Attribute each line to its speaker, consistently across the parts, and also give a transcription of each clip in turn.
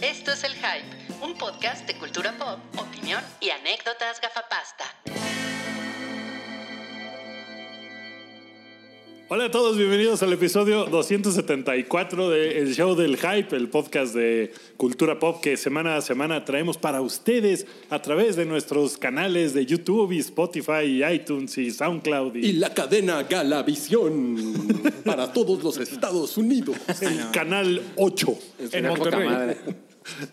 Speaker 1: Esto es El Hype, un podcast de cultura pop, opinión y anécdotas gafapasta.
Speaker 2: Hola a todos, bienvenidos al episodio 274 de El Show del Hype, el podcast de cultura pop que semana a semana traemos para ustedes a través de nuestros canales de YouTube y Spotify y iTunes y SoundCloud y,
Speaker 3: Y la cadena Galavisión para todos los Estados Unidos.
Speaker 2: el canal 8 en Monterrey.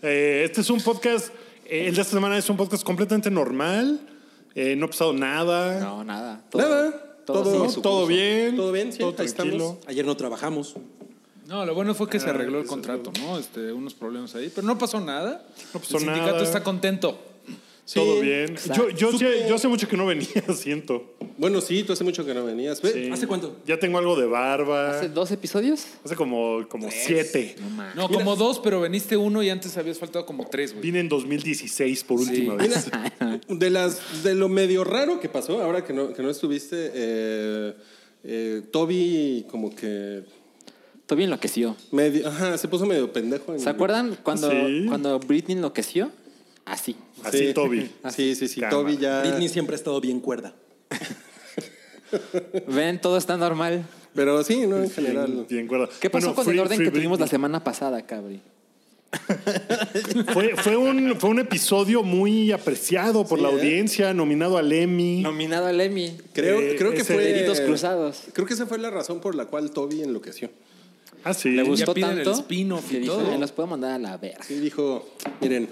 Speaker 2: Eh, este es un podcast, eh, el de esta semana es un podcast completamente normal, eh, no ha pasado nada.
Speaker 4: No, nada.
Speaker 3: Nada,
Speaker 4: todo,
Speaker 3: todo-
Speaker 4: sigue
Speaker 2: No,
Speaker 4: su
Speaker 2: todo
Speaker 4: curso.
Speaker 2: bien,
Speaker 3: Todo bien, sí,
Speaker 2: todo
Speaker 3: ahí estamos.
Speaker 2: tranquilo.
Speaker 3: Ayer no trabajamos.
Speaker 5: No, lo bueno fue que
Speaker 4: Ah,
Speaker 5: se arregló el contrato, ¿no? Este, unos problemas ahí, pero no pasó nada.
Speaker 2: No pasó
Speaker 5: el sindicato
Speaker 2: nada.
Speaker 5: está contento.
Speaker 2: Todo bien. Yo, yo, sí-
Speaker 3: Supe-
Speaker 2: yo hace mucho que no venía, siento.
Speaker 3: Bueno, sí, tú hace mucho que no venías. Ve,
Speaker 2: Sí.
Speaker 3: ¿Hace cuánto?
Speaker 2: Ya tengo algo de barba.
Speaker 4: ¿Hace
Speaker 2: Hace,
Speaker 4: dos episodios?
Speaker 2: como, como siete.
Speaker 5: No, como dos, pero veniste uno y antes habías faltado como tres, güey.
Speaker 2: Vine en 2016 por última vez.
Speaker 3: Mira, de, las, de lo medio raro que pasó, ahora que no, que no estuviste, eh, eh, Toby como que
Speaker 4: Toby enloqueció.
Speaker 3: medio, ajá, se puso medio pendejo. en-
Speaker 4: ¿Se acuerdan cuando,
Speaker 2: Sí.
Speaker 4: cuando Britney enloqueció? Así.
Speaker 2: Así
Speaker 3: Sí.
Speaker 2: Toby.
Speaker 3: Sí, sí, sí,
Speaker 2: Cámara.
Speaker 3: Toby ya...
Speaker 6: siempre ha estado bien cuerda.
Speaker 4: Ven, todo está normal.
Speaker 3: Pero sí, ¿no? En general.
Speaker 2: Bien, cuerda.
Speaker 4: ¿Qué pasó
Speaker 2: Bueno,
Speaker 4: con
Speaker 2: Free-
Speaker 4: el orden
Speaker 2: Free
Speaker 4: que tuvimos la
Speaker 2: Britney.
Speaker 4: semana pasada, cabri?
Speaker 2: Fue, fue, un, fue un episodio muy apreciado por
Speaker 3: Sí,
Speaker 2: la
Speaker 3: ¿eh?
Speaker 2: audiencia, nominado al Emmy.
Speaker 4: Nominado al Emmy.
Speaker 3: Creo,
Speaker 2: Eh,
Speaker 3: creo que
Speaker 2: ese-
Speaker 3: fue...
Speaker 4: Deditos cruzados.
Speaker 3: Creo que esa fue la razón por la cual Toby enloqueció.
Speaker 2: Ah, sí.
Speaker 4: Le gustó
Speaker 5: piden el
Speaker 4: tanto
Speaker 5: spin-off y
Speaker 4: que dijo,
Speaker 5: todo.
Speaker 4: "Eh, los puedo mandar a la verga.
Speaker 3: Sí, dijo, miren,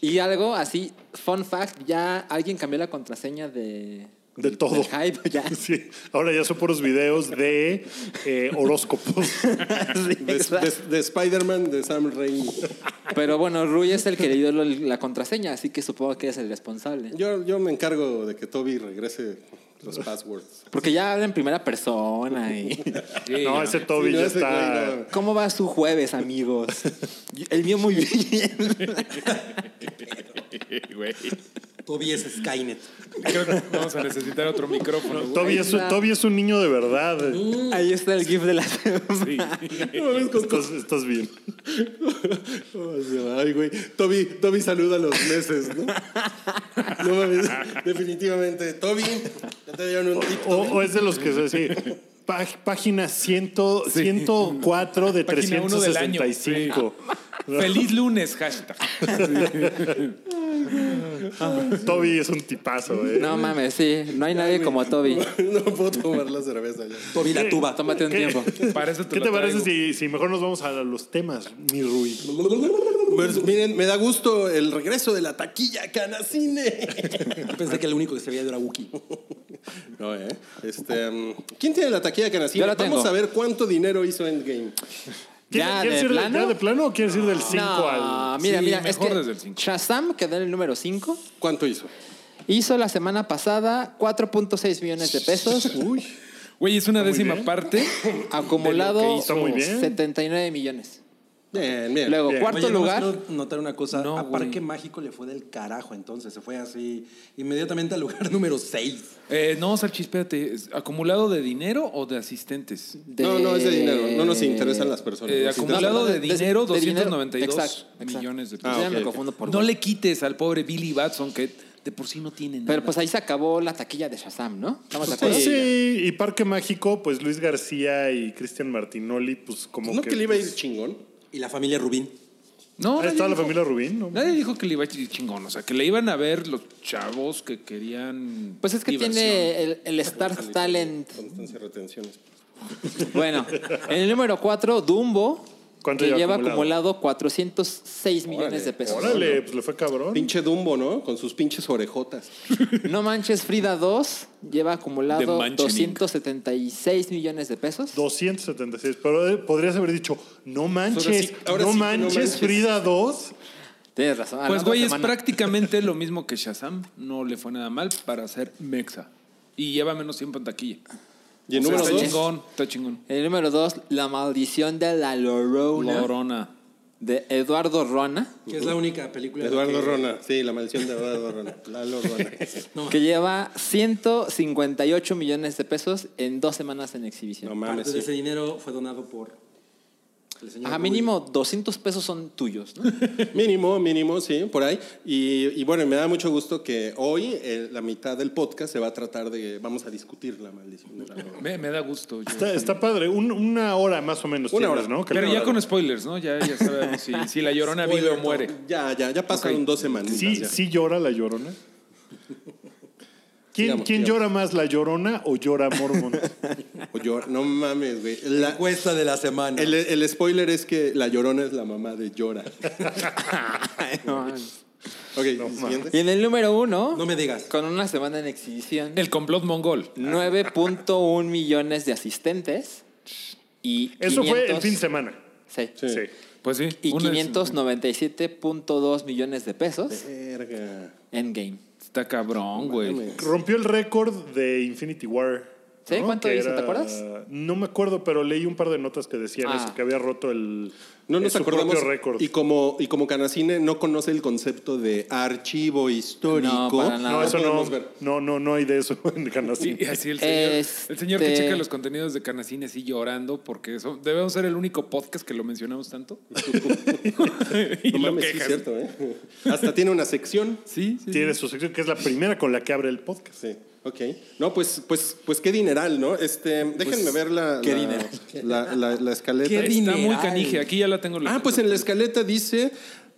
Speaker 4: Y algo así, fun fact, ya alguien cambió la contraseña de...
Speaker 2: De todo.
Speaker 4: del hype, ya.
Speaker 2: Sí. Ahora ya son puros videos de eh, horóscopos.
Speaker 4: Sí,
Speaker 3: de,
Speaker 4: exacto.
Speaker 3: de- de Spider-Man de Sam Raimi.
Speaker 4: Pero bueno, Rui es el que le dio lo- la contraseña, así que supongo que es el responsable.
Speaker 3: Yo, yo me encargo de que Toby regrese los passwords.
Speaker 4: Porque ya habla en primera persona y...
Speaker 5: Sí,
Speaker 2: no, ese Toby
Speaker 3: Sí, no,
Speaker 2: ya
Speaker 3: ese
Speaker 2: está.
Speaker 3: güey no.
Speaker 4: ¿Cómo va su jueves, amigos? El mío muy bien.
Speaker 5: güey.
Speaker 6: Toby es Skynet.
Speaker 5: Creo que vamos a necesitar otro micrófono. güey.
Speaker 2: Toby, es, un- Toby es un niño de verdad.
Speaker 4: Ahí está el GIF de la semana.
Speaker 5: Mm. Sí.
Speaker 2: Estás, estás bien.
Speaker 3: O sea, Oh, Ay, güey. Toby, Toby saluda los meses, ¿no? No mames, definitivamente. Toby, ya te dieron un tip.
Speaker 2: O, o es de los que se sí. Pá- Página 100 104 de
Speaker 5: Página uno del año.
Speaker 2: 365.
Speaker 5: Feliz lunes, hashtag.
Speaker 2: Toby es un tipazo, eh.
Speaker 4: No mames, sí. No hay nadie como Toby.
Speaker 3: No puedo tomar la cerveza ya.
Speaker 6: Toby la tuba.
Speaker 4: Tómate un tiempo.
Speaker 5: Para eso te
Speaker 2: ¿Qué
Speaker 5: lo
Speaker 2: te parece
Speaker 5: traigo.
Speaker 2: si, si mejor nos vamos a los temas, mi Rui?
Speaker 3: Pues, miren, me da gusto el regreso de la taquilla Canacine.
Speaker 6: Pensé que el único que se veía era Wookiee.
Speaker 3: No, ¿eh? Este, um, ¿Quién tiene la taquilla Canacine?
Speaker 4: Yo la
Speaker 3: Vamos
Speaker 4: tengo.
Speaker 3: a ver cuánto dinero hizo Endgame.
Speaker 2: ¿Quieres-
Speaker 4: ¿Ya
Speaker 2: ¿Quieres
Speaker 4: de
Speaker 2: ir
Speaker 4: plano?
Speaker 2: ya de plano o quieres ir del 5
Speaker 4: No,
Speaker 2: al.?
Speaker 4: mira,
Speaker 5: Sí,
Speaker 4: mira. Es
Speaker 5: mejor
Speaker 4: que
Speaker 5: desde el cinco.
Speaker 4: Shazam quedó en el número 5.
Speaker 3: ¿Cuánto hizo?
Speaker 4: Hizo la semana pasada 4.6 millones de pesos.
Speaker 5: Güey, es una décima parte.
Speaker 4: acumulado
Speaker 2: hizo. Muy bien.
Speaker 4: 79 millones.
Speaker 3: Bien, bien.
Speaker 4: Luego,
Speaker 2: Bien.
Speaker 4: cuarto
Speaker 6: Oye, nada más
Speaker 4: lugar.
Speaker 6: quiero notar una cosa.
Speaker 5: No,
Speaker 6: a
Speaker 5: güey.
Speaker 6: Parque Mágico le fue del carajo entonces. Se fue así inmediatamente al lugar número 6.
Speaker 5: Eh, no, Salchi, espérate. ¿es ¿Acumulado de dinero o de asistentes?
Speaker 4: de- Pues
Speaker 3: No, no es de dinero. No nos interesan las personas.
Speaker 5: Eh,
Speaker 3: Nos interesa-
Speaker 4: acumula-
Speaker 5: acumulado
Speaker 4: no,
Speaker 5: de,
Speaker 4: de- de dinero.
Speaker 5: dinero, 292
Speaker 4: Exacto, exacto.
Speaker 5: millones de
Speaker 4: Ya
Speaker 5: pesos.
Speaker 3: Ah, ok,
Speaker 4: me
Speaker 3: ok.
Speaker 4: confundo por
Speaker 5: no
Speaker 4: dos.
Speaker 5: le quites al pobre Billy Batson, que de por sí no tiene nada.
Speaker 4: Pero pues ahí se acabó la taquilla de Shazam, ¿no? ¿Estamos de
Speaker 2: Sí,
Speaker 4: acuerdo?
Speaker 2: y Parque Mágico, pues Luis García y Cristian Martinoli, pues como
Speaker 3: ¿No que, le iba a ir
Speaker 2: pues,
Speaker 3: chingón?
Speaker 6: Y la familia Rubín.
Speaker 5: no,
Speaker 2: Ahí estaba
Speaker 5: nadie
Speaker 2: pues, la
Speaker 5: dijo-
Speaker 2: familia Rubín, ¿no?
Speaker 5: Nadie dijo que le iba a ir chingón, o sea, que le iban a ver los chavos que querían.
Speaker 4: Pues es que
Speaker 5: diversión.
Speaker 4: tiene el, el Star Talent.
Speaker 3: Constancia de retenciones.
Speaker 4: Bueno, en el número 4, Dumbo,
Speaker 2: ¿Cuánto
Speaker 4: que
Speaker 2: lleva
Speaker 4: lleva
Speaker 2: acumulado?
Speaker 4: acumulado 406 millones de pesos.
Speaker 2: Órale, pues le fue cabrón.
Speaker 3: Pinche Dumbo, ¿no? Con sus pinches orejotas.
Speaker 4: No Manches Frida 2 lleva acumulado
Speaker 5: The Mansioning.
Speaker 4: 276 millones de pesos.
Speaker 2: 276, pero eh, podrías haber dicho, no manches,
Speaker 3: sí, ahora
Speaker 2: no,
Speaker 3: sí, no
Speaker 2: manches
Speaker 3: manches.
Speaker 2: Frida 2.
Speaker 4: Tienes razón. a la
Speaker 5: Pues
Speaker 4: otra
Speaker 5: güey, es
Speaker 4: semana.
Speaker 5: prácticamente lo mismo que Shazam. No le fue nada mal para ser Mexa. Y lleva menos tiempo en taquilla.
Speaker 3: Y en
Speaker 5: O sea,
Speaker 3: número
Speaker 5: está
Speaker 3: dos,
Speaker 5: chingón, está chingón.
Speaker 4: El número 2, La Maldición de la Llorona,
Speaker 5: Lorona.
Speaker 4: de Eduardo Rona,
Speaker 6: Que es la única película. en la
Speaker 3: Eduardo
Speaker 6: que-
Speaker 3: Rona. Sí, la maldición de Eduardo Rona. Lalo Rona.
Speaker 4: que lleva 158 millones de pesos en dos semanas en exhibición.
Speaker 3: No
Speaker 6: Parte
Speaker 3: mames.
Speaker 6: de ese
Speaker 3: Sí.
Speaker 6: dinero fue donado por El señor
Speaker 7: Ah,
Speaker 4: Ajá,
Speaker 6: Google.
Speaker 4: mínimo 200 pesos son tuyos, ¿no?
Speaker 3: Mínimo, mínimo, sí, por ahí. Y, y bueno, me da mucho gusto que hoy eh, la mitad del podcast se va a tratar de. Vamos a discutir la maldición del dragón.
Speaker 5: Me, me da gusto. yo.
Speaker 2: Está, está padre. Un- una hora más o menos
Speaker 3: Una
Speaker 2: tienes,
Speaker 3: hora.
Speaker 2: ¿no? Que-
Speaker 5: Pero ya con spoilers, ¿no? Ya, ya sabemos si, si la llorona vive o muere.
Speaker 3: Ya, ya, ya pasaron
Speaker 5: Ok.
Speaker 3: dos semanitas.
Speaker 2: ¿Sí,
Speaker 3: ya.
Speaker 2: sí llora la llorona? ¿Quién,
Speaker 3: Digamos,
Speaker 2: quién
Speaker 3: digamos.
Speaker 2: llora más, la llorona o llora Mormont?
Speaker 3: O llora- No mames, güey.
Speaker 6: La
Speaker 3: La-
Speaker 6: encuesta de la semana.
Speaker 3: el, el spoiler es que la llorona es la mamá de llora. Ok, siguiente.
Speaker 4: y en el número uno,
Speaker 6: No me digas.
Speaker 4: con una semana en exhibición,
Speaker 5: El complot mongol.
Speaker 4: 9.1 millones de asistentes y
Speaker 2: Eso fue
Speaker 4: 500
Speaker 2: el fin de semana.
Speaker 4: Sí.
Speaker 2: Sí.
Speaker 5: Pues sí.
Speaker 4: Y
Speaker 5: una es-
Speaker 4: 597.2 millones de pesos
Speaker 3: Verga.
Speaker 4: en game.
Speaker 5: Está cabrón, güey.
Speaker 2: Rompió el récord de Infinity War.
Speaker 4: ¿Sí? ¿Cuánto
Speaker 2: Que
Speaker 4: hizo? ¿Te acuerdas?
Speaker 2: No me acuerdo, pero leí un par de notas que decían
Speaker 4: Ah.
Speaker 2: eso, que había roto el
Speaker 3: No nos
Speaker 2: su
Speaker 3: acordamos.
Speaker 2: propio récord.
Speaker 3: Y como, y como Canacine no conoce el concepto de archivo histórico.
Speaker 4: No, para nada.
Speaker 2: No, eso no.
Speaker 3: podemos ver.
Speaker 2: No, no, no hay de eso en Canacín.
Speaker 5: Sí, así el señor,
Speaker 4: Este-
Speaker 5: el señor que checa los contenidos de Canacín así llorando porque eso, debemos ser el único podcast que lo mencionamos tanto. y
Speaker 3: No
Speaker 5: lo
Speaker 3: mames, sí es
Speaker 5: quejas.
Speaker 3: cierto, ¿eh? Hasta tiene una sección.
Speaker 5: Sí, sí, sí.
Speaker 2: Tiene su sección, que es la primera con la que abre el podcast.
Speaker 3: Sí, ok. No, pues, pues, pues qué dineral, ¿no? Este, déjenme ver la,
Speaker 6: qué
Speaker 3: la-
Speaker 6: dineral.
Speaker 3: la, la- la escaleta.
Speaker 6: Qué
Speaker 5: Está
Speaker 6: dineral.
Speaker 5: muy canije. Aquí ya la tengo.
Speaker 3: Ah, pues en la escaleta dice,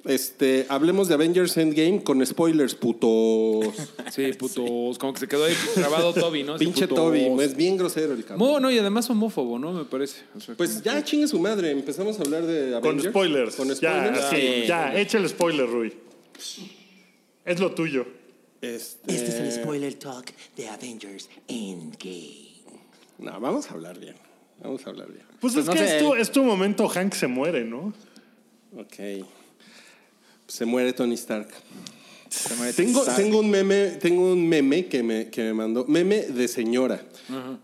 Speaker 3: este, hablemos de Avengers Endgame con spoilers, putos.
Speaker 5: Sí, putos. Como que se quedó ahí grabado Toby, ¿no? Ese
Speaker 3: Pinche
Speaker 5: putos.
Speaker 3: Toby, es bien grosero el cabrón.
Speaker 5: Mo, no, y además homófobo, ¿no? Me parece. O sea,
Speaker 3: Pues
Speaker 5: como-
Speaker 3: ya chingue su madre, empezamos a hablar de Avengers.
Speaker 2: Con spoilers.
Speaker 3: Con spoilers.
Speaker 2: Ya, sí, ya, echa el spoiler, Rui. Es lo tuyo.
Speaker 3: Este,
Speaker 7: Este es el
Speaker 6: Eh.
Speaker 7: spoiler talk de Avengers Endgame.
Speaker 3: no, vamos a hablar bien. Vamos a hablar bien.
Speaker 2: Pues, es
Speaker 4: no
Speaker 2: que
Speaker 4: sé.
Speaker 2: es tu, es tu momento, Hank se muere, ¿no?
Speaker 3: Ok. Se muere Tony Stark.
Speaker 4: Se muere
Speaker 3: Tengo,
Speaker 4: Tony Stark.
Speaker 3: tengo un meme, tengo un meme que me, que me mandó, meme de señora.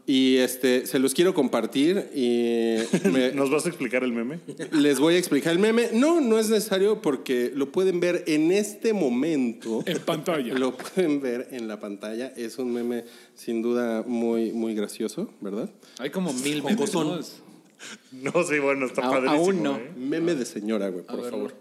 Speaker 3: Y este, se los quiero compartir y me-
Speaker 2: ¿Nos vas a explicar el meme?
Speaker 3: les voy a explicar el meme. No, no es necesario porque lo pueden ver en este momento.
Speaker 5: En pantalla.
Speaker 3: Lo pueden ver en la pantalla. Es un meme sin duda muy, muy gracioso, ¿verdad?
Speaker 5: Hay como mil memes, ¿no? Es-
Speaker 2: No, sí, bueno, está
Speaker 4: A-
Speaker 2: padrísimo.
Speaker 4: aún no.
Speaker 2: ¿eh?
Speaker 4: Ah.
Speaker 3: Meme de señora, güey, por
Speaker 5: verlo.
Speaker 3: favor.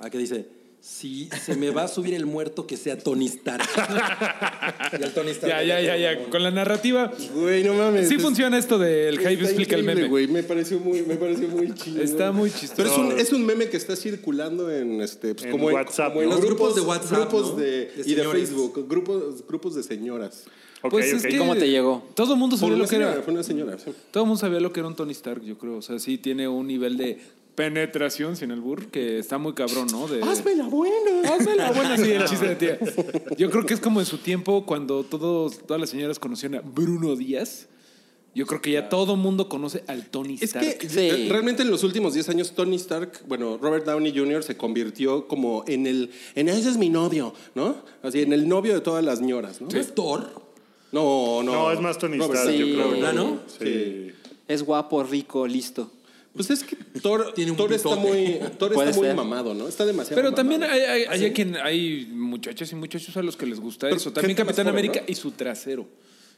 Speaker 6: Ah, que dice, si se me va a subir el muerto, que sea Tony Stark. y al Tony Stark.
Speaker 5: Ya, ya, ya, ya. Con la narrativa.
Speaker 3: Güey, no mames.
Speaker 5: Sí
Speaker 3: Pues, es-
Speaker 5: funciona esto del
Speaker 3: está
Speaker 5: hype explica el
Speaker 3: increíble,
Speaker 5: meme.
Speaker 3: güey. Me pareció muy, me pareció muy chido.
Speaker 5: Está muy chistoso.
Speaker 3: Pero es un, es un meme que está circulando en este pues,
Speaker 2: En
Speaker 3: como en,
Speaker 2: WhatsApp,
Speaker 3: como en
Speaker 2: ¿no?
Speaker 3: los grupos,
Speaker 6: Grupos de WhatsApp,
Speaker 3: grupos
Speaker 6: ¿no?
Speaker 3: de,
Speaker 6: De
Speaker 3: y de
Speaker 6: señores.
Speaker 3: Facebook, grupos, grupos de señoras.
Speaker 2: Ok,
Speaker 5: Pues
Speaker 2: ok.
Speaker 5: es que-
Speaker 4: ¿Cómo te llegó?
Speaker 5: Todo el mundo
Speaker 3: Fue
Speaker 5: sabía
Speaker 3: una
Speaker 5: lo que
Speaker 3: señora,
Speaker 5: era.
Speaker 3: fue una señora. sí.
Speaker 5: Todo el mundo sabía lo que era un Tony Stark, yo creo. O sea, sí tiene un nivel de penetración sin albur que está muy cabrón, ¿no? De,
Speaker 3: la buena.
Speaker 5: Hazme la buena, sí, el chiste de tía. Yo creo que es como en su tiempo cuando todos, todas las señoras conocían a Bruno Díaz. Yo creo que ya todo mundo conoce al Tony
Speaker 3: Es
Speaker 5: Stark.
Speaker 3: que
Speaker 4: Sí.
Speaker 3: eh, realmente en los últimos 10 años Tony Stark, bueno, Robert Downey Jr. se convirtió como en el, en ese es mi novio, ¿no? Así, en el novio de todas las señoras, ¿no?
Speaker 6: ¿No es Thor?
Speaker 3: No, no.
Speaker 2: No, es más Tony
Speaker 3: Robert
Speaker 2: Stark,
Speaker 3: Downey
Speaker 2: yo
Speaker 4: Sí.
Speaker 2: creo.
Speaker 6: ¿Ah, no?
Speaker 2: Sí.
Speaker 4: Es guapo, rico, listo.
Speaker 3: Pues es que Thor,
Speaker 6: Tiene un
Speaker 3: Thor está
Speaker 6: bigote.
Speaker 3: muy, Thor
Speaker 4: Puede
Speaker 3: está muy
Speaker 4: ser.
Speaker 3: mamado, ¿no? Está demasiado
Speaker 5: Pero
Speaker 3: mamado.
Speaker 5: también hay, hay, hay a quien, hay muchachos y muchachos a los que les gusta
Speaker 3: Pero
Speaker 5: eso. También
Speaker 3: gente más
Speaker 5: Capitán
Speaker 3: joven,
Speaker 5: América
Speaker 3: ¿no?
Speaker 5: y su trasero.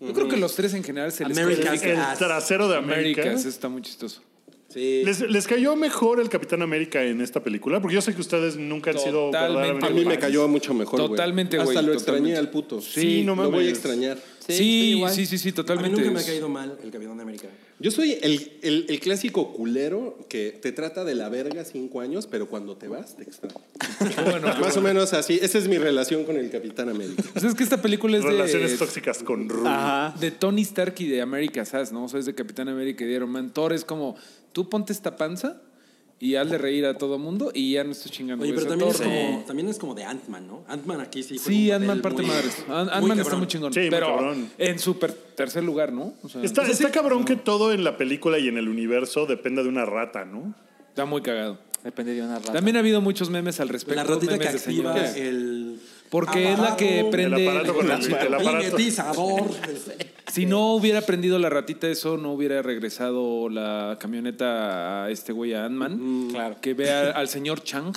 Speaker 5: Yo creo que los tres en general se les
Speaker 6: American
Speaker 5: cae-
Speaker 2: El trasero de América.
Speaker 5: América, eso está muy chistoso.
Speaker 3: Sí.
Speaker 2: ¿Les, les cayó mejor el Capitán América en esta película? Porque yo sé que ustedes nunca han sido
Speaker 5: Totalmente.
Speaker 2: verdaderamente
Speaker 3: A mí me
Speaker 2: fans.
Speaker 3: cayó mucho mejor. güey.
Speaker 5: Totalmente, güey,
Speaker 3: Hasta lo
Speaker 5: totalmente.
Speaker 3: extrañé al puto.
Speaker 2: Sí, no
Speaker 3: Lo voy
Speaker 2: mames.
Speaker 3: a extrañar.
Speaker 4: Sí, estoy
Speaker 5: Sí,
Speaker 4: igual.
Speaker 5: sí, sí, sí,
Speaker 6: A mí
Speaker 5: totalmente.
Speaker 6: nunca me ha caído mal el Capitán de América.
Speaker 3: Yo soy el, el- el clásico culero que te trata de la verga cinco años, pero cuando te vas te extraña.
Speaker 5: Bueno,
Speaker 3: Más o menos así. Esa es mi relación con el Capitán América.
Speaker 5: pues es que esta película es
Speaker 2: Relaciones
Speaker 5: de,
Speaker 2: tóxicas con Rui.
Speaker 5: de Tony Stark y de América Sass, ¿no? O sea, es de Capitán América y de Iron Man. Thor es como, tú ponte esta panza y hazle reír a todo mundo y ya no estás chingando.
Speaker 6: Oye,
Speaker 5: güey.
Speaker 6: pero
Speaker 5: O sea,
Speaker 6: también es,
Speaker 5: Thor
Speaker 6: como, también es como de Ant-Man, ¿no? Ant-Man aquí sí. fue
Speaker 5: Sí,
Speaker 6: un
Speaker 5: Ant-Man parte
Speaker 6: papel muy-
Speaker 5: madres. Ant-
Speaker 6: muy
Speaker 5: Ant-Man está
Speaker 6: cabrón.
Speaker 5: muy chingón.
Speaker 2: Sí, muy
Speaker 5: pero
Speaker 2: cabrón.
Speaker 5: en super tercer lugar, ¿no? O sea,
Speaker 2: Está, está cabrón que todo en la película y en el universo dependa de una rata, ¿no?
Speaker 5: está muy cagado.
Speaker 4: Depende de una rata.
Speaker 5: También ha habido muchos memes al respecto.
Speaker 6: La ratita que
Speaker 5: memes de
Speaker 6: activa
Speaker 5: señores.
Speaker 6: el.
Speaker 5: Porque es la que
Speaker 6: aparato,
Speaker 5: prende.
Speaker 2: El aparato con el- el aparato.
Speaker 6: Magnetizador.
Speaker 5: Si no hubiera prendido la ratita, eso no hubiera regresado la camioneta a este güey, a Ant-Man.
Speaker 4: claro.
Speaker 5: Que vea al señor Chang,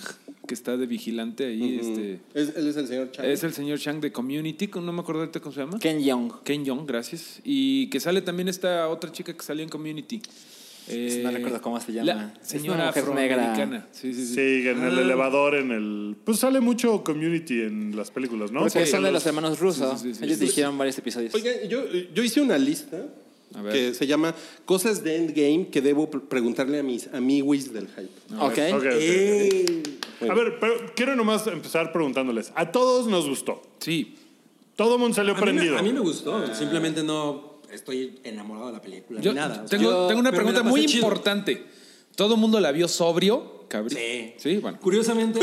Speaker 5: que está de vigilante ahí. este,
Speaker 3: Es- él es el señor Chávez.
Speaker 5: es el señor Chang de Community, no me acuerdo ahorita cómo se llama.
Speaker 4: Ken Young.
Speaker 5: Ken Young, gracias. Y que sale también esta otra chica que salió en Community. Eh,
Speaker 4: No recuerdo cómo se llama.
Speaker 5: la
Speaker 4: Es una
Speaker 5: señora
Speaker 4: mujer negra.
Speaker 5: afroamericana. Sí, sí, sí.
Speaker 2: Sí, en el elevador, en el. Pues sale mucho community en las películas, ¿no?
Speaker 4: Porque son de los hermanos rusos.
Speaker 5: Sí, sí, sí, sí.
Speaker 4: Ellos dirigieron varios episodios.
Speaker 8: Oigan, yo, yo hice una lista
Speaker 5: A ver.
Speaker 8: que se llama Cosas de Endgame que debo pre- preguntarle a mis amiguis del hype.
Speaker 4: ok.
Speaker 2: Ok, ok.
Speaker 8: Eh,
Speaker 2: A ver, pero quiero nomás empezar preguntándoles. A todos nos gustó.
Speaker 5: Sí.
Speaker 2: Todo mundo salió
Speaker 6: A mí, me,
Speaker 2: prendido.
Speaker 6: a mí me gustó. Simplemente no estoy enamorado de la película
Speaker 5: Yo
Speaker 6: ni nada. O sea,
Speaker 5: tengo,
Speaker 6: yo-
Speaker 5: tengo una
Speaker 6: pero me
Speaker 5: pregunta
Speaker 6: la pasé
Speaker 5: muy
Speaker 6: chido.
Speaker 5: importante. ¿Todo el mundo la vio sobrio, cabrón?
Speaker 6: Sí.
Speaker 5: Sí, bueno.
Speaker 6: Curiosamente,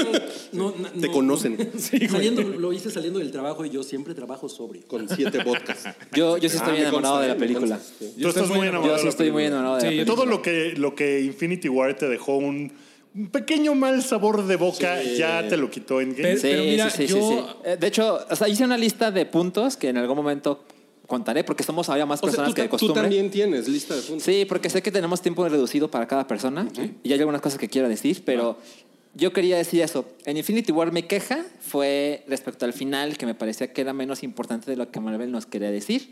Speaker 6: no, na-
Speaker 8: Te
Speaker 6: no-
Speaker 8: conocen.
Speaker 6: saliendo, lo hice saliendo del trabajo y yo siempre trabajo sobrio.
Speaker 8: con siete vodkas.
Speaker 4: Yo, yo sí
Speaker 8: Ah,
Speaker 4: estoy
Speaker 8: me
Speaker 4: enamorado
Speaker 8: consta,
Speaker 4: de la
Speaker 8: eh, me
Speaker 4: película.
Speaker 8: consta, sí.
Speaker 2: Tú estás muy enamorado.
Speaker 4: Yo sí
Speaker 2: de la
Speaker 4: estoy muy
Speaker 2: película.
Speaker 4: enamorado de
Speaker 5: Sí,
Speaker 4: la
Speaker 5: yo
Speaker 4: película.
Speaker 2: Todo lo que, lo que Infinity War te dejó un, un pequeño mal sabor de boca, ya te lo quitó en game.
Speaker 5: Pero-
Speaker 4: Sí,
Speaker 5: mira,
Speaker 4: sí, sí,
Speaker 5: yo-
Speaker 4: sí, sí. Eh, De hecho, o sea, hice una lista de puntos que en algún momento contaré porque somos ahora
Speaker 8: O
Speaker 4: más
Speaker 8: sea,
Speaker 4: personas
Speaker 8: tú,
Speaker 4: que de
Speaker 8: ta- tú
Speaker 4: costumbre.
Speaker 8: también tienes lista de puntos.
Speaker 4: Sí, porque sé que tenemos tiempo reducido para cada persona y hay algunas cosas que quiero decir, pero yo quería decir eso. En Infinity War mi queja fue respecto al final, que me parecía que era menos importante de lo que Marvel nos quería decir.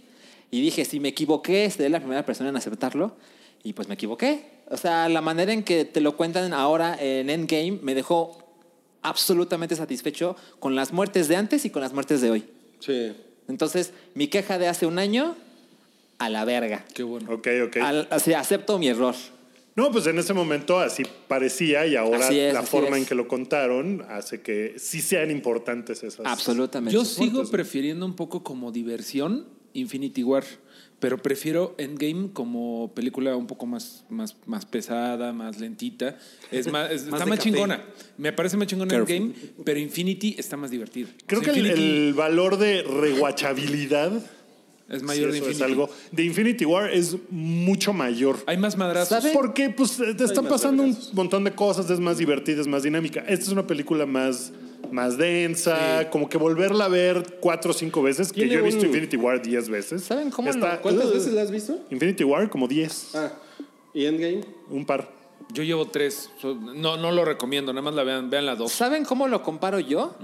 Speaker 4: Y dije, si me equivoqué, seré la primera persona en aceptarlo. Y pues me equivoqué. O sea, la manera en que te lo cuentan ahora en Endgame me dejó absolutamente satisfecho con las muertes de antes y con las muertes de hoy.
Speaker 8: Sí.
Speaker 4: Entonces, mi queja de hace un año, a la verga.
Speaker 5: Qué bueno.
Speaker 2: Ok, ok.
Speaker 4: Al- o sea, acepto mi error.
Speaker 2: No, pues en ese momento así parecía y ahora
Speaker 4: Así es,
Speaker 2: la
Speaker 4: así
Speaker 2: forma
Speaker 4: es.
Speaker 2: en que lo contaron hace que sí sean importantes esas.
Speaker 4: Absolutamente.
Speaker 5: Yo sigo prefiriendo un poco como diversión Infinity War, pero prefiero Endgame como película un poco más, más, más pesada, más lentita. Es más, es- está
Speaker 6: de
Speaker 5: más
Speaker 6: café.
Speaker 5: chingona. Me parece más chingona
Speaker 6: Careful.
Speaker 5: Endgame, pero Infinity está más divertida.
Speaker 2: Creo
Speaker 5: O
Speaker 2: que
Speaker 5: sea,
Speaker 2: el,
Speaker 5: Infinity
Speaker 2: el valor de rewatchabilidad
Speaker 5: es
Speaker 2: sí,
Speaker 5: mayor
Speaker 2: eso
Speaker 5: de Infinity.
Speaker 2: es algo de Infinity War es mucho mayor.
Speaker 5: Hay más madrazos.
Speaker 4: ¿Sabe?
Speaker 2: Porque pues te están
Speaker 8: más
Speaker 2: pasando un
Speaker 8: vergazos.
Speaker 2: montón de cosas, es más divertida, es más dinámica. Esta es una película más, más densa, como que volverla a ver cuatro o cinco veces, que
Speaker 8: Tiene
Speaker 2: yo he visto
Speaker 8: un-
Speaker 2: Infinity War diez veces.
Speaker 4: ¿Saben cómo
Speaker 2: Está-
Speaker 4: lo-
Speaker 8: ¿Cuántas veces la has visto?
Speaker 2: Infinity War como diez,
Speaker 8: Ah, ¿y Endgame?
Speaker 2: un par.
Speaker 5: Yo llevo tres. So- No, no lo recomiendo, nada más la vean, vean la dos.
Speaker 4: ¿Saben cómo lo comparo yo?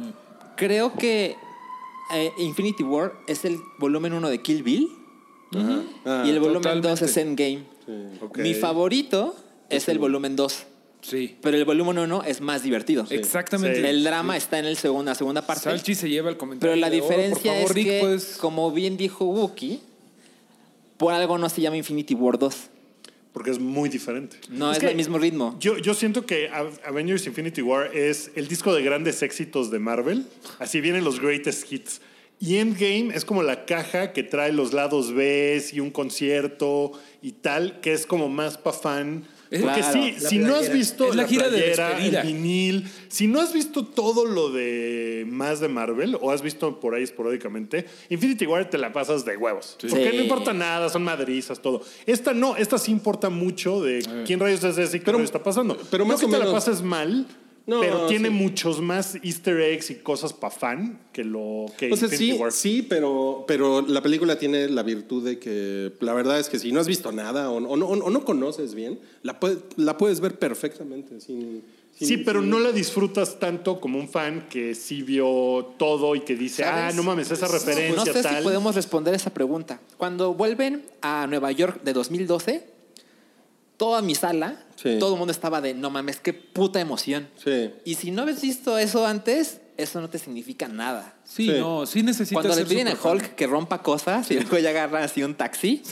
Speaker 4: Creo que eh, Infinity War es el volumen 1 de Kill Bill y el volumen 2
Speaker 5: totalmente.
Speaker 4: es Endgame.
Speaker 2: Ah, Ok.
Speaker 4: Mi favorito es el volumen 2,
Speaker 5: Sí.
Speaker 4: pero el volumen 1 es más divertido.
Speaker 5: Exactamente.
Speaker 2: Sí. Oh,
Speaker 4: El drama está en el segundo, la segunda parte.
Speaker 5: Salchi se lleva el comentario.
Speaker 4: Pero la
Speaker 5: de oro.
Speaker 4: diferencia
Speaker 5: Por favor,
Speaker 4: es
Speaker 5: Rick,
Speaker 4: que,
Speaker 2: pues.
Speaker 5: puedes-
Speaker 4: como bien dijo Wookie, por algo no se llama Infinity War 2.
Speaker 2: Porque es muy diferente.
Speaker 4: No es,
Speaker 2: que
Speaker 4: el mismo ritmo.
Speaker 2: Yo, yo siento que Av- Avengers Infinity War es el disco de grandes éxitos de Marvel. Así vienen los greatest hits. Y Endgame es como la caja que trae los lados B y un concierto y tal, que es como más pa' fan.
Speaker 5: Es-
Speaker 2: Porque
Speaker 4: Claro,
Speaker 2: sí,
Speaker 6: la
Speaker 2: si no has
Speaker 6: playera.
Speaker 2: visto
Speaker 5: Es la gira de
Speaker 2: el
Speaker 5: despedida.
Speaker 2: vinil, si no has visto todo lo de más de Marvel o has visto por ahí esporádicamente, Infinity War te la pasas de huevos. Porque
Speaker 4: Sí.
Speaker 2: no importa nada, son madrizas, todo. Esta no, esta sí importa mucho de quién rayos es ese y qué
Speaker 8: Pero-
Speaker 2: rayos está pasando.
Speaker 8: pero
Speaker 2: No
Speaker 8: más
Speaker 2: que
Speaker 8: o
Speaker 2: te la
Speaker 8: menos-
Speaker 2: pases mal,
Speaker 8: No,
Speaker 2: pero tiene
Speaker 8: sí.
Speaker 2: muchos más easter eggs y cosas pa' fan que lo que
Speaker 8: O sea,
Speaker 2: Infinity
Speaker 8: sí,
Speaker 2: War.
Speaker 8: sí, pero, pero la película tiene la virtud de que la verdad es que si no has visto nada o, o no, o no conoces bien, la, puede- la puedes ver perfectamente. Sin, sin-
Speaker 2: Sí, pero
Speaker 8: sin-
Speaker 2: no la disfrutas tanto como un fan que sí vio todo y que dice, ah,
Speaker 4: ¿Sabes?
Speaker 2: no mames, esa referencia
Speaker 4: No sé
Speaker 2: tal.
Speaker 4: si podemos responder esa pregunta. Cuando vuelven a Nueva York de 2012, toda mi sala,
Speaker 8: Sí.
Speaker 4: todo el mundo estaba de, no mames, qué puta emoción.
Speaker 8: Sí.
Speaker 4: Y si no habías visto eso antes, eso no te significa nada.
Speaker 5: Sí,
Speaker 8: Sí.
Speaker 5: no, sí necesitas.
Speaker 4: Cuando le
Speaker 5: ser
Speaker 4: piden a
Speaker 5: superfan.
Speaker 4: Hulk que rompa cosas y luego ya agarra así un taxi,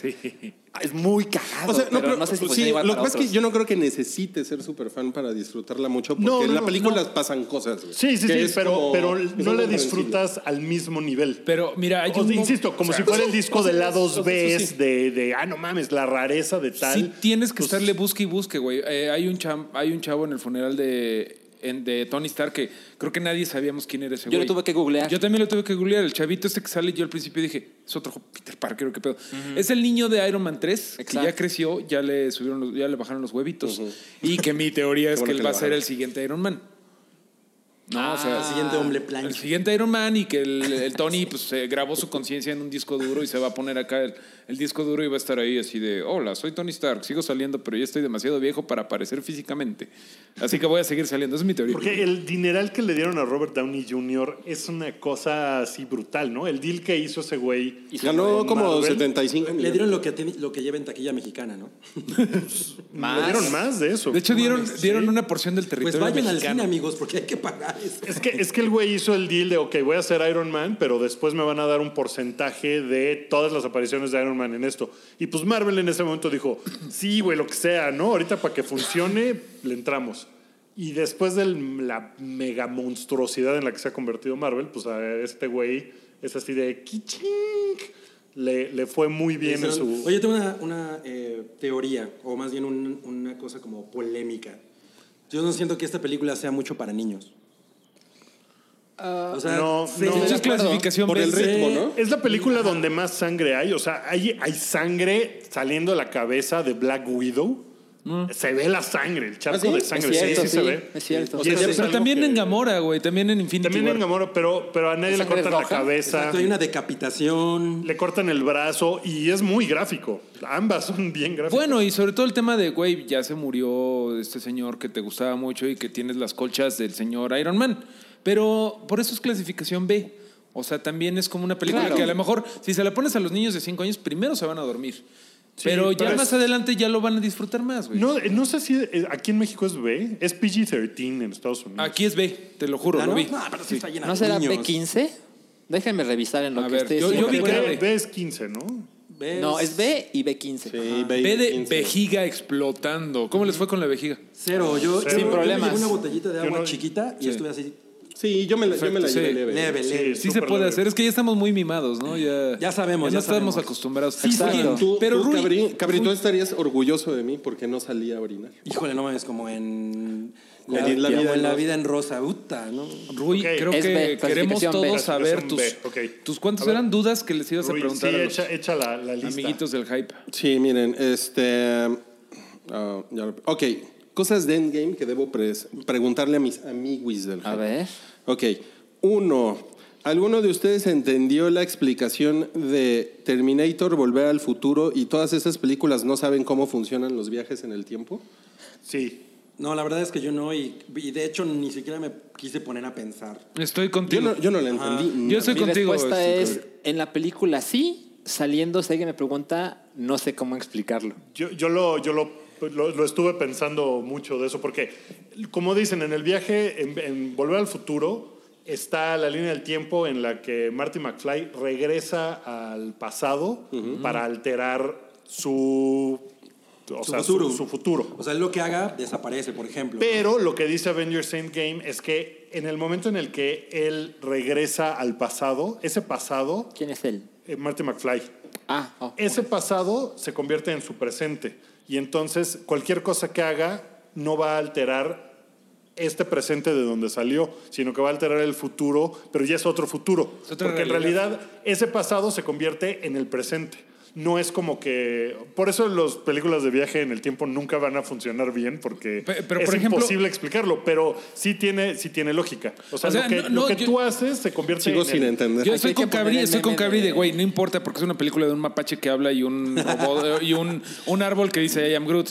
Speaker 4: es muy cagado.
Speaker 8: O sea, no,
Speaker 4: pero
Speaker 8: pero-
Speaker 4: no sé si
Speaker 3: pues
Speaker 8: sí,
Speaker 4: funciona igual
Speaker 8: lo que
Speaker 4: para
Speaker 8: pasa es que
Speaker 4: otros.
Speaker 8: yo no creo que necesites ser super fan para disfrutarla mucho, porque
Speaker 2: No, no,
Speaker 8: en la
Speaker 2: no,
Speaker 8: película
Speaker 2: no.
Speaker 8: pasan cosas. güey,
Speaker 2: Sí, sí,
Speaker 8: que
Speaker 2: sí,
Speaker 8: es
Speaker 2: pero,
Speaker 8: como-
Speaker 2: pero
Speaker 8: que son
Speaker 2: no le
Speaker 8: comprensibles.
Speaker 2: disfrutas al mismo nivel.
Speaker 5: Pero mira, hay
Speaker 2: O-
Speaker 5: un mo-
Speaker 2: insisto, como
Speaker 5: o sea,
Speaker 2: si fuera el disco
Speaker 5: o sea,
Speaker 2: de lados
Speaker 5: o sea,
Speaker 2: B,
Speaker 5: eso sí.
Speaker 2: de, de, ah, no mames, la rareza de tal.
Speaker 5: Sí tienes que
Speaker 2: Pues,
Speaker 5: estarle busque y busque, güey. Eh, hay, un cham- hay un chavo en el funeral de, en- de Tony Stark que creo que nadie sabíamos quién era ese
Speaker 4: Yo
Speaker 5: güey.
Speaker 4: lo tuve que googlear.
Speaker 5: Yo también lo tuve que googlear. El chavito este que sale, yo al principio dije, es otro Peter Parker, ¿o ¿qué pedo? Es el niño de Iron Man 3,
Speaker 4: Exacto.
Speaker 5: que ya creció, ya le, subieron los- ya le bajaron los huevitos. Y que mi teoría
Speaker 8: Qué
Speaker 5: es
Speaker 8: bueno
Speaker 5: que él
Speaker 8: que
Speaker 5: va
Speaker 8: le
Speaker 5: a ser
Speaker 8: bajaron.
Speaker 5: el siguiente Iron Man. No, o
Speaker 4: Ah.
Speaker 5: sea,
Speaker 6: Ah, el siguiente hombre plancha.
Speaker 5: El siguiente Iron Man y que el, el Tony pues, se grabó su conciencia en un disco duro y se va a poner acá el, el disco duro y va a estar ahí así de, hola, soy Tony Stark, sigo saliendo, pero ya estoy demasiado viejo para aparecer físicamente. Así que voy a seguir saliendo, esa es mi teoría.
Speaker 2: Porque el dineral que le dieron a Robert Downey Jr. es una cosa así brutal, ¿no? El deal que hizo ese güey.
Speaker 4: Ganó
Speaker 2: con Marvel,
Speaker 8: 75
Speaker 6: Le dieron lo que, tiene- lo que lleva en taquilla mexicana, ¿no?
Speaker 2: Le dieron más de eso.
Speaker 5: De hecho, dieron,
Speaker 2: Sí.
Speaker 5: dieron una porción del territorio
Speaker 6: Pues vayan al
Speaker 5: mexicano.
Speaker 6: cine, amigos, porque hay que pagar eso.
Speaker 2: Es que, es que el güey hizo el deal de, ok, voy a ser Iron Man, pero después me van a dar un porcentaje de todas las apariciones de Iron Man en esto. Y pues Marvel en ese momento dijo, sí, güey, lo que sea, ¿no? Ahorita para que funcione, le entramos. Y después de la mega monstruosidad en la que se ha convertido Marvel, pues a este güey es así de, ¡kiching! Le, le fue muy bien en
Speaker 6: Hicieron-
Speaker 2: su...
Speaker 6: Oye, tengo una, una, eh, teoría, o más bien un- una cosa como polémica. Yo no siento que esta película sea mucho para niños. o sea,
Speaker 2: no,
Speaker 6: se-
Speaker 2: no.
Speaker 5: Entonces,
Speaker 2: De acuerdo.
Speaker 5: clasificación
Speaker 3: Por
Speaker 5: B,
Speaker 3: el
Speaker 5: C.
Speaker 3: ritmo, ¿no?
Speaker 2: Es la película donde más sangre hay. O sea, hay, hay sangre saliendo de la cabeza de Black Widow.
Speaker 5: Mm.
Speaker 2: Se ve la sangre, el charco
Speaker 4: ¿Ah, sí?
Speaker 2: de
Speaker 4: Es
Speaker 2: sangre. sí,
Speaker 4: cierto,
Speaker 2: sí, se
Speaker 4: sí,
Speaker 2: ve.
Speaker 4: es cierto.
Speaker 2: O sea,
Speaker 5: Pero,
Speaker 2: eso es algo
Speaker 5: también
Speaker 2: que-
Speaker 5: en Gamora, güey, también en Infinity
Speaker 2: También
Speaker 5: War.
Speaker 2: en Gamora, pero, pero a nadie le
Speaker 4: ¿La sangre es
Speaker 2: cortan la
Speaker 4: roja?
Speaker 2: cabeza.
Speaker 6: exacto, hay una decapitación.
Speaker 2: Le cortan el brazo y es muy gráfico. Ambas son bien gráficas.
Speaker 5: Bueno, y sobre todo el tema de, güey, ya se murió este señor que te gustaba mucho y que tienes las colchas del señor Iron Man. Pero por eso es clasificación B. O sea, también es como una película
Speaker 4: Claro.
Speaker 5: que a lo mejor, si se la pones a los niños de 5 años, primero se van a dormir. pero ya
Speaker 2: pero es-
Speaker 5: más adelante ya lo van a disfrutar más, güey.
Speaker 2: no, no sé si eh, aquí en México es B. Es PG-13 en Estados Unidos.
Speaker 5: Aquí es B, te lo juro,
Speaker 6: ¿Ah,
Speaker 5: lo
Speaker 6: no?
Speaker 5: vi.
Speaker 6: No, pero sí, está llena
Speaker 4: ¿No
Speaker 6: de
Speaker 4: será
Speaker 6: niños.
Speaker 4: B15? Déjenme revisar en lo
Speaker 5: A
Speaker 4: que
Speaker 5: ver,
Speaker 4: esté.
Speaker 5: yo- yo vi que-
Speaker 2: B, B es 15, ¿no?
Speaker 6: ¿Ves?
Speaker 4: No, es B y B15.
Speaker 5: B de vejiga explotando. ¿Cómo les fue con la vejiga?
Speaker 6: Cero.
Speaker 2: Cero.
Speaker 6: Yo, yo-
Speaker 2: Sin
Speaker 6: yo me
Speaker 4: problemas.
Speaker 6: llevé una botellita de
Speaker 2: Yo
Speaker 6: agua
Speaker 2: no-
Speaker 6: chiquita y
Speaker 5: Sí.
Speaker 6: estuve así,
Speaker 3: Sí, yo me la, yo me la
Speaker 5: Perfecto,
Speaker 3: llevé
Speaker 5: sí.
Speaker 3: leve.
Speaker 6: leve, leve.
Speaker 2: Es
Speaker 5: Sí se
Speaker 2: súper
Speaker 5: puede
Speaker 2: leve.
Speaker 5: hacer, es que ya estamos muy mimados, ¿no? Ya,
Speaker 6: Ya sabemos,
Speaker 5: no
Speaker 6: ya
Speaker 5: estamos
Speaker 6: sabemos.
Speaker 5: acostumbrados.
Speaker 6: Sí, sí,
Speaker 5: Exacto.
Speaker 3: Tú,
Speaker 5: pero
Speaker 3: tú,
Speaker 5: Rui-
Speaker 3: Cabri- Cabri, tú estarías orgulloso de mí porque no salí a orinar.
Speaker 6: Híjole, no mames, como en...
Speaker 3: Como
Speaker 6: la-
Speaker 3: en La
Speaker 6: como
Speaker 3: vida
Speaker 6: en
Speaker 3: en
Speaker 6: la
Speaker 3: rosa.
Speaker 6: vida en rosa, puta, ¿no?
Speaker 5: Rui,
Speaker 2: Ok.
Speaker 5: creo
Speaker 4: Es
Speaker 5: que
Speaker 4: B,
Speaker 5: queremos
Speaker 4: clasificación
Speaker 5: todos
Speaker 4: B.
Speaker 5: saber tus,
Speaker 2: Clasificación B, ok.
Speaker 5: tus
Speaker 2: A
Speaker 5: cuántas
Speaker 2: ver.
Speaker 5: eran dudas que les ibas a
Speaker 2: Ruiz,
Speaker 5: preguntar
Speaker 2: sí,
Speaker 5: a los
Speaker 2: echa, echa la, la lista.
Speaker 5: amiguitos del hype.
Speaker 3: Sí, miren, este. ah, ya lo- ok, cosas de Endgame que debo pres- preguntarle a mis amiguis del
Speaker 4: A
Speaker 3: hype.
Speaker 4: ver.
Speaker 3: Ok, uno. ¿Alguno de ustedes entendió la explicación de Terminator, Volver al Futuro y todas esas películas no saben cómo funcionan los viajes en el tiempo?
Speaker 2: Sí.
Speaker 6: No, la verdad es que yo no, y, y de hecho ni siquiera me quise poner a pensar.
Speaker 5: Estoy
Speaker 3: Yo
Speaker 5: contigo.
Speaker 3: no, yo no la entendí.
Speaker 5: Ah, Yo estoy
Speaker 4: Mi
Speaker 5: contigo.
Speaker 4: respuesta
Speaker 5: este,
Speaker 4: es, en la película sí, saliendo, si alguien me pregunta, no sé cómo explicarlo.
Speaker 2: Yo, yo, lo, yo lo, pues, lo- lo estuve pensando mucho de eso, porque como dicen, en el viaje, en, en Volver al Futuro, está la línea del tiempo en la que Marty McFly regresa al pasado para alterar su, o
Speaker 6: Su
Speaker 2: sea, su-
Speaker 6: futuro.
Speaker 2: su futuro.
Speaker 6: O sea, lo que haga desaparece, por ejemplo.
Speaker 2: Pero lo que dice Avengers Endgame es que en el momento en el que él regresa al pasado, ese pasado,
Speaker 4: ¿Quién es él?
Speaker 2: eh, Marty McFly,
Speaker 4: Ah, oh.
Speaker 2: ese pasado se convierte en su presente y entonces cualquier cosa que haga no va a alterar este presente de donde salió, sino que va a alterar el futuro, pero ya es otro futuro,
Speaker 5: Es otra
Speaker 2: porque
Speaker 5: realidad.
Speaker 2: en realidad ese pasado se convierte en el presente. No es como que por eso las películas de viaje en el tiempo nunca van a funcionar bien porque
Speaker 5: Pe- pero,
Speaker 2: es
Speaker 5: por ejemplo-
Speaker 2: imposible explicarlo, pero sí tiene sí tiene lógica. O sea,
Speaker 5: O sea,
Speaker 2: lo que,
Speaker 5: no-
Speaker 2: lo
Speaker 5: no,
Speaker 2: que
Speaker 5: yo-
Speaker 2: tú haces se convierte
Speaker 3: Sigo
Speaker 2: en
Speaker 3: sin
Speaker 2: el-
Speaker 3: entender.
Speaker 5: Yo
Speaker 4: Hay
Speaker 5: estoy
Speaker 4: que
Speaker 5: con Cabri,
Speaker 4: poner el
Speaker 5: estoy con
Speaker 4: meme
Speaker 5: Cabri de
Speaker 4: de-
Speaker 5: güey, no importa porque es una película de un mapache que habla y un robot- eh, y un, un árbol que dice I am Groot.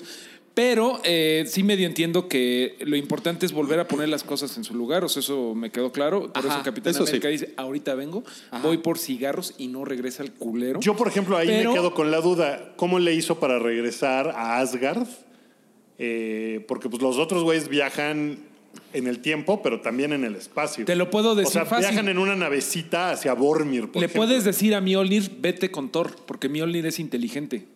Speaker 5: Pero eh, sí medio entiendo que lo importante es volver a poner las cosas en su lugar, o sea, eso me quedó claro. Por
Speaker 4: Ajá,
Speaker 5: eso Capitán
Speaker 3: eso sí.
Speaker 5: América dice, ahorita vengo, voy por cigarros y no regresa el culero.
Speaker 2: Yo, por ejemplo, ahí
Speaker 5: Pero-
Speaker 2: me quedo con la duda, ¿cómo le hizo para regresar a Asgard? Eh, porque pues los otros güeyes viajan en el tiempo, pero también en el espacio.
Speaker 5: Te lo puedo decir
Speaker 2: O sea,
Speaker 5: fácil.
Speaker 2: viajan en una navecita hacia Bormir, por
Speaker 5: Le
Speaker 2: ejemplo.
Speaker 5: puedes decir a Mjolnir, vete con Thor, porque Mjolnir es inteligente.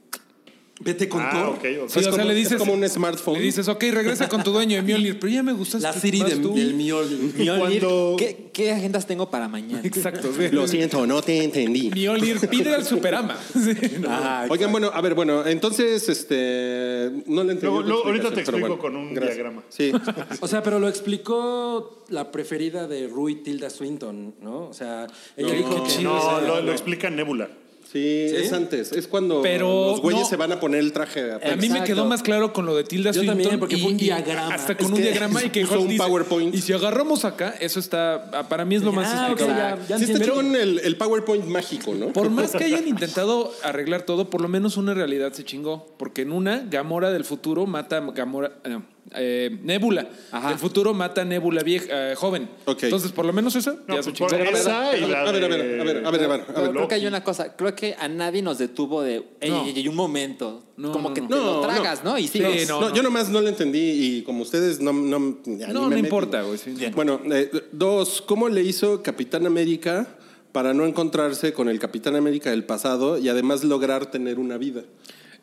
Speaker 6: Vete con
Speaker 2: Ah,
Speaker 6: todo.
Speaker 2: ok, ok.
Speaker 5: Sí, o sea,
Speaker 3: como-
Speaker 5: le
Speaker 3: es
Speaker 5: dices.
Speaker 3: como un smartphone.
Speaker 5: Le dices, ok, regresa con tu dueño de Mjolnir, pero ya me gusta.
Speaker 6: La Siri de, del Mjolnir.
Speaker 4: Mjolnir,
Speaker 2: cuando-
Speaker 4: ¿qué, qué agendas tengo para mañana?
Speaker 5: Exacto. sí.
Speaker 3: Lo siento, no te entendí.
Speaker 5: Mjolnir pide al Superama. Sí, no.
Speaker 4: Ah,
Speaker 3: Oigan, bueno, a ver, bueno, entonces, este, no le entendí.
Speaker 2: Luego-
Speaker 3: tu
Speaker 2: luego- ahorita te
Speaker 3: explicación,
Speaker 2: explico
Speaker 3: pero bueno,
Speaker 2: con un diagrama.
Speaker 3: Sí,
Speaker 6: O sea, pero lo explicó la preferida de Rui Tilda Swinton, ¿no? O sea, ella dijo que
Speaker 2: No, lo, lo explica Nebula.
Speaker 3: Sí, es antes. Es cuando
Speaker 5: Pero
Speaker 3: los güeyes
Speaker 5: no. Eh,
Speaker 3: se van a poner el traje. apenas.
Speaker 5: A mí me
Speaker 6: Exacto.
Speaker 5: quedó más claro con lo de Tilda
Speaker 6: Yo
Speaker 5: Swinton.
Speaker 6: también, porque fue un diagrama.
Speaker 5: Hasta con
Speaker 3: Es
Speaker 5: un
Speaker 3: que
Speaker 5: diagrams y que
Speaker 3: puso
Speaker 5: Hulk
Speaker 3: un
Speaker 5: dice,
Speaker 3: PowerPoint.
Speaker 5: Y si agarramos acá, eso está. ah, Para mí es lo más
Speaker 6: Ah, ok,
Speaker 5: explicable.
Speaker 6: ya, ya
Speaker 3: sí está
Speaker 6: entiendo.
Speaker 3: chingón el, el PowerPoint mágico, ¿no?
Speaker 5: Por más que hayan intentado arreglar todo, por lo menos una realidad se chingó. Porque en una, Gamora del futuro mata a Gamora. eh, eh, Nebula.
Speaker 4: Ajá.
Speaker 5: Del futuro mata a Nebula vieja, eh, joven.
Speaker 3: Ok.
Speaker 5: Entonces, por lo menos esa
Speaker 2: No,
Speaker 5: ya se
Speaker 2: pues,
Speaker 5: chingó.
Speaker 2: por esa y
Speaker 3: a ver,
Speaker 2: la
Speaker 3: a ver, a ver,
Speaker 2: de-
Speaker 3: a ver, a ver, a ver, a ver.
Speaker 4: Pero creo que hay una cosa, creo que a nadie nos detuvo de "Ey,
Speaker 5: No.
Speaker 4: ey, ey, un momento.
Speaker 5: No,
Speaker 4: como que
Speaker 5: no,
Speaker 4: te
Speaker 3: no.
Speaker 4: lo
Speaker 3: No,
Speaker 4: tragas, ¿no? Y
Speaker 5: Sí,
Speaker 4: sigues.
Speaker 5: no,
Speaker 3: No,
Speaker 5: no.
Speaker 3: yo nomás no lo entendí y como ustedes no no ya ni
Speaker 5: No,
Speaker 3: me
Speaker 5: no
Speaker 3: metí.
Speaker 5: importa, güey, sí, no.
Speaker 3: Bueno, eh, dos, ¿cómo le hizo Capitán América para no encontrarse con el Capitán América del pasado y además lograr tener una vida?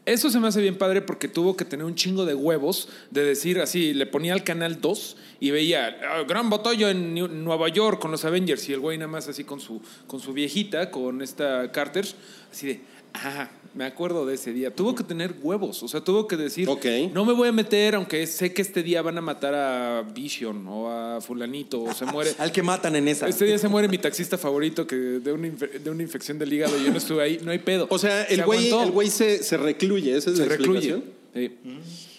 Speaker 5: Eso se me hace bien padre porque tuvo que tener un chingo de huevos de decir así, le ponía al canal 2 y veía "Ah, gran batalla en New- Nueva York con los Avengers y el güey nada más así con su, con su viejita, con esta Carter, así de, ah, me acuerdo de ese día. Tuvo que tener huevos, o sea, tuvo que decir,
Speaker 3: Ok.
Speaker 5: no me voy a meter aunque sé que este día van a matar a Vision o a fulanito o se muere.
Speaker 6: Al que matan en esa.
Speaker 5: Este día se muere mi taxista favorito que de una, infe- de una infección del hígado yo no estuve ahí, no hay pedo.
Speaker 3: O sea, el
Speaker 5: Se
Speaker 3: güey
Speaker 5: aguantó,
Speaker 3: el güey se, se recluye, esa es
Speaker 5: se
Speaker 3: la
Speaker 5: recluye.
Speaker 3: explicación.
Speaker 5: Sí.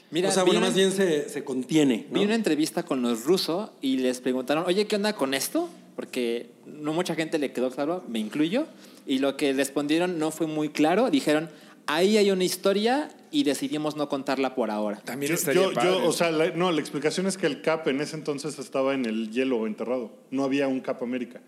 Speaker 4: Mira,
Speaker 6: o sea,
Speaker 4: vi
Speaker 6: bueno,
Speaker 4: una-
Speaker 6: más bien se, se contiene. ¿no?
Speaker 4: Vi una entrevista con los rusos y les preguntaron, oye, ¿qué onda con esto? Porque no mucha gente le quedó claro, me incluyo. Y lo que respondieron no fue muy claro. Dijeron, ahí hay una historia y decidimos no contarla por ahora.
Speaker 5: También
Speaker 2: Yo-
Speaker 5: estaría
Speaker 2: yo, yo,
Speaker 5: padre.
Speaker 2: o sea, la- no, la explicación es que el Cap en ese entonces estaba en el hielo enterrado. No había un Cap América.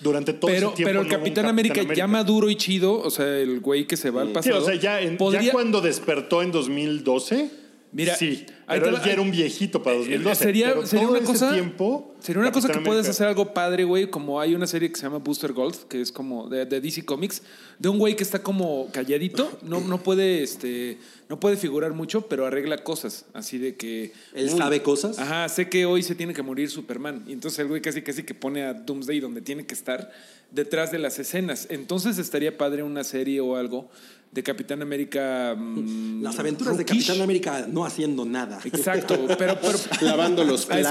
Speaker 2: Durante todo
Speaker 5: pero,
Speaker 2: ese tiempo. no
Speaker 5: pero el
Speaker 2: hubo un
Speaker 5: Capitán América, ya
Speaker 2: América.
Speaker 5: maduro y chido, o sea, el güey que se va al
Speaker 2: Sí,
Speaker 5: pasado.
Speaker 2: o sea, ya, en- ya
Speaker 5: podría-
Speaker 2: cuando despertó en 2012.
Speaker 5: Mira,
Speaker 2: sí,
Speaker 5: ahí
Speaker 2: pero
Speaker 5: te
Speaker 2: él
Speaker 5: va-
Speaker 2: ya era un viejito para 2012.
Speaker 5: eh, Sería,
Speaker 2: pero
Speaker 5: sería
Speaker 2: todo
Speaker 5: una
Speaker 2: ese
Speaker 5: cosa,
Speaker 2: tiempo,
Speaker 5: sería una cosa que
Speaker 2: Capitán
Speaker 5: puedes
Speaker 2: América-
Speaker 5: hacer algo padre, güey, como hay una serie que se llama Booster Gold, que es como de, de DC Comics, de un güey que está como calladito, no, no puede este no puede figurar mucho, pero arregla cosas, así de que
Speaker 6: Él sabe cosas.
Speaker 5: Ajá, sé que hoy se tiene que morir Superman. Y entonces el güey casi casi que pone a Doomsday donde tiene que estar detrás de las escenas. Entonces estaría padre una serie o algo de Capitán América. mm,
Speaker 6: Las aventuras de
Speaker 5: rookish.
Speaker 6: Capitán América no haciendo nada.
Speaker 5: Exacto, pero, pero
Speaker 3: Lavando los
Speaker 5: a
Speaker 3: platos.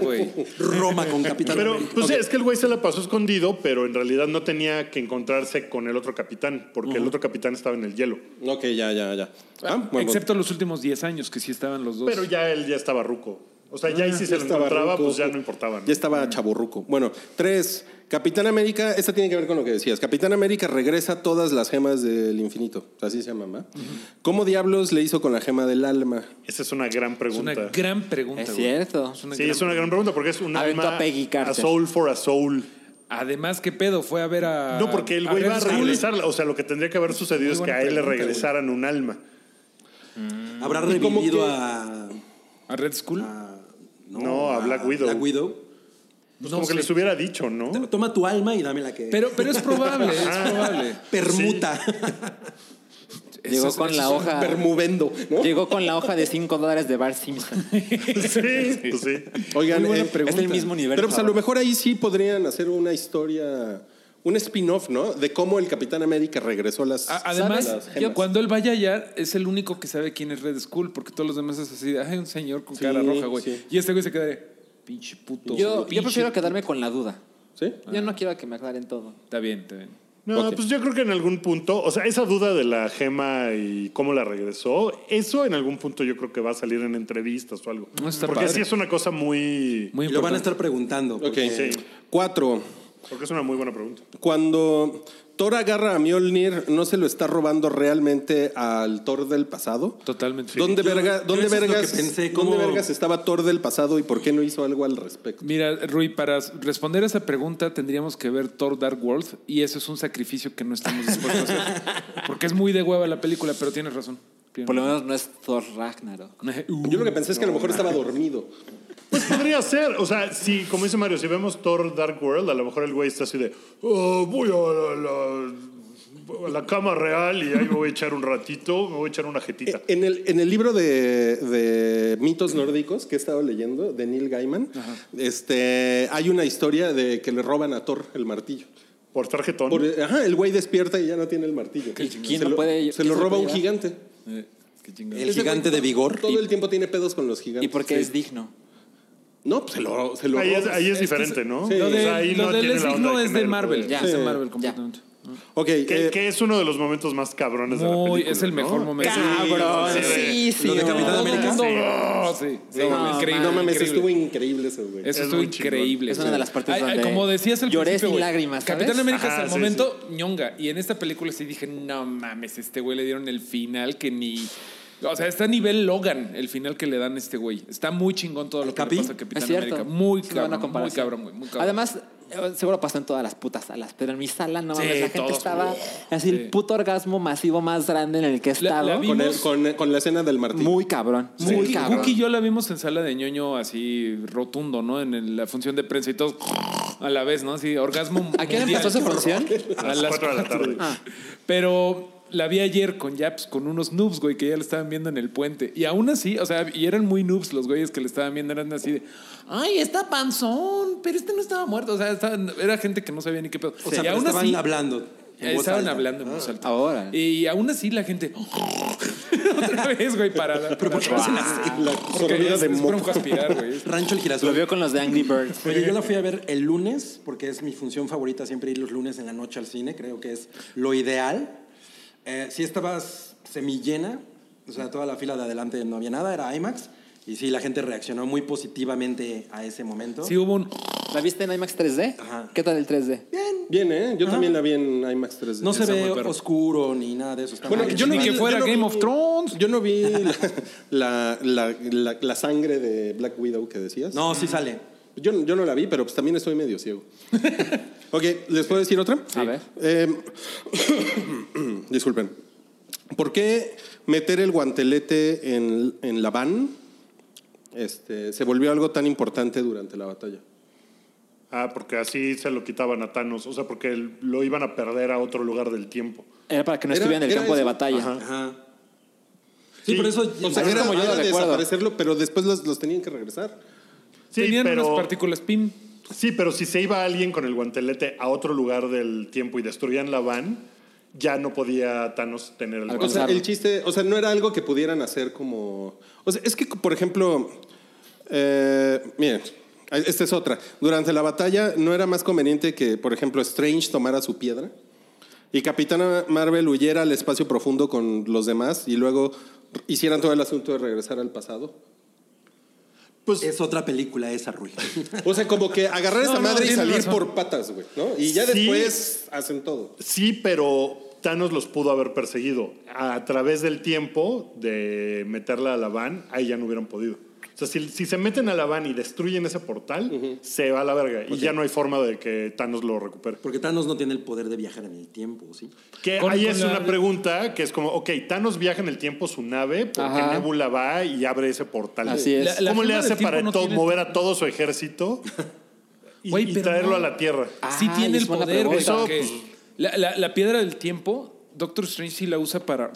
Speaker 5: güey.
Speaker 6: Roma con Capitán
Speaker 2: Pero,
Speaker 6: América.
Speaker 2: pues es que el güey se la pasó escondido, pero en realidad no tenía que encontrarse con el otro capitán, porque el otro capitán estaba en el hielo.
Speaker 3: Ok, ya, ya, ya. Ah, buen punto.
Speaker 5: Excepto los últimos 10 años que sí estaban los dos.
Speaker 2: Pero ya él ya estaba ruco. O sea, ya ahí
Speaker 5: Ah,
Speaker 2: si
Speaker 3: Ya
Speaker 2: se lo
Speaker 3: estaba
Speaker 2: encontraba,
Speaker 3: ruco.
Speaker 2: pues ya no importaba. ¿no?
Speaker 3: Ya estaba chaborruco. Bueno, tres. Capitán América, esta tiene que ver con lo que decías. Capitán América regresa todas las gemas del infinito. Así se llama, ¿va? ¿Cómo diablos le hizo con la gema del alma?
Speaker 2: Esa es una gran
Speaker 5: es una
Speaker 2: pregunta.
Speaker 5: gran pregunta.
Speaker 4: Es
Speaker 5: güey.
Speaker 4: cierto.
Speaker 5: Es una
Speaker 2: sí,
Speaker 5: gran
Speaker 2: es una gran pregunta porque es un
Speaker 4: Aventó
Speaker 2: alma
Speaker 4: a Peggy Carter.
Speaker 2: a soul for a soul.
Speaker 5: Además, ¿qué pedo? Fue a ver a.
Speaker 2: No, porque el güey
Speaker 5: Red
Speaker 2: va a
Speaker 5: Skull.
Speaker 2: regresar. O sea, lo que tendría que haber sucedido
Speaker 5: Muy
Speaker 2: es que
Speaker 5: buena
Speaker 2: a él le
Speaker 5: pregunta, güey.
Speaker 2: regresaran un alma.
Speaker 6: Habrá
Speaker 3: Y como
Speaker 6: revivido
Speaker 3: que-
Speaker 6: a,
Speaker 5: ¿A Red Skull?
Speaker 2: Ah,
Speaker 6: a-
Speaker 2: No, a Black Widow.
Speaker 6: Black Widow.
Speaker 2: Pues
Speaker 5: No
Speaker 2: como
Speaker 5: sé.
Speaker 2: que les hubiera dicho, ¿no?
Speaker 6: Te- Toma tu alma y dame la que
Speaker 5: Pero, pero es probable, es
Speaker 2: Ah.
Speaker 5: probable.
Speaker 6: permuta.
Speaker 4: Llegó
Speaker 5: Eso es-
Speaker 4: con
Speaker 5: eso
Speaker 4: la
Speaker 5: es un
Speaker 4: hoja.
Speaker 3: Bermudendo, ¿no?
Speaker 4: Llegó con la hoja de 5 dólares de Bart Simpson.
Speaker 2: Sí, pues sí.
Speaker 3: Oigan,
Speaker 5: Muy buena
Speaker 3: eh,
Speaker 5: pregunta.
Speaker 4: Es el mismo universo.
Speaker 3: pero pues a lo mejor ahí sí podrían hacer una historia, un spin-off, ¿no? De cómo el Capitán América regresó las.
Speaker 5: A-
Speaker 3: las
Speaker 5: Además,
Speaker 3: gemas.
Speaker 5: cuando él vaya allá, es el único que sabe quién es Red Skull, porque todos los demás es así, de, ay, un señor con cara roja, güey.
Speaker 3: sí.
Speaker 5: Y este güey se queda de, pinche puto.
Speaker 4: Yo,
Speaker 5: pinche Ah.
Speaker 4: yo prefiero quedarme con la duda.
Speaker 3: ¿Sí?
Speaker 4: Yo no quiero que me aclaren todo.
Speaker 5: Está bien, está bien.
Speaker 2: No,
Speaker 3: Ok.
Speaker 2: pues yo creo que en algún punto, o sea, esa duda de la gema y cómo la regresó, eso en algún punto yo creo que va a salir en entrevistas o algo.
Speaker 5: No, está
Speaker 2: porque
Speaker 5: padre.
Speaker 2: sí es una cosa muy...
Speaker 5: Muy
Speaker 6: y lo van
Speaker 5: importante.
Speaker 6: a estar preguntando.
Speaker 3: Ok.
Speaker 6: porque-
Speaker 2: Sí.
Speaker 3: Cuatro.
Speaker 2: Porque es una muy buena pregunta.
Speaker 3: Cuando Thor agarra a Mjolnir, ¿no se lo está robando realmente al Thor del pasado?
Speaker 5: Totalmente.
Speaker 3: ¿Dónde,
Speaker 6: Yo-
Speaker 3: verga-
Speaker 6: yo
Speaker 3: dónde,
Speaker 6: eso es lo
Speaker 3: vergas,
Speaker 6: que pensé,
Speaker 3: dónde
Speaker 6: cómo-
Speaker 3: vergas estaba Thor del pasado y por qué no hizo algo al respecto?
Speaker 5: Mira, Rui, para responder a esa pregunta tendríamos que ver Thor Dark World y eso es un sacrificio que no estamos dispuestos a hacer. Porque es muy de hueva la película, pero tienes razón.
Speaker 4: Por lo menos no es Thor Ragnarok.
Speaker 5: Uh,
Speaker 3: Yo lo que pensé es que a lo mejor estaba dormido.
Speaker 2: Pues podría ser, o sea, si, como dice Mario, si vemos Thor Dark World, a lo mejor el güey está así de, "Oh, voy a la, la- a la cama real y ahí me voy a echar un ratito, me voy a echar una jetita.
Speaker 3: E, En el, en el libro de, de mitos nórdicos que he estado leyendo, de Neil Gaiman, este, hay una historia de que le roban a Thor el martillo.
Speaker 2: Por tarjetón.
Speaker 3: Por- ajá, el güey despierta y ya no tiene el martillo.
Speaker 4: quién
Speaker 3: se
Speaker 4: lo
Speaker 3: lo,
Speaker 4: puede-
Speaker 3: se
Speaker 4: quién
Speaker 3: lo
Speaker 4: se lo
Speaker 3: roba
Speaker 4: puede
Speaker 3: un
Speaker 4: llevar?
Speaker 3: gigante.
Speaker 5: eh, qué chingado.
Speaker 6: El
Speaker 3: Ese
Speaker 6: gigante
Speaker 3: güey
Speaker 6: de vigor.
Speaker 3: Todo el tiempo tiene pedos con los gigantes.
Speaker 4: Y porque es digno.
Speaker 3: No, pues se lo, se lo
Speaker 2: ahí, es,
Speaker 3: roba.
Speaker 2: ahí es diferente, ¿no?
Speaker 3: Sí.
Speaker 5: Este Lo
Speaker 2: O
Speaker 5: de,
Speaker 2: sea, ahí
Speaker 5: lo
Speaker 2: no
Speaker 5: del
Speaker 2: tiene la
Speaker 5: Leslie
Speaker 2: onda
Speaker 5: no
Speaker 2: de
Speaker 5: es
Speaker 2: tener
Speaker 5: de Marvel,
Speaker 2: poderes.
Speaker 5: es de
Speaker 3: Sí.
Speaker 5: Marvel completamente.
Speaker 3: Ok,
Speaker 2: Que,
Speaker 3: eh,
Speaker 2: que es uno de los momentos más cabrones de la
Speaker 5: Muy-
Speaker 2: película.
Speaker 5: es el
Speaker 2: ¿no?
Speaker 5: mejor momento.
Speaker 4: Cabrón. Sí, sí.
Speaker 6: Lo de
Speaker 4: no.
Speaker 6: Capitán
Speaker 5: Todo el
Speaker 6: América.
Speaker 5: mundo, oh, sí. No,
Speaker 4: mames.
Speaker 5: increíble,
Speaker 3: no mames,
Speaker 5: increíble.
Speaker 3: estuvo increíble eso, güey.
Speaker 5: Eso
Speaker 2: Es
Speaker 5: estuvo
Speaker 2: muy chingón.
Speaker 5: increíble.
Speaker 4: Es una de las partes
Speaker 5: Ay, ay,
Speaker 4: donde
Speaker 5: como decías al
Speaker 4: lloré
Speaker 5: principio,
Speaker 4: sin
Speaker 5: güey,
Speaker 4: lágrimas, ¿sabes?
Speaker 5: Capitán América
Speaker 2: Ajá,
Speaker 5: hasta el
Speaker 2: sí,
Speaker 5: momento ñonga. Y en esta película sí dije, no mames, este güey le dieron el final que ni. O sea, está a nivel Logan el final que le dan a este güey. Está muy chingón todo lo que le
Speaker 6: Capi?
Speaker 5: pasa a
Speaker 4: Es
Speaker 5: Capitán
Speaker 4: cierto.
Speaker 5: América. Muy
Speaker 4: Es una buena
Speaker 5: cabrón, muy
Speaker 4: comparación.
Speaker 5: cabrón, güey. Muy cabrón.
Speaker 4: Además, eh, seguro pasó en todas las putas salas, pero en mi sala no
Speaker 5: Sí,
Speaker 4: mames, la gente
Speaker 5: todos.
Speaker 4: estaba así
Speaker 5: Sí.
Speaker 4: el puto orgasmo masivo más grande en el que he
Speaker 5: La- la
Speaker 4: estado.
Speaker 5: vi-
Speaker 3: Con, el-
Speaker 5: vimos-
Speaker 3: con- con la escena del martillo.
Speaker 4: muy cabrón, muy
Speaker 5: Cookie-
Speaker 4: cabrón.
Speaker 5: Cookie y yo la vimos en sala de ñoño así rotundo, ¿no? En el- la función de prensa y todo a la vez, ¿no? Así, orgasmo.
Speaker 4: ¿A qué hora
Speaker 5: mundial.
Speaker 4: empezó su función?
Speaker 2: A las 4 de la tarde.
Speaker 5: Pero la vi ayer con Japs, con unos noobs, güey, que ya la estaban viendo en el puente. Y aún así, o sea, y eran muy noobs los güeyes que le estaban viendo, eran así de, ay, está panzón, pero este no estaba muerto. O sea, estaban- era gente que no sabía ni qué pedo.
Speaker 6: O sea,
Speaker 5: y
Speaker 6: pero
Speaker 5: aún
Speaker 6: estaban
Speaker 5: así,
Speaker 6: hablando. en voz
Speaker 5: Estaban
Speaker 6: alta.
Speaker 5: hablando en voz alta.
Speaker 4: Ahora.
Speaker 5: Y aún así la gente. Otra vez, güey, parada. Pero por
Speaker 3: Ah, La sorbida de
Speaker 5: es
Speaker 3: moco.
Speaker 5: bronco aspirar, güey.
Speaker 6: Rancho el
Speaker 4: Lo
Speaker 6: girasol.
Speaker 4: vio con los de Angry Birds.
Speaker 6: Oye, yo la fui a ver el lunes, porque es mi función favorita siempre ir los lunes en la noche al cine, creo que es lo ideal. Eh, sí estaba semillena, o sea, toda la fila de adelante no había nada, era IMAX, y sí, la gente reaccionó muy positivamente a ese momento.
Speaker 5: Sí hubo un.
Speaker 4: ¿La viste en IMAX 3D?
Speaker 6: Ajá.
Speaker 4: ¿Qué tal el 3D?
Speaker 3: Bien, ¿eh? Yo también la vi en IMAX 3D.
Speaker 6: no se
Speaker 5: Está
Speaker 6: ve
Speaker 5: muy perro.
Speaker 6: oscuro ni nada de eso. está
Speaker 3: Bueno,
Speaker 6: muy
Speaker 5: yo
Speaker 3: no
Speaker 5: ni
Speaker 6: chingón.
Speaker 5: que
Speaker 3: vi-
Speaker 5: fuera
Speaker 3: yo no
Speaker 5: Game
Speaker 3: vi-
Speaker 5: of Thrones.
Speaker 3: Yo no vi la, la- la- la- la sangre de Black Widow que decías.
Speaker 6: No, sí sale.
Speaker 3: Yo, yo no la vi, pero pues también estoy medio ciego. ok, ¿les puedo decir otra?
Speaker 4: A ver.
Speaker 3: Eh, disculpen. ¿Por qué meter el guantelete en, en la van este, se volvió algo tan importante durante la batalla?
Speaker 2: Ah, porque así se lo quitaban a Thanos. O sea, porque el- lo iban a perder a otro lugar del tiempo.
Speaker 4: Era para que no
Speaker 3: Era-
Speaker 4: estuviera en el
Speaker 3: era
Speaker 4: campo de
Speaker 3: eso.
Speaker 4: batalla.
Speaker 6: Ajá. Sí,
Speaker 2: Sí,
Speaker 6: por eso.
Speaker 3: O sea,
Speaker 4: es
Speaker 3: era
Speaker 4: como yo lo
Speaker 3: era
Speaker 4: recuerdo.
Speaker 3: desaparecerlo, pero después los, los tenían que regresar.
Speaker 2: Sí,
Speaker 5: tenían unas
Speaker 2: pero,
Speaker 5: partículas PIM.
Speaker 2: sí, pero si se iba alguien con el guantelete a otro lugar del tiempo y destruían la van, ya no podía Thanos tener el
Speaker 3: O
Speaker 4: Al
Speaker 3: sea,
Speaker 2: guantelete.
Speaker 4: Claro.
Speaker 3: el chiste, o sea, no era algo que pudieran hacer como. O sea, es que, por ejemplo, eh, miren, esta es otra. Durante la batalla, ¿no era más conveniente que, por ejemplo, Strange tomara su piedra y Capitana Marvel huyera al espacio profundo con los demás y luego hicieran todo el asunto de regresar al pasado?
Speaker 2: Pues
Speaker 6: Es otra película esa, Rui.
Speaker 3: O sea, como que agarrar
Speaker 5: No,
Speaker 3: esa
Speaker 5: no,
Speaker 3: madre y
Speaker 5: tienes
Speaker 3: salir
Speaker 5: razón.
Speaker 3: por patas, güey, ¿no? Y ya
Speaker 2: Sí.
Speaker 3: después hacen todo.
Speaker 2: sí, pero Thanos los pudo haber perseguido. A través del tiempo de meterla a la van, ahí ya no hubieran podido. O sea, si, si se meten a la van y destruyen ese portal, se va a la verga. Y ya no hay forma de que Thanos lo recupere.
Speaker 6: Porque Thanos no tiene el poder de viajar en el tiempo, ¿sí?
Speaker 2: Que
Speaker 5: Con-
Speaker 2: ahí
Speaker 5: con
Speaker 2: es
Speaker 5: la-
Speaker 2: una pregunta que es como, ok, Thanos viaja en el tiempo su nave porque
Speaker 4: Ajá.
Speaker 2: Nebula va y abre ese portal.
Speaker 4: Así es. La-
Speaker 5: la
Speaker 2: ¿Cómo le
Speaker 5: gema del
Speaker 2: hace
Speaker 5: tiempo
Speaker 2: para
Speaker 5: no
Speaker 2: to-
Speaker 5: tiene-
Speaker 2: mover a todo su ejército y,
Speaker 5: Güey,
Speaker 2: y
Speaker 5: pero
Speaker 2: traerlo
Speaker 5: no.
Speaker 2: a la Tierra?
Speaker 5: sí
Speaker 4: Ah,
Speaker 5: tiene
Speaker 4: es
Speaker 5: el
Speaker 4: buena
Speaker 5: poder, güey.
Speaker 4: pregunta.
Speaker 5: porque
Speaker 4: pues.
Speaker 5: La, la- la piedra del tiempo, Doctor Strange sí la usa para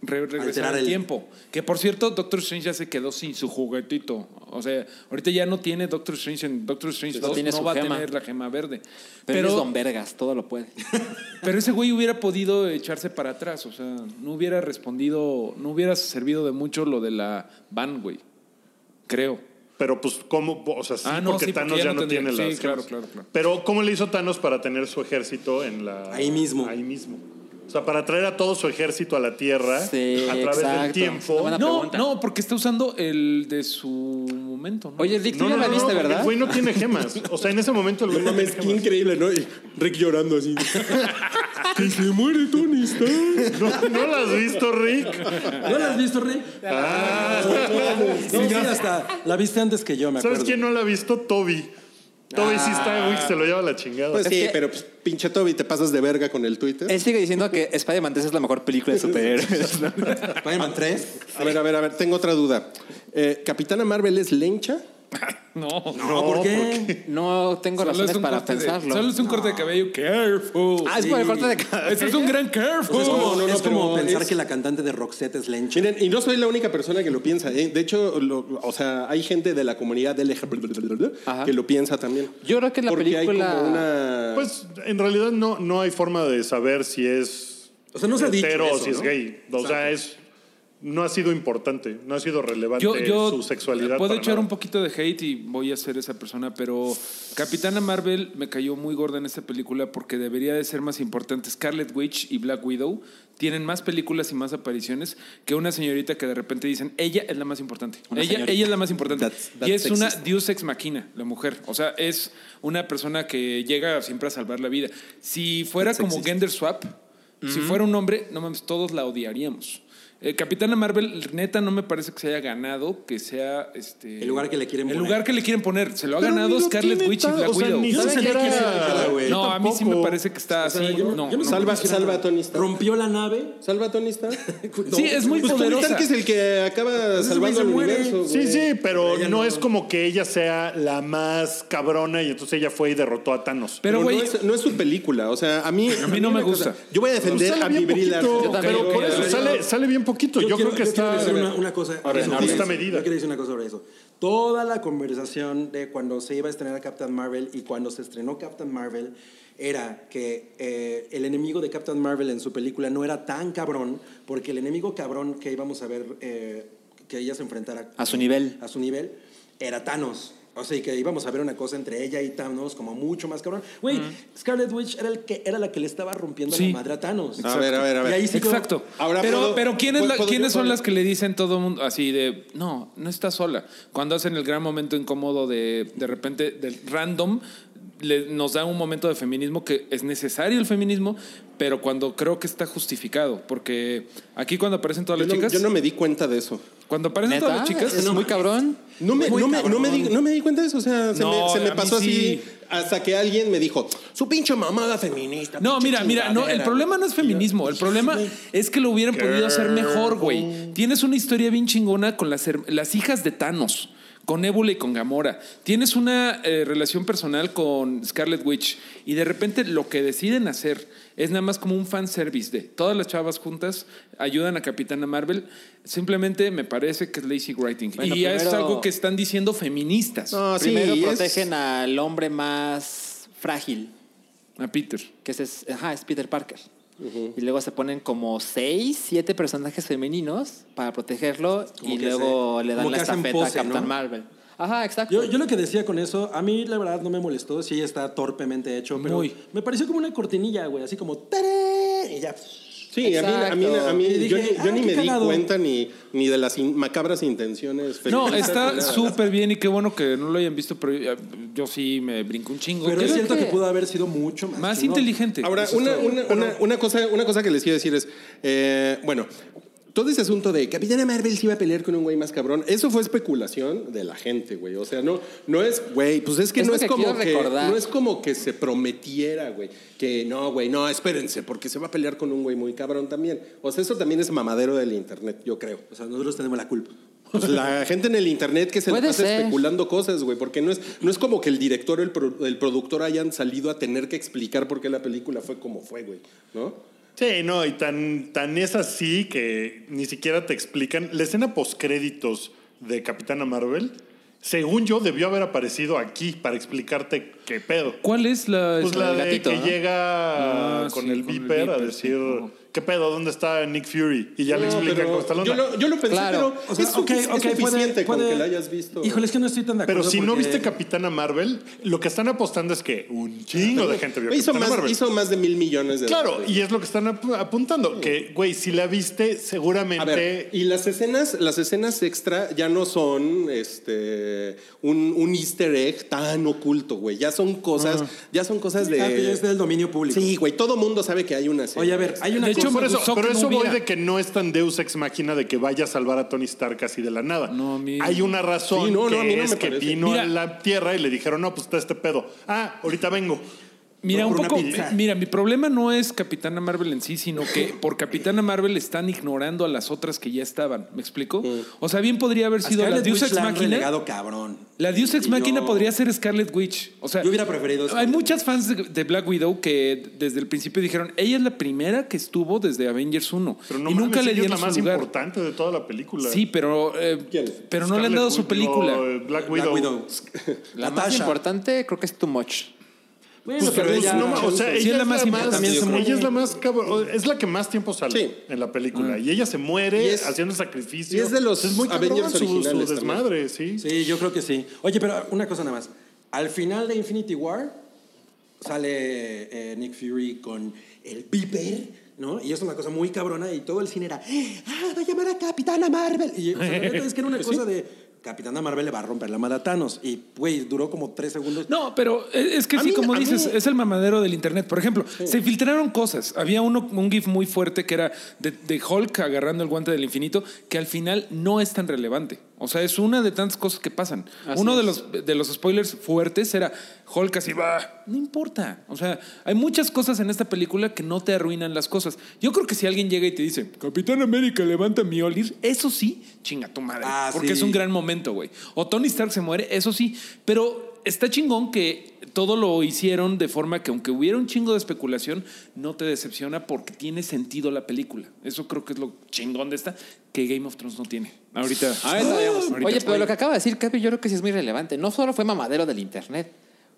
Speaker 5: re- regresar
Speaker 6: Alterar
Speaker 5: el,
Speaker 6: el-
Speaker 5: tiempo. Que por cierto, Doctor Strange ya se quedó sin su juguetito. O sea, ahorita ya no tiene Doctor Strange en Doctor Strange
Speaker 4: No
Speaker 5: 2
Speaker 4: tiene
Speaker 5: no
Speaker 4: su
Speaker 5: va
Speaker 4: gema.
Speaker 5: a tener la gema verde.
Speaker 4: Pero, él es
Speaker 5: Pero,
Speaker 4: Don Vergas, todo lo puede.
Speaker 5: pero ese güey hubiera podido echarse para atrás. O sea, no hubiera respondido, no hubiera servido de mucho lo de la van, güey. Creo.
Speaker 2: Pero pues, ¿cómo? O sea, sí,
Speaker 5: Ah, no,
Speaker 2: porque
Speaker 5: sí, porque
Speaker 2: Thanos
Speaker 5: ya
Speaker 2: ya
Speaker 5: no
Speaker 2: no,
Speaker 5: tendría-
Speaker 2: tiene
Speaker 5: sí,
Speaker 2: las...
Speaker 5: claro,
Speaker 2: gemas.
Speaker 5: claro, claro.
Speaker 2: Pero ¿cómo le hizo Thanos para tener su ejército en la...
Speaker 6: Ahí mismo.
Speaker 2: Ahí mismo. O sea, para traer a todo su ejército a la Tierra
Speaker 4: Sí,
Speaker 2: a través del
Speaker 4: exacto.
Speaker 2: tiempo.
Speaker 4: Una buena
Speaker 5: No,
Speaker 4: pregunta.
Speaker 5: no, porque está usando el de su momento. ¿no?
Speaker 4: Oye, Rick, tú ya la viste,
Speaker 2: porque
Speaker 4: ¿verdad?
Speaker 2: El güey no tiene gemas. O sea, en ese momento el güey no tiene
Speaker 3: Mames, qué
Speaker 2: gemas.
Speaker 3: increíble, ¿no? Y Rick llorando así. que se muere Tony Stark.
Speaker 2: No, no lo has visto, Rick.
Speaker 6: ¿No la has visto, Rui?
Speaker 3: Ah.
Speaker 6: No, sí, hasta la viste antes que yo, me acuerdo. Ah.
Speaker 2: ¿Sabes quién no la ha visto? Toby. Toby sí está, güey, que se lo lleva la chingada.
Speaker 3: Pues
Speaker 4: Es
Speaker 3: sí,
Speaker 4: que-
Speaker 3: pero pues, pinche Toby, te pasas de verga con el Twitter.
Speaker 4: Él sigue diciendo que Spider-Man 3 es la mejor película de superhéroes. ¿no?
Speaker 6: Spider-Man 3.
Speaker 3: A ver, a ver, a ver, tengo otra duda. Eh, ¿Capitana Marvel es lencha?
Speaker 5: No.
Speaker 6: No, ¿por qué?
Speaker 4: No tengo
Speaker 5: Solo es
Speaker 4: razones
Speaker 5: un
Speaker 4: para
Speaker 5: corte de-
Speaker 4: pensarlo.
Speaker 5: solo es un corte de cabello. Careful.
Speaker 4: Ah, es por el corte de cabello.
Speaker 5: Ese es un gran careful.
Speaker 6: Es como,
Speaker 3: No, no, no,
Speaker 6: es como
Speaker 3: pero
Speaker 6: pensar
Speaker 3: es-
Speaker 6: que la cantante de Roxette es Lencha.
Speaker 3: Miren, y no soy la única persona que lo piensa. ¿eh? De hecho, lo- o sea, hay gente de la comunidad LGBT
Speaker 4: Ajá.
Speaker 3: que lo piensa también.
Speaker 4: Yo creo que la
Speaker 3: Porque
Speaker 4: película.
Speaker 3: hay como una...
Speaker 2: Pues en realidad no, no hay forma de saber si es
Speaker 6: O sea, no se ha dicho
Speaker 2: hetero o
Speaker 6: eso,
Speaker 2: si es
Speaker 6: ¿no?
Speaker 2: gay. O sea, es no ha sido importante, no ha sido relevante
Speaker 5: Yo, yo
Speaker 2: su sexualidad.
Speaker 5: puedo
Speaker 2: para
Speaker 5: echar
Speaker 2: nada.
Speaker 5: un poquito de hate y voy a ser esa persona, pero Capitana Marvel me cayó muy gorda en esta película porque debería de ser más importante. Scarlet Witch y Black Widow tienen más películas y más apariciones que una señorita que de repente dicen, ella es la más importante.
Speaker 4: Una
Speaker 5: Ella,
Speaker 4: señorita.
Speaker 5: ella es la más importante.
Speaker 3: That's- that's
Speaker 5: y es una
Speaker 3: sexist.
Speaker 5: Deus Ex Machina, la mujer. O sea, es una persona que llega siempre a salvar la vida. Si fuera como Gender Swap, si fuera un hombre, no mames, todos la odiaríamos. Eh, Capitana Marvel, neta, no me parece que se haya ganado, que sea este.
Speaker 6: El lugar que le quieren
Speaker 5: el
Speaker 6: poner.
Speaker 5: lugar que le quieren poner. Se lo ha
Speaker 2: Pero
Speaker 5: ganado
Speaker 2: ni lo
Speaker 5: Scarlet
Speaker 2: tiene
Speaker 5: Witch y
Speaker 2: tan-
Speaker 5: Black
Speaker 2: o sea,
Speaker 5: Widow.
Speaker 2: ni
Speaker 6: No se le
Speaker 2: siquiera-
Speaker 6: quiere dedicar, güey.
Speaker 5: No, a mí sí me
Speaker 2: tampoco.
Speaker 5: parece que está así. no, no.
Speaker 3: Salva, salva a Tony Stark.
Speaker 6: Rompió la nave.
Speaker 4: Pues-
Speaker 3: Salva a Tony Stark.
Speaker 5: Sí, es muy
Speaker 3: Pues Tony
Speaker 5: poderosa.
Speaker 3: Stark es el que acaba salvando
Speaker 6: se
Speaker 3: al
Speaker 6: muere.
Speaker 3: universo.
Speaker 2: Sí,
Speaker 3: güey.
Speaker 2: sí, pero
Speaker 6: ella
Speaker 2: no,
Speaker 6: no.
Speaker 2: es como que ella sea la más cabrona y entonces ella fue y derrotó a Thanos.
Speaker 5: Pero, güey,
Speaker 3: no, es, no es su película. O sea, a mí.
Speaker 5: A mí no me
Speaker 3: una cosa,
Speaker 5: gusta.
Speaker 3: yo voy a defender
Speaker 2: Pues Sale
Speaker 3: a mi
Speaker 2: bien
Speaker 3: Brie Larson.
Speaker 2: poquito,
Speaker 4: Yo también,
Speaker 2: pero
Speaker 4: yo
Speaker 2: por eso
Speaker 4: también.
Speaker 2: sale, sale bien poquito. Yo,
Speaker 6: quiero-
Speaker 2: creo que
Speaker 6: yo quiero
Speaker 2: está.
Speaker 6: decir una, una cosa.
Speaker 3: Ahora,
Speaker 6: eso,
Speaker 3: en
Speaker 6: justo.
Speaker 3: justa
Speaker 2: medida.
Speaker 6: Yo quiero decir una cosa sobre eso. Toda la conversación de cuando se iba a estrenar Captain Marvel y cuando se estrenó Captain Marvel era que eh, el enemigo de Captain Marvel en su película no era tan cabrón, porque el enemigo cabrón que íbamos a ver eh, que ella se enfrentara
Speaker 4: A su nivel.
Speaker 6: a su nivel era Thanos. O sea, y que íbamos a ver una cosa entre ella y Thanos como mucho más cabrón. Güey, Scarlet Witch era, el que, era la que le estaba rompiendo
Speaker 5: Sí.
Speaker 6: la madre a Thanos.
Speaker 3: A ver, a ver, a ver.
Speaker 6: Y ahí sí creo-
Speaker 5: Exacto.
Speaker 3: Ahora
Speaker 5: pero,
Speaker 3: puedo-
Speaker 5: pero ¿quién es
Speaker 3: ¿puedo-
Speaker 5: la-
Speaker 3: puedo
Speaker 5: ¿quiénes
Speaker 3: yo?
Speaker 5: son las que le dicen todo mundo así de no, no estás sola? Cuando hacen el gran momento incómodo de de repente del random le- nos da un momento de feminismo que es necesario el feminismo, pero cuando creo que está justificado, porque aquí cuando aparecen todas
Speaker 3: Yo no,
Speaker 5: las chicas,
Speaker 3: yo no me di cuenta de eso.
Speaker 5: cuando aparecen
Speaker 4: ¿Neta?
Speaker 5: todas las chicas,
Speaker 4: ¿Es
Speaker 5: no,
Speaker 4: muy cabrón?
Speaker 3: No me,
Speaker 6: Muy
Speaker 3: no, me, no, me di,
Speaker 6: cabrón.
Speaker 3: no me di cuenta de eso. O sea, se
Speaker 5: No,
Speaker 3: me, se me
Speaker 5: a mí
Speaker 3: pasó
Speaker 5: sí.
Speaker 3: así hasta que alguien me dijo: Su pinche mamada feminista.
Speaker 5: No,
Speaker 3: pinche
Speaker 5: mira, mira, no, el
Speaker 3: chingadera".
Speaker 5: problema no es feminismo, el problema es que lo hubieran podido hacer mejor, güey. Tienes una historia bien chingona con las, her- las hijas de Thanos, con Ébula y con Gamora. Tienes una eh, relación personal con Scarlet Witch y de repente lo que deciden hacer es nada más como un fanservice de todas las chavas juntas ayudan a Capitana Marvel. Simplemente me parece que es lazy writing.
Speaker 4: Bueno,
Speaker 5: y ya es
Speaker 4: primero-
Speaker 5: algo que están diciendo feministas
Speaker 3: No, sí,
Speaker 4: Primero
Speaker 3: es-
Speaker 4: protegen al hombre más frágil,
Speaker 5: a Peter.
Speaker 4: que ese es, ajá, es Peter Parker. Y luego se ponen como seis, siete personajes femeninos para protegerlo
Speaker 6: Como
Speaker 4: y
Speaker 6: que
Speaker 4: luego
Speaker 6: se-
Speaker 4: le dan
Speaker 6: como
Speaker 4: la
Speaker 6: que hacen
Speaker 4: estafeta
Speaker 6: pose,
Speaker 4: a Captain
Speaker 6: ¿no?
Speaker 4: Marvel. Ajá, exacto.
Speaker 6: Yo, yo lo que decía con eso, a mí la verdad no me molestó, sí está torpemente hecho, pero
Speaker 5: Muy.
Speaker 6: me pareció como una cortinilla, güey, así como ¡tarán! y ya.
Speaker 3: Sí, a mí, a mí, a mí- yo,
Speaker 6: Exacto. Y dije,
Speaker 3: yo
Speaker 6: "Ah,
Speaker 3: ni
Speaker 6: qué
Speaker 3: me di
Speaker 6: cagado".
Speaker 3: cuenta ni, ni de las in- macabras intenciones.
Speaker 5: No,
Speaker 3: feministas ni
Speaker 5: está
Speaker 3: nada.
Speaker 5: súper bien y qué bueno que no lo hayan visto, pero eh, yo sí me brinco un chingo.
Speaker 6: Pero
Speaker 5: Que-
Speaker 6: es cierto
Speaker 4: que-
Speaker 6: que pudo haber sido mucho más.
Speaker 5: más
Speaker 6: chingón.
Speaker 5: inteligente.
Speaker 3: Ahora,
Speaker 5: Eso
Speaker 3: una,
Speaker 5: está-
Speaker 3: una, una, una cosa, una cosa que les quiero decir es, eh, bueno, todo ese asunto de Capitana Marvel se iba a pelear con un güey más cabrón, eso fue especulación de la gente, güey. O sea, no, no es, güey, pues es que
Speaker 4: Es
Speaker 3: no
Speaker 4: lo
Speaker 3: es
Speaker 4: que
Speaker 3: como
Speaker 4: quiero
Speaker 3: que
Speaker 4: recordar.
Speaker 3: no es como que se prometiera, güey, que no, güey, no, espérense, porque se va a pelear con un güey muy cabrón también. O sea, eso también es mamadero del internet, yo creo.
Speaker 6: O sea, nosotros tenemos la culpa.
Speaker 3: Pues la gente en el internet que se la
Speaker 4: Puede
Speaker 3: pasa
Speaker 4: ser.
Speaker 3: especulando cosas, güey, porque no es, no es como que el director o el, pro- el productor hayan salido a tener que explicar por qué la película fue como fue, güey, ¿no?
Speaker 2: Sí, no, y tan, tan es así que ni siquiera te explican. La escena postcréditos de Capitana Marvel, según yo, debió haber aparecido aquí para explicarte qué pedo.
Speaker 5: ¿Cuál es la.? este,
Speaker 2: Pues la
Speaker 4: del
Speaker 2: de
Speaker 4: gatito,
Speaker 2: que
Speaker 4: ¿no?
Speaker 2: llega
Speaker 5: Ah,
Speaker 2: con
Speaker 5: sí,
Speaker 2: el
Speaker 5: con el
Speaker 2: Viper a
Speaker 5: Viper,
Speaker 2: decir,
Speaker 5: sí, como-
Speaker 2: ¿qué pedo? ¿Dónde está Nick Fury? Y ya le
Speaker 3: No,
Speaker 2: explica
Speaker 3: pero
Speaker 2: cómo está la
Speaker 3: yo
Speaker 2: onda.
Speaker 3: lo, yo lo pensé,
Speaker 4: Claro.
Speaker 3: pero
Speaker 6: O sea,
Speaker 3: es,
Speaker 6: ok,
Speaker 3: sufic- es
Speaker 6: ok, puede-
Speaker 3: suficiente con
Speaker 6: puede-
Speaker 3: que la hayas visto.
Speaker 6: Híjole, es que no estoy tan de acuerdo.
Speaker 2: Pero si no
Speaker 6: porque-
Speaker 2: viste Capitana Marvel, lo que están apostando es que un chingo de gente vio
Speaker 3: hizo,
Speaker 2: Capitana
Speaker 3: más,
Speaker 2: Marvel.
Speaker 3: hizo más de mil millones de
Speaker 2: Claro,
Speaker 3: dólares.
Speaker 2: y es lo que están ap- apuntando. Que, güey, si la viste, seguramente...
Speaker 3: A ver, y las escenas, las escenas extra ya no son este un, un easter egg tan oculto, güey. Ya son cosas, ya son cosas
Speaker 6: Ah, pero
Speaker 3: de.
Speaker 6: es del dominio público.
Speaker 3: Sí, güey, todo mundo sabe que hay una escena
Speaker 6: Oye, a ver, hay una
Speaker 5: De hecho,
Speaker 6: cosa-
Speaker 2: por
Speaker 5: me
Speaker 2: eso,
Speaker 5: gustó
Speaker 2: pero
Speaker 5: que no
Speaker 2: eso voy
Speaker 5: hubiera.
Speaker 2: de que no es tan Deus ex máquina de que vaya a salvar a Tony Stark así de la nada.
Speaker 5: No, a mí-
Speaker 2: Hay una razón
Speaker 3: Sí, no, no,
Speaker 2: que
Speaker 3: a mí no
Speaker 2: es
Speaker 3: me
Speaker 2: que
Speaker 3: parece.
Speaker 2: vino
Speaker 5: Mira.
Speaker 2: a la Tierra y le dijeron, no, pues está este pedo. Ah, ahorita vengo.
Speaker 5: Mira,
Speaker 6: No,
Speaker 5: un
Speaker 6: por una
Speaker 5: poco.
Speaker 6: pizza.
Speaker 5: Mira, mi problema no es Capitana Marvel en sí, sino que por Capitana Marvel están ignorando a las otras que ya estaban. ¿Me explico? O sea, bien podría haber
Speaker 6: A
Speaker 5: sido la
Speaker 6: Scarlet
Speaker 5: Deus
Speaker 6: Witch
Speaker 5: Ex
Speaker 6: la han
Speaker 5: Machina.
Speaker 6: relegado, cabrón.
Speaker 5: La Deus Ex
Speaker 6: Y
Speaker 5: Machina
Speaker 6: yo-
Speaker 5: podría ser Scarlet Witch. O sea,
Speaker 6: Yo hubiera preferido
Speaker 5: Hay
Speaker 6: Scarlet
Speaker 5: muchas fans de, de Black Widow que desde el principio dijeron, ella es la primera que estuvo desde Avengers 1.
Speaker 2: Pero no
Speaker 5: y
Speaker 2: mames,
Speaker 5: nunca
Speaker 2: ella
Speaker 5: le
Speaker 2: es
Speaker 5: dieron
Speaker 2: la
Speaker 5: su
Speaker 2: más
Speaker 5: lugar.
Speaker 2: importante de toda la película.
Speaker 5: Sí, pero, eh,
Speaker 3: ¿Quién?
Speaker 5: pero no le han
Speaker 2: Scarlet
Speaker 5: dado su
Speaker 2: Witch, eh.
Speaker 5: película.
Speaker 2: digo, Black
Speaker 6: Black
Speaker 2: Widow.
Speaker 6: Widow.
Speaker 4: la más
Speaker 6: Natasha.
Speaker 4: importante creo que es Too Much.
Speaker 6: Bueno,
Speaker 2: Pues,
Speaker 6: pero
Speaker 2: pues,
Speaker 6: ella-
Speaker 2: no ma- o sea,
Speaker 5: Sí,
Speaker 2: ella
Speaker 5: es la más importante,
Speaker 6: yo creo.
Speaker 2: ella es la más cabr- o- es la que más tiempo sale
Speaker 3: Sí.
Speaker 2: en la
Speaker 5: Ah.
Speaker 2: película y ella se muere
Speaker 3: Y es-
Speaker 2: haciendo sacrificio.
Speaker 3: y es de los
Speaker 2: es muy cabrón
Speaker 3: Avengers
Speaker 2: su- su,
Speaker 3: originales también.
Speaker 2: desmadre, sí.
Speaker 6: Sí, yo creo que sí. Oye, pero una cosa nada más. Al final de Infinity War sale eh, Nick Fury con el Piper, ¿no? Y es una cosa muy cabrona y todo el cine era, ¡ah, va a llamar a Capitana Marvel! Y o sea, la neta es que era una cosa de, Capitana Marvel le va a romper la madre a Thanos. Y, güey, duró como tres segundos.
Speaker 5: No, pero es es que
Speaker 6: A
Speaker 5: sí,
Speaker 6: mí-
Speaker 5: como
Speaker 6: a mí-
Speaker 5: dices, es el mamadero del internet. Por ejemplo, se filtraron cosas. Había uno, un GIF muy fuerte que era de, de Hulk agarrando el guante del infinito, que al final no es tan relevante. O sea, es una de tantas cosas que pasan. uno de los, de los spoilers fuertes era Hulk así va. No importa. O sea, hay muchas cosas en esta película que no te arruinan las cosas. Yo creo que si alguien llega y te dice, Capitán América, levanta mi olir, eso sí, chinga tu madre.
Speaker 6: Ah,
Speaker 5: porque
Speaker 6: sí.
Speaker 5: es un gran gran momento, güey. O Tony Stark se muere, eso sí, pero está chingón que todo lo hicieron de forma que aunque hubiera un chingo de especulación, no te decepciona porque tiene sentido la película. Eso creo que es lo chingón de esta que Game of Thrones no tiene. Ahorita.
Speaker 3: Ah,
Speaker 5: Ahorita.
Speaker 4: Oye, pero lo que acaba de decir Capi, yo creo que sí es muy relevante. No solo fue mamadero del internet.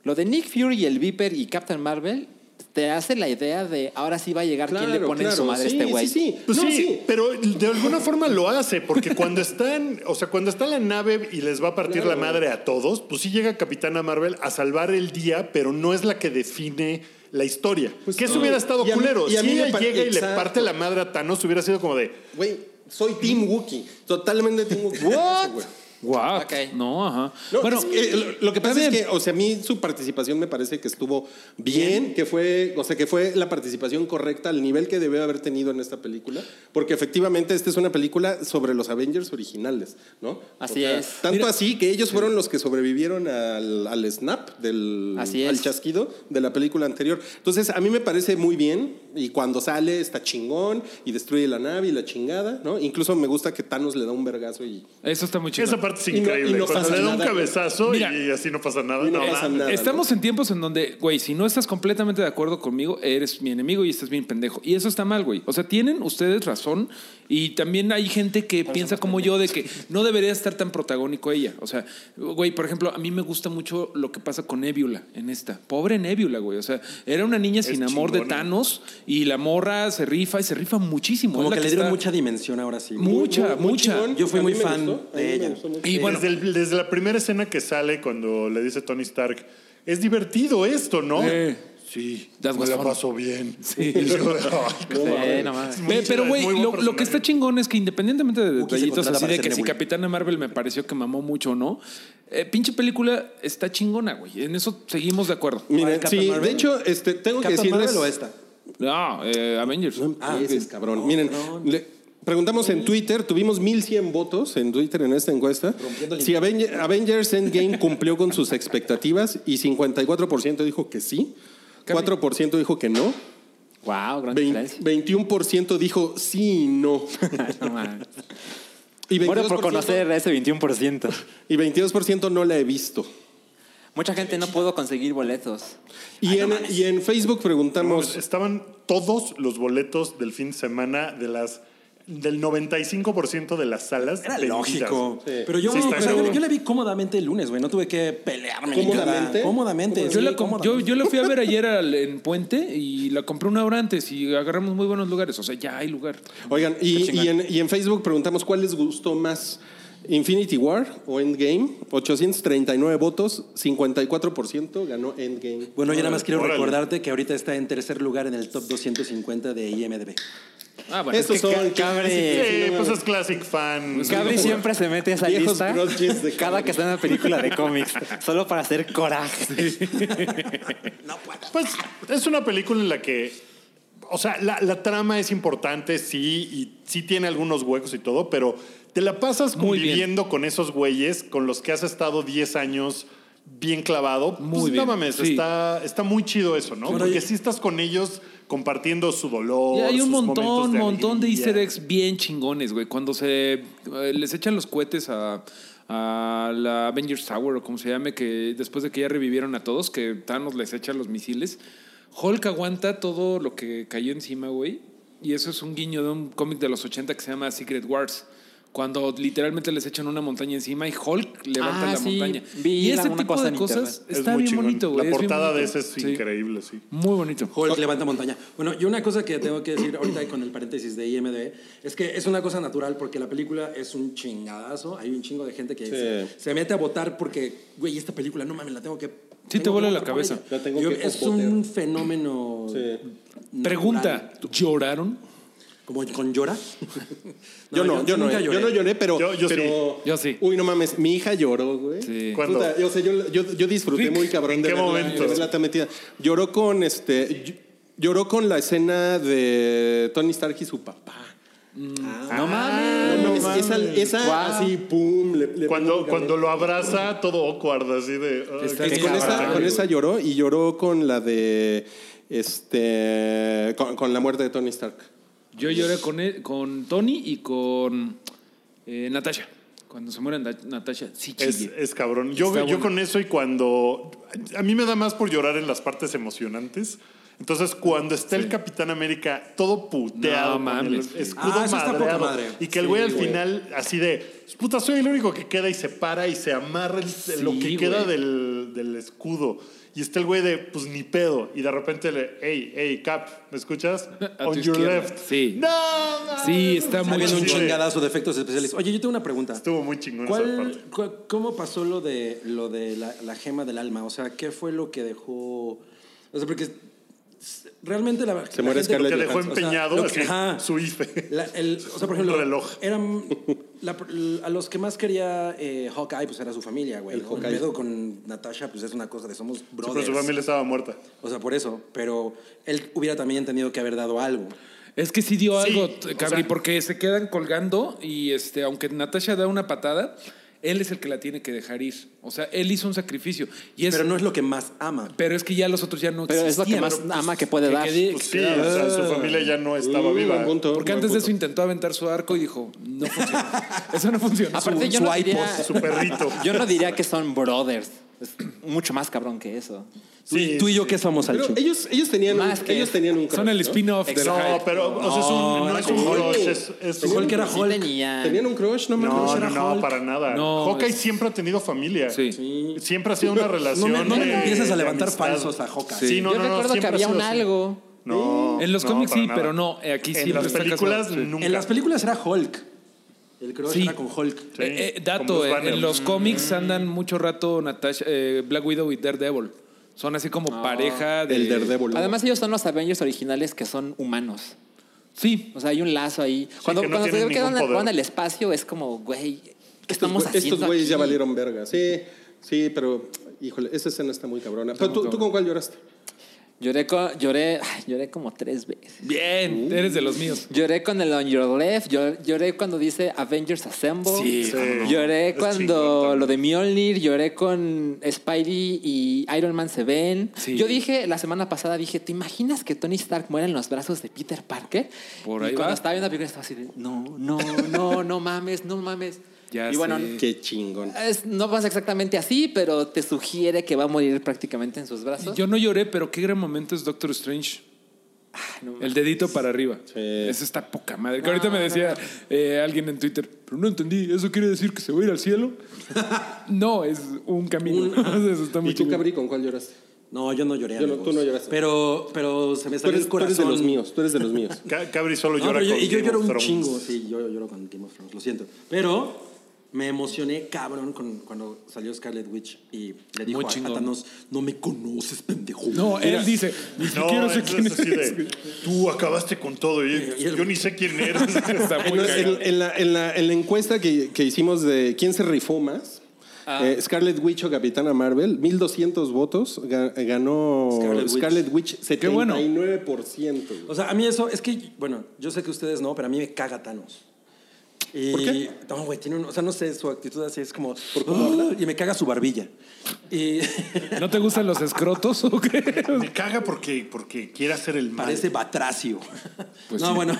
Speaker 4: Lo de Nick Fury y el Viper y Captain Marvel te hace la idea de ahora sí va a llegar quien le pone en su madre a
Speaker 3: sí,
Speaker 4: este güey.
Speaker 3: Sí, sí.
Speaker 2: Pues
Speaker 3: No,
Speaker 2: sí, pero de alguna forma lo hace, porque cuando están, o sea, cuando está la nave y les va a partir la madre a todos, pues sí llega Capitana Marvel a salvar el día, pero no es la que define la historia.
Speaker 3: Pues
Speaker 2: que eso
Speaker 3: no.
Speaker 2: hubiera estado
Speaker 3: Y a mí-
Speaker 2: culero.
Speaker 3: y a
Speaker 2: si
Speaker 3: mí me
Speaker 2: ella
Speaker 3: pare-
Speaker 2: llega y le
Speaker 3: Exacto.
Speaker 2: parte la madre a Thanos, hubiera sido como de,
Speaker 3: Güey, soy Team Wookiee. Totalmente Team Wookiee.
Speaker 4: What?
Speaker 3: güey.
Speaker 5: Guau.
Speaker 4: Ok.
Speaker 5: No, ajá.
Speaker 3: No,
Speaker 5: bueno,
Speaker 3: es que, eh, lo- lo que
Speaker 5: está
Speaker 3: pasa es
Speaker 5: bien.
Speaker 3: que, o sea, a mí su participación me parece que estuvo bien, que fue, o sea, que fue la participación correcta al nivel que debió haber tenido en esta película, porque efectivamente esta es una película sobre los Avengers originales, ¿no?
Speaker 4: Así es.
Speaker 3: Tanto así que ellos fueron los que sobrevivieron al, al snap del
Speaker 4: Así
Speaker 3: al
Speaker 4: es.
Speaker 3: chasquido de la película anterior. Entonces, a mí me parece muy bien y cuando sale está chingón y destruye la nave y la chingada, ¿no? Incluso me gusta que Thanos le da un vergazo y
Speaker 5: Eso está muy chido.
Speaker 2: esa parte es
Speaker 3: Y no- y
Speaker 2: increíble.
Speaker 3: no
Speaker 2: Cuando
Speaker 3: pasa
Speaker 2: le da un
Speaker 3: nada.
Speaker 2: cabezazo
Speaker 5: Mira.
Speaker 2: y así no pasa nada.
Speaker 3: Y no
Speaker 2: no
Speaker 3: pasa
Speaker 2: mames.
Speaker 3: nada.
Speaker 5: Estamos en tiempos en donde, güey, si no estás completamente de acuerdo conmigo, eres mi enemigo y estás bien pendejo. Y eso está mal, güey. O sea, tienen ustedes razón y también hay gente que piensa como yo de que no debería estar tan protagónico ella. O sea, güey, por ejemplo, a mí me gusta mucho lo que pasa con Nebula en esta. Pobre Nebula, güey. O sea, era una niña sin amor de
Speaker 2: chingona.
Speaker 5: Thanos y la morra se rifa y se rifa muchísimo.
Speaker 6: Como
Speaker 5: Es la
Speaker 6: que le dieron
Speaker 5: está-
Speaker 6: mucha dimensión ahora sí.
Speaker 5: Mu- Mucha, mucha.
Speaker 3: chingón.
Speaker 6: Yo fui
Speaker 3: A mí
Speaker 6: muy
Speaker 3: me
Speaker 6: fan
Speaker 3: gustó, a mí
Speaker 6: de
Speaker 3: me
Speaker 6: ella.
Speaker 3: gustó mucho.
Speaker 5: Y bueno,
Speaker 2: desde, el- desde la primera escena que sale cuando le dice Tony Stark, es divertido esto, ¿no?
Speaker 5: Eh.
Speaker 2: Sí,
Speaker 5: That's
Speaker 2: me
Speaker 5: what's
Speaker 2: la
Speaker 5: fun.
Speaker 2: paso bien.
Speaker 5: Sí.
Speaker 2: Y yo, "Ah".
Speaker 4: Sí,
Speaker 2: ay,
Speaker 4: no mames.
Speaker 2: muy
Speaker 5: Ve,
Speaker 2: chido,
Speaker 5: pero,
Speaker 2: es
Speaker 5: güey,
Speaker 2: muy buen
Speaker 5: lo, lo que
Speaker 2: personaje.
Speaker 5: está chingón es que independientemente de
Speaker 6: Wookiee se
Speaker 5: detallitos
Speaker 6: contrata
Speaker 5: así
Speaker 6: para
Speaker 5: de que
Speaker 6: ser
Speaker 5: si
Speaker 6: Nebula.
Speaker 5: Capitana Marvel me pareció que mamó mucho o no, eh, pinche película está chingona, güey. En eso seguimos de acuerdo.
Speaker 3: Miren,
Speaker 6: Captain
Speaker 3: sí,
Speaker 6: Marvel.
Speaker 3: de hecho, este, tengo que
Speaker 6: Captain
Speaker 3: decirles.
Speaker 6: Marvel o esta? Ah,
Speaker 5: Ah, eh, Avengers.
Speaker 3: No empieces, Ah, cabrón. Miren, le preguntamos en Twitter, tuvimos 1100 votos en Twitter en esta encuesta. Si Aven- Avengers Endgame cumplió con sus expectativas y 54% dijo que sí, 4% dijo que no,
Speaker 4: Wow, gran
Speaker 3: vein-
Speaker 4: diferencia.
Speaker 3: 21% dijo sí y no.
Speaker 4: No mames.
Speaker 3: Y
Speaker 4: Muero por conocer a ese 21%.
Speaker 3: Y 22% no la he visto.
Speaker 4: Mucha gente no pudo conseguir boletos.
Speaker 3: Y, en, y en Facebook preguntamos.
Speaker 2: Estaban todos los boletos del fin de semana de las del 95% de las salas.
Speaker 6: Era
Speaker 2: vendidas.
Speaker 6: lógico.
Speaker 3: Sí.
Speaker 6: Pero yo,
Speaker 2: Sí, está
Speaker 6: o sea, yo la-
Speaker 2: cabrón.
Speaker 6: yo la vi cómodamente el lunes, güey. No tuve que pelearme. ni nada.
Speaker 3: ¿Cómodamente?
Speaker 6: Cómodamente.
Speaker 5: Yo,
Speaker 6: sí,
Speaker 5: la com- yo,
Speaker 6: cómodamente.
Speaker 5: yo la fui a ver ayer al- en Puente y la compré una hora antes y agarramos muy buenos lugares. O sea, ya hay lugar.
Speaker 3: Oigan, y, y en, y en Facebook preguntamos cuál les gustó más, Infinity War o Endgame. 839 votos, 54% ganó Endgame.
Speaker 6: Bueno, yo nada más quiero
Speaker 2: Órale.
Speaker 6: recordarte que ahorita está en tercer lugar en el top 250 de IMDb.
Speaker 5: Ah, bueno.
Speaker 3: Esos son
Speaker 4: cabre.
Speaker 2: Eh, pues es Classic Fan.
Speaker 6: pues
Speaker 4: Gabri siempre se mete a esa
Speaker 3: Viejos
Speaker 4: lista
Speaker 3: grudges de
Speaker 4: cada
Speaker 3: Gabri.
Speaker 4: que está en una película de cómics, solo para hacer coraje.
Speaker 2: Pues es una película en la que. O sea, la, la trama es importante, sí, y sí tiene algunos huecos y todo, pero te la pasas
Speaker 5: Muy bien.
Speaker 2: conviviendo con esos güeyes con los que has estado 10 años bien clavado.
Speaker 5: Muy
Speaker 2: Pues,
Speaker 5: bien,
Speaker 2: No mames,
Speaker 5: sí.
Speaker 2: está, está muy chido eso, ¿no? Porque sí estás con ellos compartiendo su dolor.
Speaker 5: Y hay un
Speaker 2: sus momentos
Speaker 5: montón,
Speaker 2: de
Speaker 5: montón de
Speaker 2: alegría.
Speaker 5: easter eggs bien chingones, güey. Cuando se eh, les echan los cohetes a, a la Avengers Tower o como se llame, que después de que ya revivieron a todos, que Thanos les echa los misiles, Hulk aguanta todo lo que cayó encima, güey. Y eso es un guiño de un cómic de los 80 que se llama Secret Wars. Cuando literalmente les echan una montaña encima y Hulk levanta
Speaker 4: Ah,
Speaker 5: la
Speaker 4: sí,
Speaker 5: montaña.
Speaker 4: vi
Speaker 5: y ese
Speaker 4: alguna
Speaker 5: tipo
Speaker 4: cosa
Speaker 5: de
Speaker 4: en
Speaker 5: cosas
Speaker 4: internet.
Speaker 5: está
Speaker 2: muy
Speaker 5: bien
Speaker 2: chingón.
Speaker 5: bonito, güey.
Speaker 2: La
Speaker 5: es bien
Speaker 2: portada de ese
Speaker 5: bonito.
Speaker 2: es
Speaker 5: Sí.
Speaker 2: increíble, sí.
Speaker 5: Muy bonito.
Speaker 6: Hulk levanta montaña. Bueno, y una cosa que tengo que decir ahorita con el paréntesis de IMDB es que es una cosa natural porque la película es un chingadazo. Hay un chingo de gente que se, se mete a votar porque, güey, esta película, no mames, la tengo que.
Speaker 5: Sí, te
Speaker 6: tengo que
Speaker 5: vuela la
Speaker 6: votar por
Speaker 5: cabeza.
Speaker 6: ella.
Speaker 3: La tengo
Speaker 6: Yo-
Speaker 3: que
Speaker 6: es
Speaker 3: popotear.
Speaker 6: un fenómeno.
Speaker 2: pues
Speaker 6: natural.
Speaker 5: Pregunta, ¿lloraron?
Speaker 6: ¿Como con llora?
Speaker 3: Yo no, yo no,
Speaker 6: nunca
Speaker 3: eh. yo no lloré, pero.
Speaker 2: Yo- yo
Speaker 3: pero-
Speaker 5: sí. Yo sí.
Speaker 3: Uy, no mames, mi hija lloró, güey.
Speaker 5: Sí.
Speaker 2: ¿Cuándo?
Speaker 3: Puta, yo, o sea, yo, yo- yo disfruté muy cabrón
Speaker 2: ¿en
Speaker 3: de
Speaker 2: qué
Speaker 3: verla-
Speaker 2: momento?
Speaker 3: de verla tan metida. Lloró con este. ll- Lloró con la escena de Tony Stark y su papá.
Speaker 4: No mames.
Speaker 3: No, es- esa, esa
Speaker 4: Guau.
Speaker 3: así, pum. le- le-
Speaker 2: Cuando, cuando lo abraza, todo awkward, así de. ah,
Speaker 5: Está
Speaker 2: qué
Speaker 3: Que Este, con,
Speaker 5: cabrón,
Speaker 3: esa, con
Speaker 2: güey.
Speaker 3: esa lloró y lloró con la de. Este. Con, con la muerte de Tony Stark.
Speaker 5: Yo lloré con, él- con Tony y con eh, Natasha. Cuando se muere Nat- Natasha, sí
Speaker 2: Es,
Speaker 5: chillé.
Speaker 2: es cabrón. Yo,
Speaker 5: Está
Speaker 2: yo
Speaker 5: bueno.
Speaker 2: con eso y cuando. A mí me da más por llorar en las partes emocionantes. Entonces, cuando está el Capitán América todo puteado,
Speaker 5: No
Speaker 2: con el
Speaker 5: mames, sí.
Speaker 2: escudo
Speaker 6: Ah, eso está poca
Speaker 2: madreado,
Speaker 6: madre.
Speaker 2: y que el
Speaker 5: Sí,
Speaker 2: güey al
Speaker 5: güey.
Speaker 2: final, así de puta, soy el único que queda y se para y se amarra el- lo que
Speaker 5: güey.
Speaker 2: queda del, del escudo. Y está el güey de, pues ni pedo. Y de repente le, hey, hey, Cap, ¿me escuchas?
Speaker 5: A
Speaker 2: On
Speaker 5: tu
Speaker 2: your
Speaker 5: izquierda.
Speaker 2: left.
Speaker 5: Sí.
Speaker 2: No, mames!
Speaker 5: Sí, está muy
Speaker 6: Muy
Speaker 5: bien,
Speaker 6: un
Speaker 2: Sí,
Speaker 6: chingadazo de efectos especiales. Oye, yo tengo una pregunta.
Speaker 2: Estuvo muy chingón esa parte.
Speaker 6: ¿Cuál, cu- ¿Cómo pasó lo de, lo de la, la gema del alma? O sea, ¿qué fue lo que dejó...? O sea, porque s- realmente la
Speaker 3: Se
Speaker 6: la
Speaker 3: muere
Speaker 6: gente-
Speaker 3: Scarlett
Speaker 2: que dejó
Speaker 3: Johansson.
Speaker 6: O sea,
Speaker 2: empeñado
Speaker 6: lo que-
Speaker 2: así,
Speaker 6: ajá.
Speaker 2: su IFE.
Speaker 6: La- el- o sea,
Speaker 2: Un
Speaker 6: por ejemplo,
Speaker 2: reloj.
Speaker 6: eran la- a los que más quería eh, Hawkeye, pues era su familia, güey. El,
Speaker 3: Hawkeye.
Speaker 6: pedo con Natasha, pues es una cosa de somos
Speaker 2: Sí, pero
Speaker 6: brothers.
Speaker 2: su familia estaba muerta.
Speaker 6: O sea, por eso. Pero él hubiera también tenido que haber dado algo.
Speaker 5: Es que sí dio
Speaker 2: Sí,
Speaker 5: algo,
Speaker 2: o
Speaker 5: Cabri,
Speaker 2: sea-
Speaker 5: porque se quedan colgando y este, aunque Natasha da una patada, él es el que la tiene que dejar ir. O sea, él hizo un sacrificio. Y es,
Speaker 6: Pero
Speaker 5: pero,
Speaker 6: no es lo que más ama.
Speaker 5: es que ya los otros ya no
Speaker 4: Pero es lo que
Speaker 5: existían.
Speaker 4: más ama que puede dar.
Speaker 5: quede-
Speaker 2: Pues sí, o sea, su familia ya no estaba
Speaker 5: Uh,
Speaker 3: Mm,
Speaker 2: viva.
Speaker 3: buen punto,
Speaker 5: porque
Speaker 3: buen
Speaker 5: antes de
Speaker 3: punto.
Speaker 5: eso intentó aventar su arco y dijo, no funciona. Eso no funciona.
Speaker 4: Aparte,
Speaker 5: Su-
Speaker 4: yo
Speaker 5: su
Speaker 4: no,
Speaker 5: iPod.
Speaker 4: diría,
Speaker 2: Su perrito.
Speaker 4: yo no diría que son brothers. Es mucho más cabrón que eso.
Speaker 2: Sí,
Speaker 6: Tú y yo
Speaker 2: sí.
Speaker 6: que somos al
Speaker 3: Pero ellos, ellos tenían
Speaker 4: Más
Speaker 3: un,
Speaker 4: que-
Speaker 3: ellos tenían un
Speaker 5: Son el
Speaker 3: crush, ¿no?
Speaker 5: spin-off del
Speaker 2: No,
Speaker 5: hype.
Speaker 2: pero o sea, es un, no, es un crush, es, es un-
Speaker 6: Hulk era
Speaker 4: Sí
Speaker 6: Hulk.
Speaker 4: tenían.
Speaker 3: Tenían un crush, no me
Speaker 2: No,
Speaker 3: acuerdo.
Speaker 2: no, no, para nada.
Speaker 5: No,
Speaker 2: Hawkeye
Speaker 5: es-
Speaker 2: siempre ha tenido familia.
Speaker 5: Sí.
Speaker 2: Siempre ha sido una
Speaker 6: No
Speaker 2: relación.
Speaker 6: me, no me
Speaker 2: de-
Speaker 6: empieces a
Speaker 2: de
Speaker 6: levantar
Speaker 2: amistad.
Speaker 6: falsos a Hawkeye.
Speaker 2: Sí, no,
Speaker 4: Yo
Speaker 2: no, no,
Speaker 4: recuerdo que
Speaker 2: siempre ha
Speaker 4: había
Speaker 2: sido
Speaker 4: un
Speaker 2: así.
Speaker 4: algo.
Speaker 2: No.
Speaker 5: En los
Speaker 2: no,
Speaker 5: cómics
Speaker 2: para
Speaker 5: sí,
Speaker 2: nada.
Speaker 5: pero no, aquí
Speaker 2: En
Speaker 5: siempre
Speaker 2: las
Speaker 5: está
Speaker 2: películas
Speaker 5: casado, sí.
Speaker 2: nunca.
Speaker 6: En las películas era Hulk. El crush
Speaker 5: Sí.
Speaker 6: era con Hulk.
Speaker 2: Sí,
Speaker 5: Eh, eh,
Speaker 2: con
Speaker 5: dato,
Speaker 2: Bruce
Speaker 5: eh,
Speaker 2: Banner. Mm.
Speaker 5: en los cómics andan mucho rato Natasha, eh, Black Widow y Daredevil. Son así
Speaker 2: Ah,
Speaker 5: como pareja de...
Speaker 3: El Daredevil.
Speaker 4: Además, ellos son los Avengers originales que son humanos.
Speaker 5: Sí.
Speaker 4: O sea, hay un lazo ahí. cuando
Speaker 2: que no
Speaker 4: cuando se
Speaker 2: tienen
Speaker 4: ve que
Speaker 2: ningún
Speaker 4: van, a-
Speaker 2: poder.
Speaker 4: van al espacio, es como, güey, ¿qué
Speaker 3: Estos
Speaker 4: estamos
Speaker 3: güe-
Speaker 4: haciendo?
Speaker 3: Estos güeyes ya
Speaker 4: aquí?
Speaker 3: valieron verga. Sí, sí, pero híjole, esa escena está muy cabrona. Pero tú, ¿tú con cuál lloraste?
Speaker 4: Lloré, con- lloré, ay, lloré como tres veces.
Speaker 5: Bien,
Speaker 2: Uh.
Speaker 5: eres de los míos.
Speaker 4: Lloré con el On Your Left, llor- lloré cuando dice Avengers Assemble.
Speaker 5: Sí,
Speaker 2: Sí.
Speaker 4: Lloré
Speaker 2: Es chingón
Speaker 4: cuando
Speaker 2: también.
Speaker 4: lo de Mjolnir, lloré con Spidey y Iron Man se ven.
Speaker 5: Sí.
Speaker 4: Yo dije, la semana pasada dije, ¿te imaginas que Tony Stark muera en los brazos de Peter Parker?
Speaker 5: Por
Speaker 4: y
Speaker 5: ahí
Speaker 4: cuando
Speaker 5: va.
Speaker 4: estaba viendo la película estaba así de, no, no, no, no mames, no mames.
Speaker 5: Ya
Speaker 4: y bueno,
Speaker 5: sé.
Speaker 3: Qué chingón.
Speaker 4: es- no pasa exactamente así, pero te sugiere que va a morir prácticamente en sus brazos.
Speaker 5: Yo no lloré, pero qué gran momento es Doctor Strange.
Speaker 4: no
Speaker 5: el dedito para arriba.
Speaker 3: Sí.
Speaker 5: Eso está poca madre. Que ahorita me decía eh, alguien en Twitter, pero no entendí, ¿eso quiere decir que se va a ir al cielo? no, es un camino. Eso está muy
Speaker 3: ¿Y tú,
Speaker 5: chingón.
Speaker 3: Cabri, con cuál lloraste?
Speaker 6: No, yo no lloré.
Speaker 3: Yo no-
Speaker 6: amigos.
Speaker 3: tú no lloraste.
Speaker 6: Pero, pero se me
Speaker 3: Tú
Speaker 6: salió
Speaker 3: eres,
Speaker 6: el
Speaker 3: tú
Speaker 6: corazón.
Speaker 3: eres de los míos, tú eres de los míos.
Speaker 2: Ca- Cabri solo
Speaker 6: No,
Speaker 2: llora
Speaker 6: pero yo-
Speaker 2: con
Speaker 6: y yo
Speaker 2: Game
Speaker 6: lloro
Speaker 2: of
Speaker 6: un
Speaker 2: Thrones.
Speaker 6: chingo. Sí, yo lloro con Game of Thrones, lo siento. Pero me emocioné cabrón con, cuando salió Scarlet Witch y le dijo
Speaker 5: Muy
Speaker 6: a, a
Speaker 5: chingón.
Speaker 6: Thanos, no me conoces, pendejo.
Speaker 5: No,
Speaker 6: Mira,
Speaker 5: él dice, ni
Speaker 2: No,
Speaker 5: siquiera sé
Speaker 2: es
Speaker 5: quién
Speaker 2: así
Speaker 5: es.
Speaker 2: de, tú acabaste con todo. Yo,
Speaker 6: Y el-
Speaker 2: yo ni sé quién eres.
Speaker 5: Está
Speaker 3: En,
Speaker 5: muy
Speaker 3: en-
Speaker 5: cagado.
Speaker 3: en la, en la- en la encuesta que, que hicimos de quién se rifó más,
Speaker 5: Ah.
Speaker 3: eh, Scarlet Witch o Capitana Marvel, 1200 votos, ga- ganó
Speaker 6: Scarlet
Speaker 3: Scarlet
Speaker 6: Witch.
Speaker 3: Witch,
Speaker 5: Qué bueno.
Speaker 3: 79%. güey.
Speaker 6: O sea, a mí eso, es que, bueno, yo sé que ustedes no, pero a mí me caga Thanos. Y,
Speaker 3: ¿Por qué?
Speaker 6: No, güey, tiene un, o sea, no sé, su actitud así es como, "Ah", y me caga su barbilla. Y
Speaker 5: ¿No te gustan los escrotos o qué?
Speaker 2: Me caga porque, porque quiere hacer el mal.
Speaker 6: parece batracio.
Speaker 5: Pues
Speaker 6: no,
Speaker 5: sí.
Speaker 6: bueno,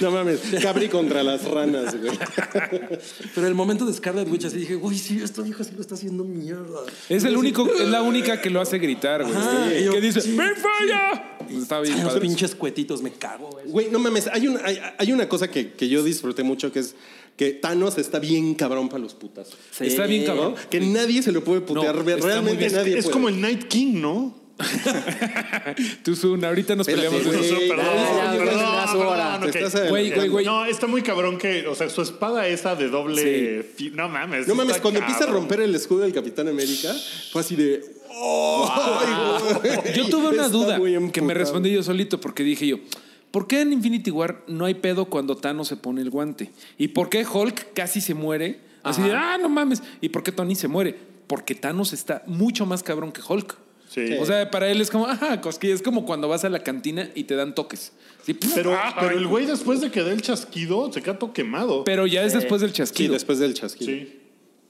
Speaker 3: no mames, Cabri contra las ranas, güey.
Speaker 6: pero el momento de Scarlet Witch así dije, güey, sí, esto dijo así lo está haciendo mierda.
Speaker 5: Es el único, es la única que lo hace gritar, güey.
Speaker 6: Ajá, y yo,
Speaker 5: que dice,
Speaker 6: sí,
Speaker 5: ¡Me falla! Está bien,
Speaker 6: Ay, los
Speaker 5: padre.
Speaker 6: pinches cuetitos, me cago, güey.
Speaker 3: Güey, no mames, hay, un- hay, hay una cosa que, que yo disfruté mucho que es que Thanos está bien cabrón para los putas.
Speaker 4: Sí.
Speaker 5: Está bien cabrón.
Speaker 3: Que nadie se lo puede putear.
Speaker 5: No,
Speaker 3: re-
Speaker 5: está muy
Speaker 3: realmente
Speaker 5: bien.
Speaker 3: nadie.
Speaker 2: Es
Speaker 3: puede.
Speaker 2: como el Night King, ¿no?
Speaker 5: Tú, Zun, ahorita nos
Speaker 3: Espérate,
Speaker 5: peleamos de
Speaker 3: güey.
Speaker 5: eso.
Speaker 3: Ey,
Speaker 2: perdón,
Speaker 3: ya,
Speaker 4: ya,
Speaker 2: perdón,
Speaker 4: ya, ya, su
Speaker 2: perdón,
Speaker 4: hora.
Speaker 3: Te
Speaker 2: ok.
Speaker 3: estás
Speaker 5: Güey, güey, güey.
Speaker 2: No, está muy cabrón que, o sea, su espada esa de doble... fi- No mames.
Speaker 3: No mames,
Speaker 2: está
Speaker 3: cuando empieza a
Speaker 2: cabrón.
Speaker 3: romper el escudo del Capitán América, fue así de. "Oh, ay, güey".
Speaker 5: Yo tuve una
Speaker 3: Está
Speaker 5: duda
Speaker 3: muy
Speaker 5: que me
Speaker 3: emputado.
Speaker 5: respondí yo solito porque dije yo, ¿por qué en Infinity War no hay pedo cuando Thanos se pone el guante? ¿Y por qué Hulk casi se muere? Así de, ah, no mames. ¿Y por qué Tony se muere? Porque Thanos está mucho más cabrón que Hulk.
Speaker 2: Sí.
Speaker 5: O sea, para él es como, ajá, cosquilla. Es como cuando vas a la cantina y te dan toques. Sí, puf,
Speaker 2: Pero,
Speaker 5: ah,
Speaker 2: pero el güey después de que dé el chasquido se queda todo quemado.
Speaker 5: pero ya es después del
Speaker 3: Sí,
Speaker 5: chasquido.
Speaker 3: después del chasquido.
Speaker 2: Sí.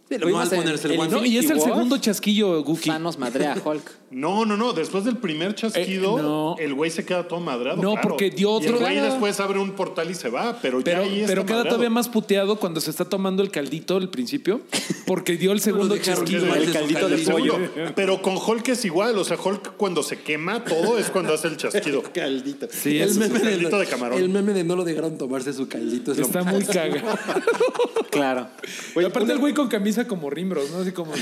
Speaker 6: Lo
Speaker 4: mismo
Speaker 6: mal
Speaker 4: hacen
Speaker 6: ponerse el
Speaker 4: en
Speaker 6: guante.
Speaker 5: No, y es el
Speaker 4: Infinity War.
Speaker 5: segundo chasquillo, Guki.
Speaker 4: Thanos madrea a Hulk.
Speaker 2: No, no, no. Después del primer chasquido,
Speaker 5: Eh, no.
Speaker 2: el güey se queda todo madrado.
Speaker 5: No,
Speaker 2: claro.
Speaker 5: porque dio
Speaker 2: Y el
Speaker 5: otro-
Speaker 2: güey
Speaker 5: Claro.
Speaker 2: después abre un portal y se va, pero,
Speaker 5: Pero,
Speaker 2: ya ahí está
Speaker 5: pero queda
Speaker 2: madrado.
Speaker 5: todavía más puteado cuando se está tomando el caldito al principio, porque dio el segundo
Speaker 6: dejaron
Speaker 5: chasquido.
Speaker 2: Porque
Speaker 6: El caldito de
Speaker 2: el
Speaker 6: pollo.
Speaker 2: segundo. Pero con Hulk es igual. O sea, Hulk cuando se quema todo es cuando hace el chasquido.
Speaker 3: Caldita.
Speaker 5: Sí,
Speaker 6: El
Speaker 5: es-
Speaker 6: meme,
Speaker 2: caldito
Speaker 6: de,
Speaker 2: de camarón.
Speaker 6: el meme de no lo dejaron tomarse su caldito. es lo
Speaker 5: está
Speaker 6: más.
Speaker 5: muy cagado.
Speaker 4: Claro.
Speaker 5: Y aparte el güey con camisa como rimbros, ¿no? Así como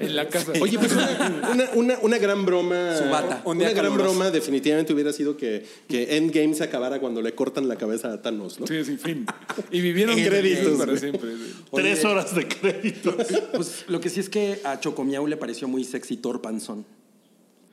Speaker 5: en la casa.
Speaker 3: Oye, pues una, una, una- una gran broma.
Speaker 6: Su bata.
Speaker 3: Una
Speaker 6: Un día
Speaker 3: gran
Speaker 6: caluroso.
Speaker 3: broma definitivamente hubiera sido que, que Endgame se acabara cuando le cortan la cabeza a Thanos, ¿no?
Speaker 5: Sí, sin fin. Y vivieron
Speaker 3: En créditos,
Speaker 5: para
Speaker 3: güey.
Speaker 5: siempre. sí.
Speaker 2: Tres
Speaker 6: Oye.
Speaker 2: horas de crédito.
Speaker 6: Pues lo que sí es que a Chocomiau le pareció muy sexy Thor Panzón.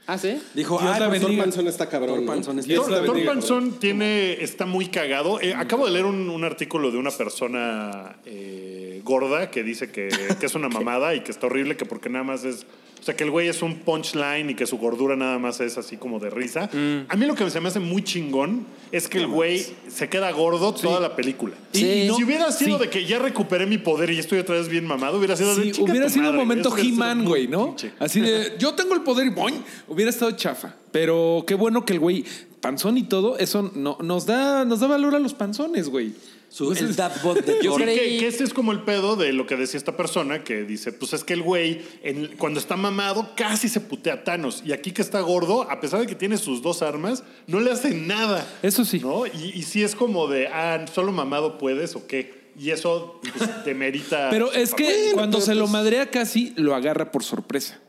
Speaker 4: ¿Ah, sí?
Speaker 6: Dijo,
Speaker 5: Dios
Speaker 6: ah,
Speaker 5: la
Speaker 6: pues,
Speaker 5: bendiga.
Speaker 3: Thor Panzón está cabrón.
Speaker 6: Thor
Speaker 3: ¿no?
Speaker 6: Panzón está-
Speaker 5: Dios
Speaker 2: Thor-
Speaker 5: la
Speaker 2: Thor
Speaker 5: bendiga,
Speaker 2: Panzón tiene, está muy cagado. Eh, acabo de leer un, un artículo de una persona eh, gorda que dice que, que es una mamada y que está horrible, que porque nada más es. O sea, que el güey es un punchline y que su gordura nada más es así como de risa.
Speaker 5: Mm.
Speaker 2: A mí lo que se me hace muy chingón es que el güey se queda gordo toda la película.
Speaker 5: Y-
Speaker 4: Sí.
Speaker 2: Y
Speaker 5: no-
Speaker 2: si hubiera sido
Speaker 5: sí.
Speaker 2: de que ya recuperé mi poder y estoy otra vez bien mamado, hubiera sido de
Speaker 5: Sí,
Speaker 2: "Chinga
Speaker 5: hubiera
Speaker 2: tu
Speaker 5: sido un
Speaker 2: madre",
Speaker 5: momento
Speaker 2: hubiera sido
Speaker 5: He-Man,
Speaker 2: muy
Speaker 5: güey, ¿no?
Speaker 2: pinche.
Speaker 5: Así de, yo tengo el poder y boing. Hubiera estado chafa. Pero qué bueno que el güey, panzón y todo, eso no, nos, da, nos da valor a los panzones, güey.
Speaker 6: su- el dad bod de
Speaker 4: Yo
Speaker 6: Thor.
Speaker 2: Sí,
Speaker 4: creí-
Speaker 2: que, que ese es como el pedo de lo que decía esta persona que dice, pues es que el güey en- cuando está mamado casi se putea a Thanos y aquí que está gordo, a pesar de que tiene sus dos armas, no le hace nada.
Speaker 5: Eso sí.
Speaker 2: ¿No? Y, y sí es como de, ah, solo mamado puedes o qué. Y eso pues, demerita.
Speaker 5: Pero es que cuando
Speaker 3: pero
Speaker 5: se lo
Speaker 3: pues-
Speaker 5: madrea casi, lo agarra por sorpresa.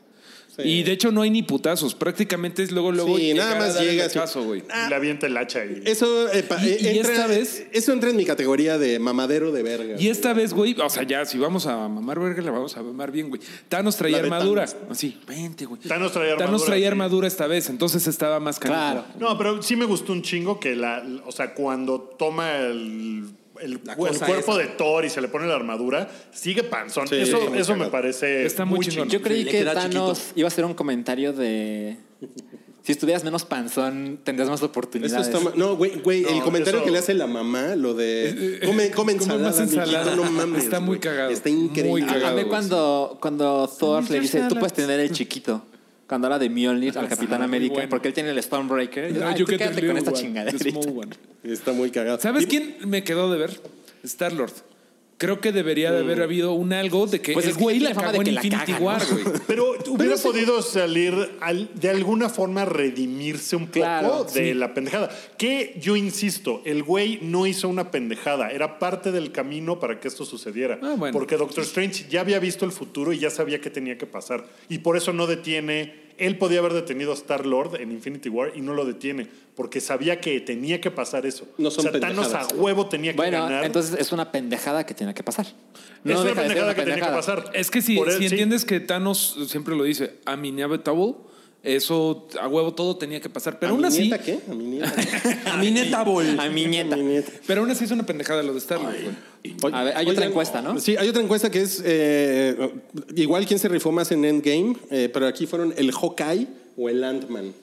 Speaker 3: Sí.
Speaker 5: Y de hecho no hay ni putazos. Prácticamente es luego, luego.
Speaker 3: Sí,
Speaker 5: llegar
Speaker 3: nada
Speaker 5: a
Speaker 3: más
Speaker 5: dar el
Speaker 3: llega así.
Speaker 5: rechazo, güey.
Speaker 2: Y le avienta el hacha y.
Speaker 3: Eso, eh, pa-
Speaker 5: Y-
Speaker 3: eh,
Speaker 5: y
Speaker 3: entra,
Speaker 5: esta vez-
Speaker 3: eso entra en mi categoría de mamadero de verga.
Speaker 5: Y esta vez, güey, o sea, ya si vamos a mamar verga, la vamos a mamar bien, güey. Thanos traía
Speaker 3: La de
Speaker 5: armadura.
Speaker 3: Thanos.
Speaker 5: Así, vente, güey.
Speaker 2: Thanos traía armadura,
Speaker 5: traía
Speaker 2: sí.
Speaker 5: armadura esta vez, entonces estaba más caro.
Speaker 4: Claro.
Speaker 2: No, pero sí me gustó un chingo que la, o sea, cuando toma el, el-
Speaker 6: La
Speaker 2: el
Speaker 6: cosa
Speaker 2: cuerpo
Speaker 6: esa.
Speaker 2: de Thor y se le pone la armadura, sigue panzón.
Speaker 3: Sí,
Speaker 2: eso
Speaker 3: está muy
Speaker 2: eso me
Speaker 3: cagado.
Speaker 2: parece
Speaker 5: Está muy
Speaker 2: muy
Speaker 5: chingón.
Speaker 2: chingón.
Speaker 4: Yo creí
Speaker 6: le
Speaker 4: que
Speaker 6: queda
Speaker 4: Thanos iba a hacer un comentario de... Si estuvieras menos panzón, tendrías más
Speaker 3: Eso
Speaker 4: oportunidades.
Speaker 3: está ma- No, güey, güey,
Speaker 2: No,
Speaker 3: el comentario
Speaker 2: eso-
Speaker 3: que le hace la mamá, lo
Speaker 5: Eh,
Speaker 3: de come, come ensalada,
Speaker 5: más ensalada.
Speaker 3: mijito, no mames.
Speaker 5: Está muy
Speaker 3: güey.
Speaker 5: cagado.
Speaker 3: Está increíble.
Speaker 5: Muy
Speaker 4: Ah,
Speaker 5: cagado.
Speaker 4: Amé
Speaker 5: güey.
Speaker 4: cuando, cuando Thor le dice, tú
Speaker 5: Salads.
Speaker 4: puedes tener el chiquito. Cuando habla de Mjolnir al Capitán
Speaker 5: muy
Speaker 4: América,
Speaker 5: bueno.
Speaker 4: porque él tiene el Stormbreaker.
Speaker 5: No,
Speaker 4: Ay,
Speaker 5: you
Speaker 4: tú
Speaker 5: get the
Speaker 4: quédate con
Speaker 5: little
Speaker 4: esta
Speaker 5: one, the
Speaker 4: chingaderita.
Speaker 5: small one.
Speaker 3: Está muy cagado.
Speaker 5: ¿Sabes
Speaker 3: Y-
Speaker 5: quién me quedó de ver? Star-Lord. Creo que debería de haber habido un algo de que
Speaker 4: Pues
Speaker 5: el
Speaker 4: es que
Speaker 5: güey
Speaker 4: tiene
Speaker 5: la
Speaker 4: fama
Speaker 5: cagó en
Speaker 4: de que la
Speaker 5: Infinity
Speaker 4: caga, ¿no?
Speaker 5: War, güey.
Speaker 2: Pero hubiera podido salir al- de alguna forma redimirse un poco
Speaker 4: Claro,
Speaker 2: de la pendejada. Que yo insisto, el güey no hizo una pendejada, era parte del camino para que esto sucediera.
Speaker 5: Ah, bueno.
Speaker 2: Porque Doctor Strange ya había visto el futuro y ya sabía qué tenía que pasar. Y por eso no detiene. Él podía haber detenido a Star Lord en Infinity War y no lo detiene, porque sabía que tenía que pasar eso.
Speaker 3: No son
Speaker 2: o sea, Thanos a
Speaker 3: pendejadas.
Speaker 2: huevo tenía que
Speaker 4: Bueno,
Speaker 2: ganar.
Speaker 4: entonces es una pendejada que tiene que pasar. No
Speaker 2: es una
Speaker 4: deja de ser
Speaker 2: pendejada
Speaker 4: una
Speaker 2: que tenía que
Speaker 4: pendejada.
Speaker 2: pasar.
Speaker 5: Es que si,
Speaker 2: Por él,
Speaker 5: si
Speaker 2: sí.
Speaker 5: entiendes que Thanos siempre lo dice, a mi inevitable, eso a huevo todo tenía que pasar.
Speaker 3: ¿A
Speaker 5: Pero aún
Speaker 3: mi
Speaker 5: así,
Speaker 3: nieta qué? ¿A mi nieta?
Speaker 6: A mi neta bol.
Speaker 4: A mi nieta.
Speaker 3: ¿A mi nieta?
Speaker 5: pero aún así es una pendejada lo de Star Lord, güey.
Speaker 4: A ver, hay otra
Speaker 3: Oigan,
Speaker 4: encuesta, ¿no?
Speaker 3: Sí, hay otra encuesta que es eh, igual quién se rifó más en Endgame, eh, pero aquí fueron el Hawkeye o el Ant-Man.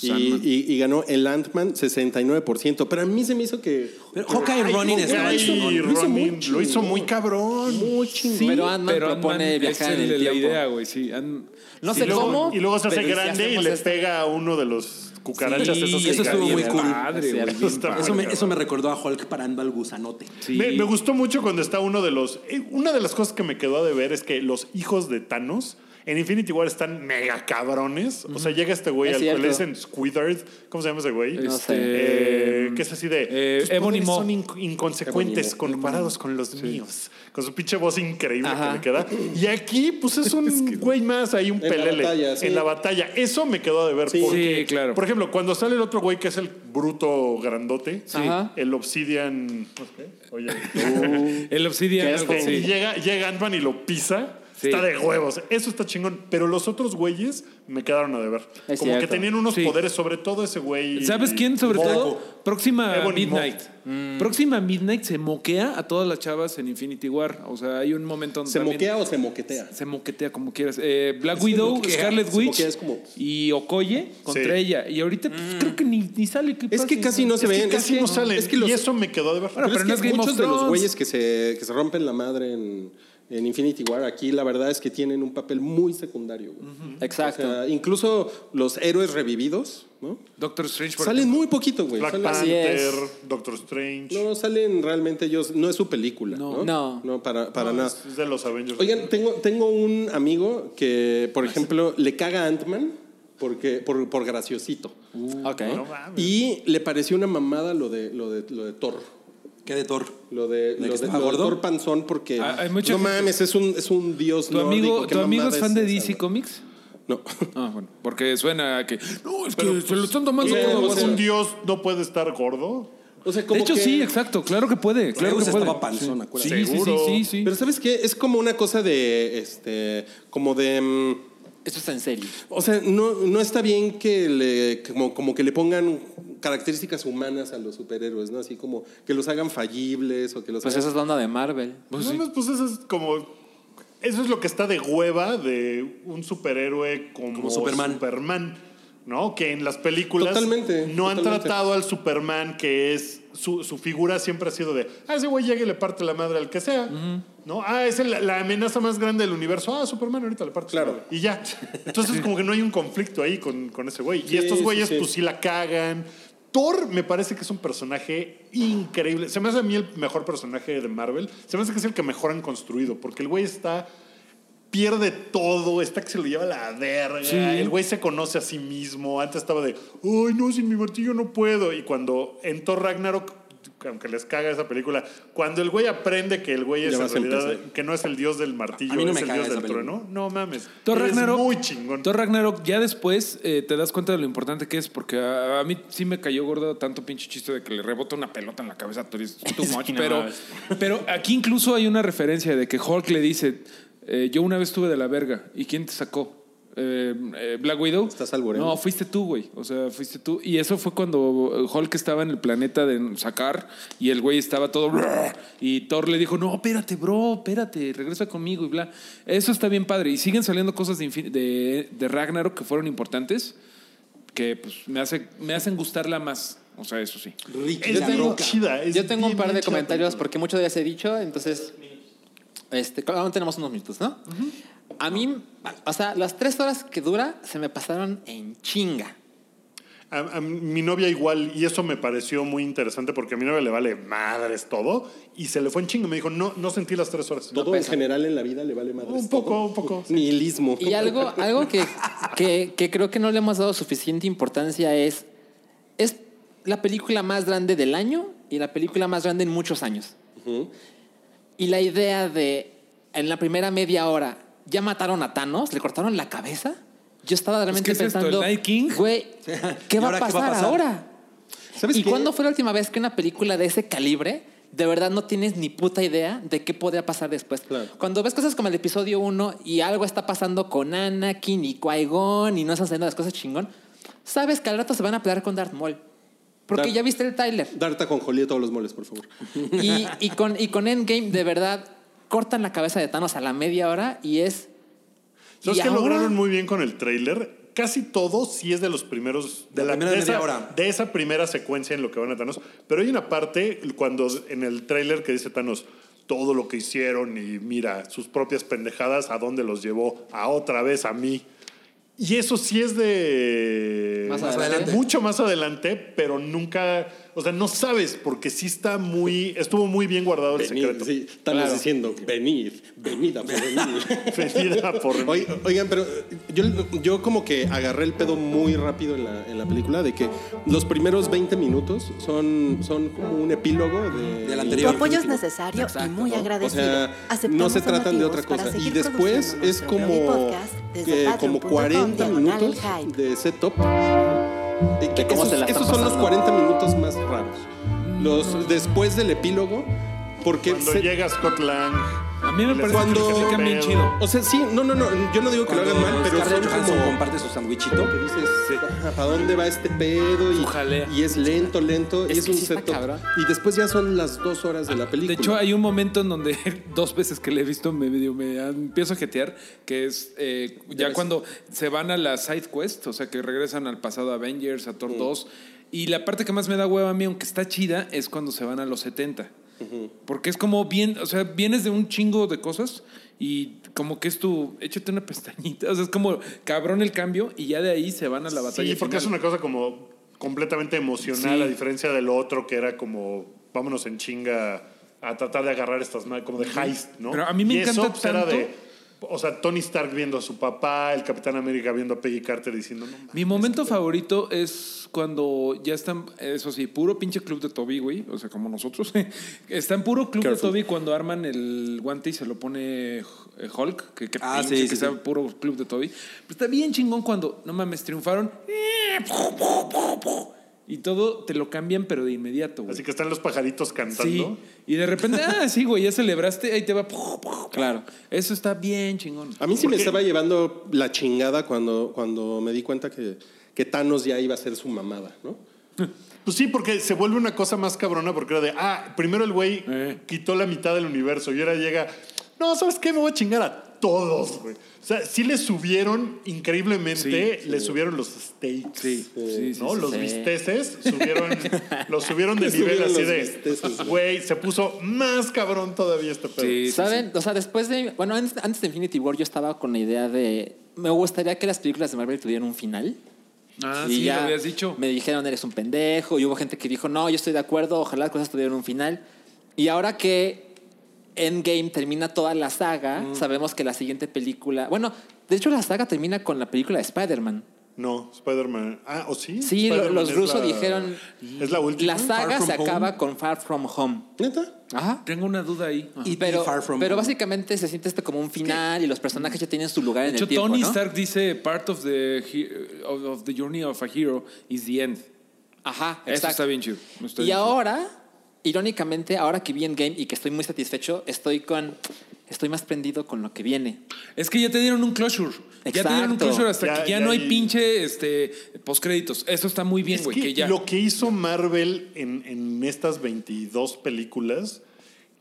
Speaker 3: Y,
Speaker 5: Ant-Man.
Speaker 3: y- y ganó el Ant-Man 69%. Pero a mí se me hizo que.
Speaker 6: Pero Hawkeye Ronin
Speaker 2: Ay,
Speaker 6: estaba chingón.
Speaker 2: Ronin,
Speaker 3: Lo hizo muy
Speaker 2: lo hizo muy cabrón.
Speaker 3: Muy chingón.
Speaker 4: Sí, pero Ant-Man
Speaker 5: Pero
Speaker 4: propone
Speaker 5: Ant-Man
Speaker 4: viajar
Speaker 5: es
Speaker 4: en el
Speaker 5: la
Speaker 4: tiempo.
Speaker 5: idea, güey, sí. Ant-
Speaker 4: No
Speaker 2: y
Speaker 4: sé
Speaker 2: luego,
Speaker 4: cómo.
Speaker 2: y luego se hace
Speaker 4: pero si
Speaker 2: grande y
Speaker 4: hacemos
Speaker 2: le
Speaker 4: esto-
Speaker 2: pega a uno de los cucarachas
Speaker 5: Sí,
Speaker 2: esos que
Speaker 6: eso estuvo
Speaker 2: caen.
Speaker 6: muy
Speaker 5: bien
Speaker 6: cool.
Speaker 5: padre,
Speaker 4: Sí,
Speaker 5: güey,
Speaker 4: eso
Speaker 5: bien
Speaker 2: está
Speaker 5: padre.
Speaker 2: muy
Speaker 6: Eso me,
Speaker 2: cabrón.
Speaker 6: eso me recordó a Hulk parando al gusanote.
Speaker 5: Sí.
Speaker 2: Me, me gustó mucho cuando está uno de los. eh, una de las cosas que me quedó a deber es que los hijos de Thanos En Infinity War están mega cabrones. O sea, llega este güey
Speaker 4: Es
Speaker 2: al que le
Speaker 4: cierto.
Speaker 2: dicen Squidward. ¿Cómo se llama ese güey?
Speaker 4: No
Speaker 5: Este,
Speaker 2: Eh, que es así de.
Speaker 5: Eh,
Speaker 2: "Tus poderes
Speaker 5: Ebony Maw.
Speaker 2: Son inc- inconsecuentes comparados con los míos. Con su pinche voz increíble
Speaker 4: Ajá.
Speaker 2: que le queda. Y aquí, pues es un güey más ahí, un
Speaker 3: En la
Speaker 2: pelele.
Speaker 3: batalla, sí.
Speaker 2: En la batalla. Eso me quedó de ver.
Speaker 3: Sí.
Speaker 2: porque,
Speaker 5: Sí, claro.
Speaker 2: Por ejemplo, cuando sale el otro güey que es el bruto grandote,
Speaker 4: Ajá.
Speaker 2: el Obsidian. Oye.
Speaker 5: El Obsidian.
Speaker 4: Qué asco.
Speaker 5: algo así.
Speaker 2: Y llega, llega Ant-Man y lo pisa.
Speaker 5: Sí.
Speaker 2: Está de huevos. Eso está chingón. Pero los otros güeyes me quedaron a deber.
Speaker 4: Es
Speaker 2: Como que
Speaker 4: cierto.
Speaker 2: tenían unos
Speaker 5: Sí.
Speaker 2: poderes, sobre todo ese güey.
Speaker 5: ¿Sabes quién? Sobre
Speaker 2: Moco.
Speaker 5: todo, próxima
Speaker 2: Ebony Maw.
Speaker 5: Midnight.
Speaker 3: Mm.
Speaker 5: Próxima Midnight se moquea a todas las chavas en Infinity War. O sea, hay un momento donde.
Speaker 3: ¿Se
Speaker 5: también-
Speaker 3: moquea o se moquetea?
Speaker 5: Se moquetea como quieras. Eh, Black
Speaker 3: Se
Speaker 5: Widow,
Speaker 3: moquea,
Speaker 5: Scarlet
Speaker 3: se
Speaker 5: Witch
Speaker 3: moquea, es como- Mm.
Speaker 5: y Okoye contra
Speaker 2: Sí.
Speaker 5: ella. Y ahorita pues, creo que ni, ni sale. ¿Qué
Speaker 3: Es
Speaker 5: pasa?
Speaker 3: que casi no se
Speaker 5: Es que
Speaker 3: ven.
Speaker 5: casi-
Speaker 2: Casi no salen.
Speaker 3: es que los-
Speaker 2: Y eso me quedó de ver.
Speaker 5: Bueno,
Speaker 3: Pero,
Speaker 5: pero no
Speaker 3: es que
Speaker 5: es Game of
Speaker 3: muchos de los
Speaker 5: Thrones.
Speaker 3: güeyes que se, que se rompen la madre en, en Infinity War aquí, la verdad es que tienen un papel muy secundario. güey. O
Speaker 4: Exacto.
Speaker 3: sea, incluso los héroes revividos, ¿no?
Speaker 5: Doctor Strange. por
Speaker 3: Salen
Speaker 5: ejemplo.
Speaker 3: muy poquito, güey.
Speaker 2: Black
Speaker 3: Salen-
Speaker 4: Así
Speaker 2: Panther,
Speaker 4: es.
Speaker 2: Doctor Strange.
Speaker 3: no, salen realmente ellos. No es su película. No,
Speaker 4: No. No.
Speaker 3: para, para nada.
Speaker 2: Es de los Avengers.
Speaker 3: Oigan, tengo, tengo un amigo que, por ejemplo, le caga a Ant-Man porque, por, por graciosito.
Speaker 4: ok.
Speaker 2: No mames.
Speaker 3: Y le pareció una mamada lo de, lo de, lo de Thor.
Speaker 6: ¿Qué de Thor?
Speaker 3: Lo de, lo
Speaker 6: que
Speaker 3: de,
Speaker 6: estaba
Speaker 3: lo de
Speaker 6: gordo?
Speaker 3: Thor Panzón porque
Speaker 5: Ah, hay
Speaker 3: no
Speaker 5: mucha gente-
Speaker 3: mames, es un, es un dios
Speaker 5: ¿Tu amigo,
Speaker 3: nórdico, qué
Speaker 5: ¿tu amigo
Speaker 3: mamada
Speaker 5: es fan
Speaker 3: es
Speaker 5: de
Speaker 3: esa,
Speaker 5: DC
Speaker 3: güey?
Speaker 5: Comics?
Speaker 3: No.
Speaker 5: Ah, bueno. Porque suena a que. No, es que se lo están tomando
Speaker 3: Pero,
Speaker 5: todo.
Speaker 3: pues, o sea,
Speaker 2: ¿Un dios no puede estar gordo?
Speaker 3: O sea,
Speaker 5: De
Speaker 3: como
Speaker 5: hecho,
Speaker 3: que-
Speaker 5: sí, exacto. Claro que puede. Claro
Speaker 6: Zeus
Speaker 5: que puede.
Speaker 6: estaba panzón,
Speaker 5: sí,
Speaker 6: acuérdate.
Speaker 5: sí, sí,
Speaker 2: Seguro.
Speaker 5: sí, sí.
Speaker 3: Pero ¿sabes qué? Es como una cosa de este como de mm,
Speaker 4: Eso está en serio.
Speaker 3: o sea, no, no está bien que le como, como que le pongan características humanas a los superhéroes, ¿no? Así como que los hagan fallibles o que los
Speaker 4: Pues
Speaker 3: hagan
Speaker 4: esa es la onda de Marvel.
Speaker 2: Pues, pues eso es como. Eso es lo que está de hueva de un superhéroe como,
Speaker 6: Como Superman.
Speaker 2: Superman, ¿no? Que en las películas
Speaker 3: Totalmente,
Speaker 2: no han
Speaker 3: totalmente.
Speaker 2: tratado al Superman, que es. Su, su figura siempre ha sido de. Ah, ese güey llega y le parte la madre al que sea. ¿No? Ah, es el- la amenaza más grande del universo. Ah, Superman ahorita le parte. su
Speaker 3: Claro.
Speaker 2: madre. Y ya. Entonces, como que no hay un conflicto ahí con, con ese güey.
Speaker 3: Sí,
Speaker 2: y estos
Speaker 3: sí,
Speaker 2: güeyes,
Speaker 3: sí.
Speaker 2: pues sí la cagan. Thor me parece que es un personaje increíble. Se me hace a mí el mejor personaje de Marvel. Se me hace que es el que mejor han construido, porque el güey está. Pierde todo, está que se lo lleva a la verga. El güey se conoce a sí mismo. Antes estaba de, ay, no, sin mi martillo no puedo. Y cuando en Thor Ragnarok, aunque les caga esa película, cuando el güey aprende que el güey
Speaker 3: Ya
Speaker 2: es en
Speaker 3: vas a
Speaker 2: realidad,
Speaker 3: empezar.
Speaker 2: que no es el dios del martillo,
Speaker 6: A mí no
Speaker 2: es
Speaker 6: me
Speaker 2: el
Speaker 6: caga
Speaker 2: dios
Speaker 6: esa
Speaker 2: del
Speaker 6: película.
Speaker 2: trueno, no mames.
Speaker 5: Thor
Speaker 2: Es
Speaker 5: Ragnarok,
Speaker 2: muy chingón.
Speaker 5: Thor Ragnarok, ya después eh, te das cuenta de lo importante que es, porque a, a mí sí me cayó gordo tanto pinche chiste de que le rebota una pelota en la cabeza a Thor. y es too much, pero, pero aquí incluso hay una referencia de que Hulk le dice, eh, yo una vez estuve de la verga, ¿y quién te sacó? Eh, eh, Black Widow.
Speaker 3: Estás alboreando.
Speaker 5: No, fuiste tú, güey. O sea, fuiste tú. Y eso fue cuando eh, Hulk estaba en el planeta de sacar y el güey estaba todo. "Bruh", Y Thor le dijo, no, espérate, bro, espérate, regresa conmigo y bla. Eso está bien padre. Y siguen saliendo cosas de, infin- de, de Ragnarok que fueron importantes, que pues, me, hace, me hacen gustarla más. O sea, eso sí.
Speaker 6: Ricky
Speaker 2: Es
Speaker 6: la
Speaker 2: bien
Speaker 6: Roca.
Speaker 2: chida, es
Speaker 4: Yo tengo un
Speaker 2: bien
Speaker 4: par de
Speaker 2: chida
Speaker 4: comentarios
Speaker 2: película.
Speaker 4: porque mucho ya se ha dicho, entonces. Este, claro, aún tenemos unos minutos, ¿no? A mí, o sea, las tres horas que dura se me pasaron en chinga.
Speaker 2: A- a mi novia igual, y eso me pareció muy interesante porque a mi novia le vale madres todo, y se le fue en chingo. Me dijo, no, no sentí las tres horas.
Speaker 3: todo en
Speaker 4: pesa.
Speaker 3: general en la vida le vale madre.
Speaker 2: Un poco, un poco.
Speaker 3: Nihilismo.
Speaker 4: Y algo, algo que, que, que creo que no le hemos dado suficiente importancia es. Es la película más grande del año y la película más grande en muchos años. Y la idea de. En la primera media hora ya mataron a Thanos, le cortaron la cabeza. Yo estaba realmente
Speaker 5: ¿qué es esto, el
Speaker 4: pensando.
Speaker 5: Night King?
Speaker 4: Güey,
Speaker 6: ¿Y
Speaker 4: ¿qué va a
Speaker 6: ahora qué va a
Speaker 4: pasar
Speaker 6: pasar?
Speaker 4: ahora?
Speaker 3: ¿Sabes
Speaker 4: ¿Y
Speaker 3: qué?
Speaker 4: cuándo fue la última vez que una película de ese calibre, de verdad no tienes ni puta idea de qué podría pasar después?
Speaker 3: Claro.
Speaker 4: Cuando ves cosas como el episodio 1 y algo está pasando con Anakin y Qui-Gon y no están haciendo las cosas chingón, sabes que al rato se van a pelear con Darth Maul. Porque
Speaker 3: Darth-
Speaker 4: ya viste el Tyler.
Speaker 3: Darta con Jolie todos los moles, por favor.
Speaker 4: Y, y con, y con Endgame, de verdad, cortan la cabeza de Thanos a la media hora y es...
Speaker 2: ¿Sabes
Speaker 4: ¿y
Speaker 2: qué
Speaker 4: ahora?
Speaker 2: lograron muy bien con el tráiler? Casi todo sí es de los primeros. De
Speaker 6: La primera
Speaker 2: de
Speaker 6: media
Speaker 2: esa,
Speaker 6: hora.
Speaker 2: de esa primera secuencia en lo que van a Thanos. Pero hay una parte cuando en el tráiler que dice Thanos todo lo que hicieron y mira sus propias pendejadas a dónde los llevó a otra vez a mí. Y eso sí es de
Speaker 4: Más adelante.
Speaker 2: mucho más adelante, pero nunca o sea, no sabes, porque sí está muy, estuvo muy bien guardado el
Speaker 8: Venid,
Speaker 2: secreto.
Speaker 8: sí, estamos diciendo, venid, venid a por mí.
Speaker 2: Venida por mí.
Speaker 3: Oy- Oigan, pero eh, yo, yo como que agarré el pedo muy rápido en la, en la película de que los primeros 20 minutos son, son como un epílogo de,
Speaker 6: Del
Speaker 9: Tu
Speaker 6: anterior.
Speaker 9: apoyo es necesario y muy
Speaker 3: O
Speaker 9: agradecido.
Speaker 3: sea,
Speaker 9: Aceptamos
Speaker 3: no se tratan de otra
Speaker 9: donativos para
Speaker 3: cosa. Y
Speaker 9: seguir
Speaker 3: después
Speaker 9: produciendo
Speaker 3: es
Speaker 9: nuestro
Speaker 3: como,
Speaker 9: podcast desde
Speaker 3: que, como
Speaker 9: patreon.com
Speaker 3: 40
Speaker 9: diagonal el
Speaker 3: minutos
Speaker 9: hype.
Speaker 3: de setup. Eh, que
Speaker 4: cómo
Speaker 3: esos
Speaker 4: se la están
Speaker 3: esos son los
Speaker 4: pasando.
Speaker 3: 40 minutos más raros. Los, después del epílogo, porque
Speaker 2: Cuando
Speaker 3: se-
Speaker 2: llega Scott Lang.
Speaker 5: A mí me
Speaker 2: les
Speaker 5: parece
Speaker 2: explica
Speaker 5: que lo
Speaker 2: qué
Speaker 5: explican bien
Speaker 2: pedo.
Speaker 5: chido.
Speaker 3: O sea, sí, no, no, no, yo no digo que lo hagan mal, pero son
Speaker 6: Scarlett Johansson
Speaker 3: como...
Speaker 6: comparte su sandwichito.
Speaker 3: que dices, ¿para dónde va este pedo? Y,
Speaker 5: Ojalá.
Speaker 3: y es lento, lento, y
Speaker 4: Es
Speaker 3: es
Speaker 4: que
Speaker 3: un
Speaker 4: sí está
Speaker 3: setup.
Speaker 4: cabrón. Ah,
Speaker 3: Y después ya son las dos horas de la
Speaker 5: De
Speaker 3: película.
Speaker 5: hecho, hay un momento en donde dos veces que le he visto me, medio- me empiezo a jetear, que es eh, ya cuando se van a la side quest, o sea, que regresan al pasado Avengers, a Thor 2. Y la parte que más me da hueva a mí, aunque está chida, es cuando se van a los 70. Porque es como bien, o sea, vienes de un chingo de cosas y como que es tu, échate una pestañita, o sea, es como cabrón el cambio y ya de ahí se van a la batalla.
Speaker 2: Sí, porque es
Speaker 5: final.
Speaker 2: una cosa como completamente emocional,
Speaker 5: Sí.
Speaker 2: a diferencia del otro que era como, vámonos en chinga a tratar de agarrar estas, ma- como de heist, ¿no?
Speaker 5: Pero a mí me
Speaker 2: Y eso,
Speaker 5: encanta
Speaker 2: pues, era
Speaker 5: tanto-
Speaker 2: de, o sea, Tony Stark viendo a su papá, el Capitán América viendo a Peggy Carter diciendo, no,
Speaker 5: Mi momento favorito es cuando ya están, eso sí, puro pinche club de Toby, güey, o sea, como nosotros. están puro club
Speaker 3: Careful.
Speaker 5: de Toby cuando arman el guante y se lo pone eh, Hulk, que, que
Speaker 6: Ah,
Speaker 5: pinche
Speaker 6: sí,
Speaker 5: que
Speaker 6: sí,
Speaker 5: sea
Speaker 6: sí.
Speaker 5: puro club de Toby. Pero está bien chingón cuando, no mames, triunfaron y todo te lo cambian, pero de inmediato, güey.
Speaker 2: así que están los pajaritos
Speaker 5: Sí,
Speaker 2: cantando.
Speaker 5: y de repente, ah, sí, güey, ya celebraste, ahí te va.
Speaker 4: Claro.
Speaker 5: Eso está bien chingón.
Speaker 3: a mí sí me estaba llevando la chingada cuando, cuando me di cuenta que, que Thanos ya iba a ser su mamada, ¿no?
Speaker 2: Pues sí, porque se vuelve una cosa más cabrona porque era de, ah, primero el güey
Speaker 5: Eh.
Speaker 2: quitó la mitad del universo y ahora llega, no, ¿sabes qué? Me voy a chingar a todos, güey. O sea, sí le subieron increíblemente, le subieron los stakes.
Speaker 5: Sí, sí, sí,
Speaker 2: ¿no?
Speaker 5: sí.
Speaker 2: los
Speaker 4: sí.
Speaker 2: bisteces subieron, los subieron de
Speaker 3: Le
Speaker 2: nivel
Speaker 3: subieron
Speaker 2: así
Speaker 3: los
Speaker 2: de,
Speaker 3: bisteces, güey.
Speaker 2: güey, se puso más cabrón todavía este pedo.
Speaker 5: Sí, sí,
Speaker 4: ¿Saben? O sea, después de. Bueno, antes, antes de Infinity War yo estaba con la idea de. Me gustaría que las películas de Marvel tuvieran un final.
Speaker 5: Ah,
Speaker 4: Y
Speaker 5: sí,
Speaker 4: ya
Speaker 5: lo habías dicho.
Speaker 4: Me dijeron, eres un pendejo. Y hubo gente que dijo, no, yo estoy de acuerdo. Ojalá las cosas tuvieran un final. Y ahora que Endgame termina toda la saga,
Speaker 5: Mm.
Speaker 4: sabemos que la siguiente película. Bueno, de hecho, la saga termina con la película de Spider-Man.
Speaker 2: No, Spider-Man. Ah, ¿o sí?
Speaker 4: Sí, lo-
Speaker 2: Spider-Man
Speaker 4: los
Speaker 2: es
Speaker 4: rusos
Speaker 2: la-
Speaker 4: dijeron.
Speaker 2: Es la última.
Speaker 4: La saga
Speaker 6: From
Speaker 4: se
Speaker 6: Home.
Speaker 4: acaba con Far From Home.
Speaker 3: ¿Neta?
Speaker 4: Ajá.
Speaker 5: Tengo una duda ahí. Ajá.
Speaker 6: Y
Speaker 4: Pero,
Speaker 6: Far From
Speaker 4: pero
Speaker 6: Home.
Speaker 4: básicamente se siente este como un final y los personajes ya tienen su lugar
Speaker 5: De
Speaker 4: en
Speaker 5: hecho,
Speaker 4: el tiempo.
Speaker 5: Tony
Speaker 4: ¿no?
Speaker 5: Stark dice part of the he- of, of the journey of a hero is the end.
Speaker 4: Ajá,
Speaker 5: Eso
Speaker 4: exacto.
Speaker 5: está bien chido. Está
Speaker 4: y
Speaker 5: bien chido.
Speaker 4: ahora, irónicamente, ahora que vi Endgame y que estoy muy satisfecho, estoy con. Estoy más prendido con lo que viene.
Speaker 5: es que ya te dieron un closure. Ya te dieron un
Speaker 4: Exacto.
Speaker 5: closure hasta
Speaker 2: Ya-
Speaker 5: que ya,
Speaker 2: ya
Speaker 5: no hay
Speaker 2: hay-
Speaker 5: pinche este postcréditos. Eso está muy bien,
Speaker 2: Es
Speaker 5: güey,
Speaker 2: que
Speaker 5: que, ya
Speaker 2: Lo que hizo Marvel en, en estas 22 películas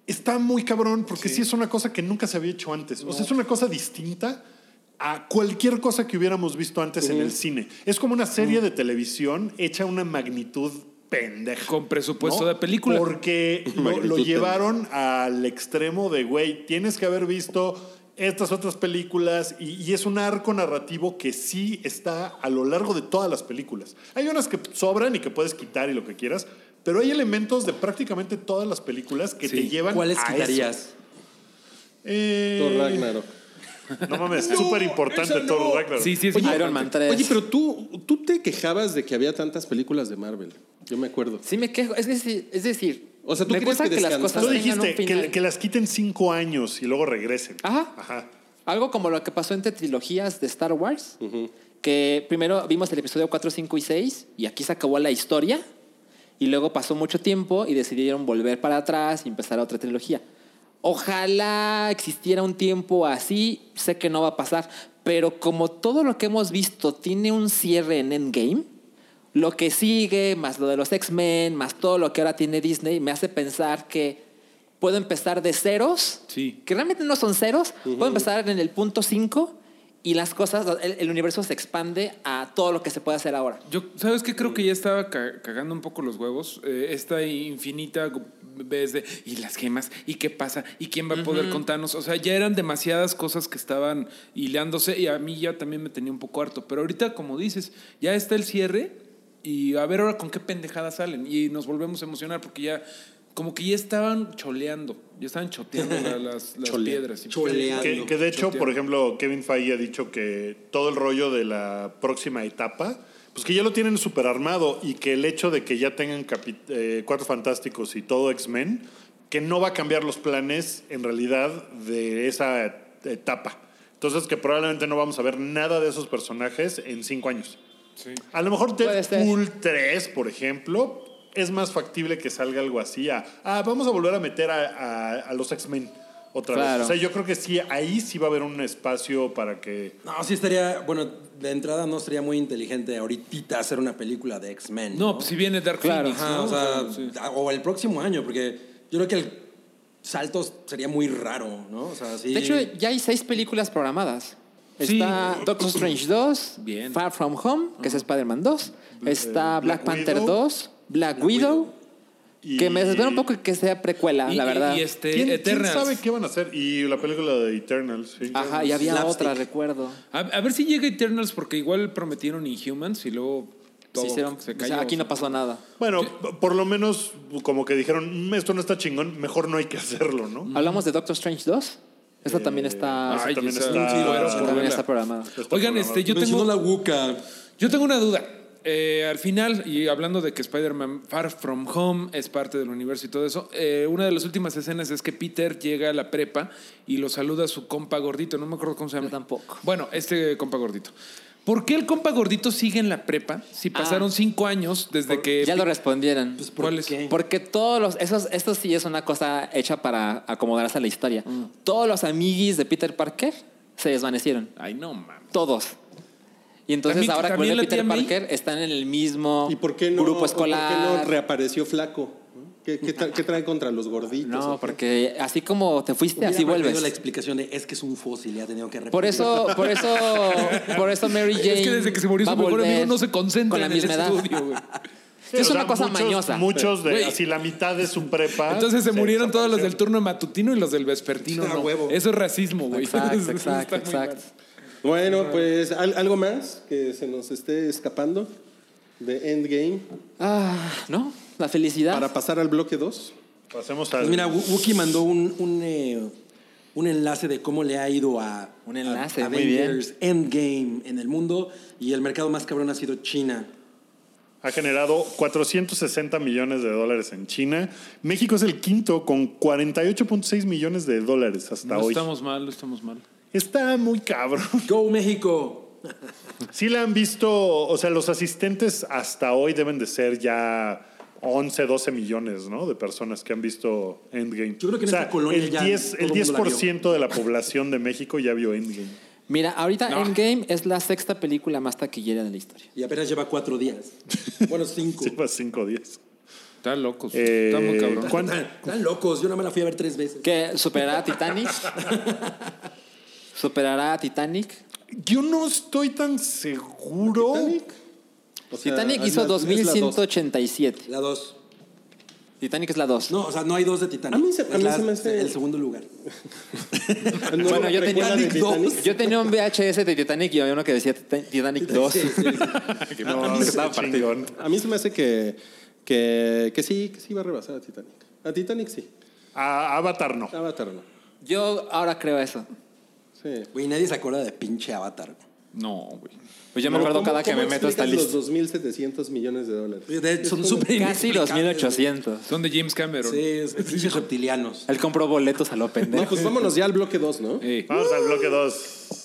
Speaker 2: está muy cabrón porque sí. es una cosa que nunca se había hecho antes. O sea, es una cosa distinta a cualquier cosa que hubiéramos visto antes en el cine. Es como una serie de televisión hecha a una magnitud pendeja.
Speaker 5: Con presupuesto de película.
Speaker 2: Porque lo, lo
Speaker 3: Magnitud
Speaker 2: llevaron al extremo de, güey, tienes que haber visto estas otras películas y, y es un arco narrativo que sí está a lo largo de todas las películas. Hay unas que sobran y que puedes quitar y lo que quieras, pero hay elementos de prácticamente todas las películas que
Speaker 5: Sí.
Speaker 2: te llevan
Speaker 6: ¿Cuáles
Speaker 2: a eso.
Speaker 6: quitarías?
Speaker 2: Eh,
Speaker 3: Thor Ragnarok.
Speaker 2: No mames, es súper importante
Speaker 3: esa
Speaker 2: Thor
Speaker 3: no.
Speaker 2: Ragnarok.
Speaker 5: Sí, sí es
Speaker 4: Iron Man 3.
Speaker 3: Oye, pero tú, tú te quejabas de que había tantas películas de Marvel. Yo me acuerdo.
Speaker 4: Sí me quejo. Es decir, es decir
Speaker 3: O sea, ¿tú
Speaker 4: me
Speaker 3: crees
Speaker 4: cuesta
Speaker 3: que
Speaker 4: las
Speaker 3: descansaste?
Speaker 4: cosas
Speaker 2: Tú
Speaker 4: tengan un
Speaker 2: dijiste que,
Speaker 4: final.
Speaker 2: que las quiten cinco años y luego regresen.
Speaker 4: Ajá.
Speaker 2: Ajá.
Speaker 4: Algo como lo que pasó entre trilogías de Star Wars, que primero vimos el episodio 4, 5 y 6 y aquí se acabó la historia y luego pasó mucho tiempo y decidieron volver para atrás y empezar otra trilogía. Ojalá existiera un tiempo así, sé que no va a pasar, pero como todo lo que hemos visto tiene un cierre en Endgame, lo que sigue, más lo de los X-Men, más todo lo que ahora tiene Disney, me hace pensar que puedo empezar de ceros,
Speaker 5: Sí.
Speaker 4: que realmente no son ceros, puedo empezar en el punto 5 y las cosas, el, el universo se expande a todo lo que se puede hacer ahora.
Speaker 5: Yo, ¿sabes qué? Creo que ya estaba ca- cagando un poco los huevos. eh, esta infinita gu- vez de, ¿y las gemas? ¿Y qué pasa? ¿Y quién va a poder contarnos? O sea, ya eran demasiadas cosas que estaban hilándose y a mí ya también me tenía un poco harto. Pero ahorita, como dices, ya está el cierre y a ver ahora con qué pendejadas salen. Y nos volvemos a emocionar porque ya, como que ya estaban choleando, ya estaban choteando la- las, las
Speaker 3: Chole-
Speaker 5: piedras. y-
Speaker 6: Choleando.
Speaker 2: Que, que de hecho, por ejemplo, Kevin Feige ha dicho que todo el rollo de la próxima etapa, pues que ya lo tienen super armado y que el hecho de que ya tengan capi- eh, Cuatro Fantásticos y todo X-Men, que no va a cambiar los planes en realidad de esa etapa. Entonces que probablemente no vamos a ver nada de esos personajes en cinco años. A lo mejor
Speaker 4: Puede ser.
Speaker 2: Deadpool 3, por ejemplo, es más factible que salga algo así. a, ah, vamos a volver a meter a, a- a los X-Men otra
Speaker 4: Claro.
Speaker 2: vez. O sea, yo creo que sí, ahí sí va a haber un espacio para que.
Speaker 6: No, sí estaría, bueno, de entrada no sería muy inteligente ahorita hacer una película de X-Men.
Speaker 5: No, pues si viene Dark
Speaker 4: Claro.
Speaker 5: Phoenix,
Speaker 6: Ajá,
Speaker 5: ¿no?
Speaker 6: o, sea,
Speaker 5: Sí.
Speaker 6: a- o el próximo año, porque yo creo que el salto sería muy raro, ¿no? O sea, sí.
Speaker 4: De hecho, ya hay seis películas programadas.
Speaker 5: Sí.
Speaker 4: Está Doctor Strange 2,
Speaker 5: Bien.
Speaker 4: Far From Home, que es Spider-Man 2, está Black,
Speaker 2: Black
Speaker 4: Panther
Speaker 2: Widow.
Speaker 4: 2, Black, Widow,
Speaker 2: y-
Speaker 4: que me desespera un poco que sea precuela,
Speaker 5: Y-
Speaker 4: ah, la
Speaker 5: y-
Speaker 4: verdad.
Speaker 5: Y, este,
Speaker 2: ¿Quién, quién
Speaker 5: Eternals.
Speaker 2: sabe qué van a hacer? Y la película de Eternals. sí.
Speaker 4: Ajá, y había
Speaker 6: Slapstick.
Speaker 4: otra, recuerdo.
Speaker 5: A, a ver si llega Eternals porque igual prometieron Inhumans y luego todo
Speaker 4: Se hicieron-
Speaker 5: se
Speaker 4: o
Speaker 5: cayó.
Speaker 4: sea, aquí no pasó nada.
Speaker 2: Bueno, p- por lo menos como que dijeron, "Mm, esto no está chingón, mejor no hay que hacerlo, ¿no?
Speaker 4: Hablamos de Doctor Strange 2. Esta también está,
Speaker 2: Esa
Speaker 5: Ay,
Speaker 2: también
Speaker 5: esa-
Speaker 2: está-
Speaker 5: Ah, sí, bueno,
Speaker 4: esta
Speaker 5: por
Speaker 4: también
Speaker 5: verla.
Speaker 4: está programada.
Speaker 2: Está
Speaker 5: Oigan,
Speaker 2: programado.
Speaker 5: este, yo
Speaker 6: Mencionó
Speaker 5: tengo,
Speaker 6: la Wuca.
Speaker 5: yo tengo una duda. Eh, al final, y hablando de que Spider-Man Far From Home es parte del universo y todo eso, eh, una de las últimas escenas es que Peter llega a la prepa y lo saluda a su compa gordito. No me acuerdo cómo se llama.
Speaker 4: tampoco.
Speaker 5: Bueno, este compa gordito. ¿Por qué el compa gordito sigue en la prepa si pasaron cinco años desde que.
Speaker 4: Ah. Ya lo respondieron.
Speaker 5: ¿Cuál es?
Speaker 4: Porque todos los. Esos, esto sí es una cosa hecha para acomodarse a la historia.
Speaker 5: Mm.
Speaker 4: Todos los amiguis de Peter Parker se desvanecieron.
Speaker 5: Ay, no mames.
Speaker 4: Todos. Y entonces
Speaker 5: También-
Speaker 4: ahora que
Speaker 5: también
Speaker 4: vuelve
Speaker 5: la tía
Speaker 4: Peter
Speaker 5: May.
Speaker 4: Parker están en el mismo
Speaker 3: ¿Y por qué no,
Speaker 4: grupo
Speaker 3: o
Speaker 4: escolar.
Speaker 3: ¿Por qué no reapareció flaco? ¿Qué, qué tra- qué trae contra los gorditos? ¿O
Speaker 4: No,
Speaker 3: qué?
Speaker 4: porque así como te fuiste, así
Speaker 6: Hubiera preferido la
Speaker 4: vuelves.
Speaker 6: explicación de es que es un fósil y ha tenido que repetir.
Speaker 4: Por eso, por eso, por eso Mary Jane.
Speaker 5: Es que desde que se murió
Speaker 4: va
Speaker 5: su
Speaker 4: a
Speaker 5: mejor amigo
Speaker 4: volver
Speaker 5: no se concentra
Speaker 4: con la
Speaker 5: en
Speaker 4: misma
Speaker 5: el
Speaker 4: edad.
Speaker 5: estudio, güey.
Speaker 2: Sí,
Speaker 4: es
Speaker 2: o
Speaker 4: una
Speaker 2: sea,
Speaker 4: cosa
Speaker 2: muchos-
Speaker 4: mañosa.
Speaker 2: Muchos de,
Speaker 5: Güey.
Speaker 2: así la mitad de su prepa.
Speaker 5: Entonces se murieron todos los del
Speaker 2: desaparecieron.
Speaker 5: turno matutino y los del vespertino.
Speaker 8: Ah,
Speaker 5: no.
Speaker 8: huevo.
Speaker 5: Eso es racismo, güey.
Speaker 4: Exacto,
Speaker 5: Eso está
Speaker 4: exacto,
Speaker 5: muy
Speaker 4: exacto.
Speaker 5: mal.
Speaker 3: Bueno, pues ¿al- algo más que se nos esté escapando de Endgame
Speaker 4: Ah, ¿no? La felicidad.
Speaker 3: para pasar al bloque 2.
Speaker 2: Pasemos al.
Speaker 6: Pues mira, Wu- Wookie mandó un, un, eh, un enlace de cómo le ha ido a,
Speaker 4: Un
Speaker 6: a
Speaker 4: enlace, muy
Speaker 6: Avengers Endgame en el mundo y el mercado más cabrón ha sido China.
Speaker 2: ha generado 460 millones de dólares en China. México es el quinto con 48.6 millones de dólares hasta
Speaker 5: No
Speaker 2: hoy.
Speaker 5: estamos mal, no estamos mal.
Speaker 2: Está muy cabrón.
Speaker 6: ¡Go México!
Speaker 2: Sí la han visto, o sea, los asistentes hasta hoy deben de ser ya 11, 12 millones, ¿no? De personas que han visto Endgame.
Speaker 6: Yo creo que en
Speaker 2: O sea,
Speaker 6: esta colonia
Speaker 2: el
Speaker 6: ya
Speaker 2: 10,
Speaker 6: todo
Speaker 2: el
Speaker 6: el mundo la
Speaker 2: 10% de la población de México ya vio Endgame.
Speaker 4: Mira, ahorita
Speaker 5: No.
Speaker 4: Endgame es la sexta película más taquillera de la historia.
Speaker 6: Y apenas lleva cuatro días. Bueno, cinco.
Speaker 3: pues.
Speaker 2: Lleva 5 o 10.
Speaker 5: Está loco.
Speaker 2: pues, Eh,
Speaker 5: está muy cabrón.
Speaker 2: ¿cuán-
Speaker 6: Están locos, yo no me la fui a ver tres veces.
Speaker 4: Que superará a Titanic. superará a Titanic.
Speaker 2: Yo no estoy tan seguro.
Speaker 3: O sea,
Speaker 4: Titanic
Speaker 3: es
Speaker 4: hizo
Speaker 3: la- es la dos.
Speaker 4: 2187.
Speaker 6: La dos.
Speaker 4: Titanic es la 2.
Speaker 6: No, o sea, no hay dos de Titanic.
Speaker 3: A mí se- a
Speaker 6: Es
Speaker 3: mí
Speaker 6: la-
Speaker 3: se me hace-
Speaker 6: El segundo lugar.
Speaker 3: No,
Speaker 4: Bueno,
Speaker 3: la
Speaker 4: yo tenía
Speaker 3: precuela de
Speaker 6: Titanic dos.
Speaker 3: Titanic.
Speaker 4: Yo tenía un VHS de Titanic y había uno que decía Titan- Titanic 2.
Speaker 2: No, está chingón.
Speaker 3: A mí se me hace que, que, que sí, que sí va a rebasar a Titanic. A Titanic sí,
Speaker 2: A Avatar no.
Speaker 3: Avatar no.
Speaker 4: Yo ahora creo eso.
Speaker 3: Sí.
Speaker 6: Güey, nadie se acuerda de pinche Avatar.
Speaker 5: No, güey.
Speaker 4: Pues yo me acuerdo
Speaker 3: ¿Cómo-
Speaker 4: cada que
Speaker 3: cómo
Speaker 4: me meto a esta
Speaker 3: explicas
Speaker 4: lista.
Speaker 3: los 2.700 millones de dólares.
Speaker 6: Pues De- son súper
Speaker 4: Casi los 1800.
Speaker 5: Son de James Cameron.
Speaker 6: Sí, es- pinches reptilianos.
Speaker 4: Él compró boletos a lo pendejo.
Speaker 3: No, pues vámonos ya al bloque 2, ¿no?
Speaker 5: Ey.
Speaker 2: Vamos al bloque 2.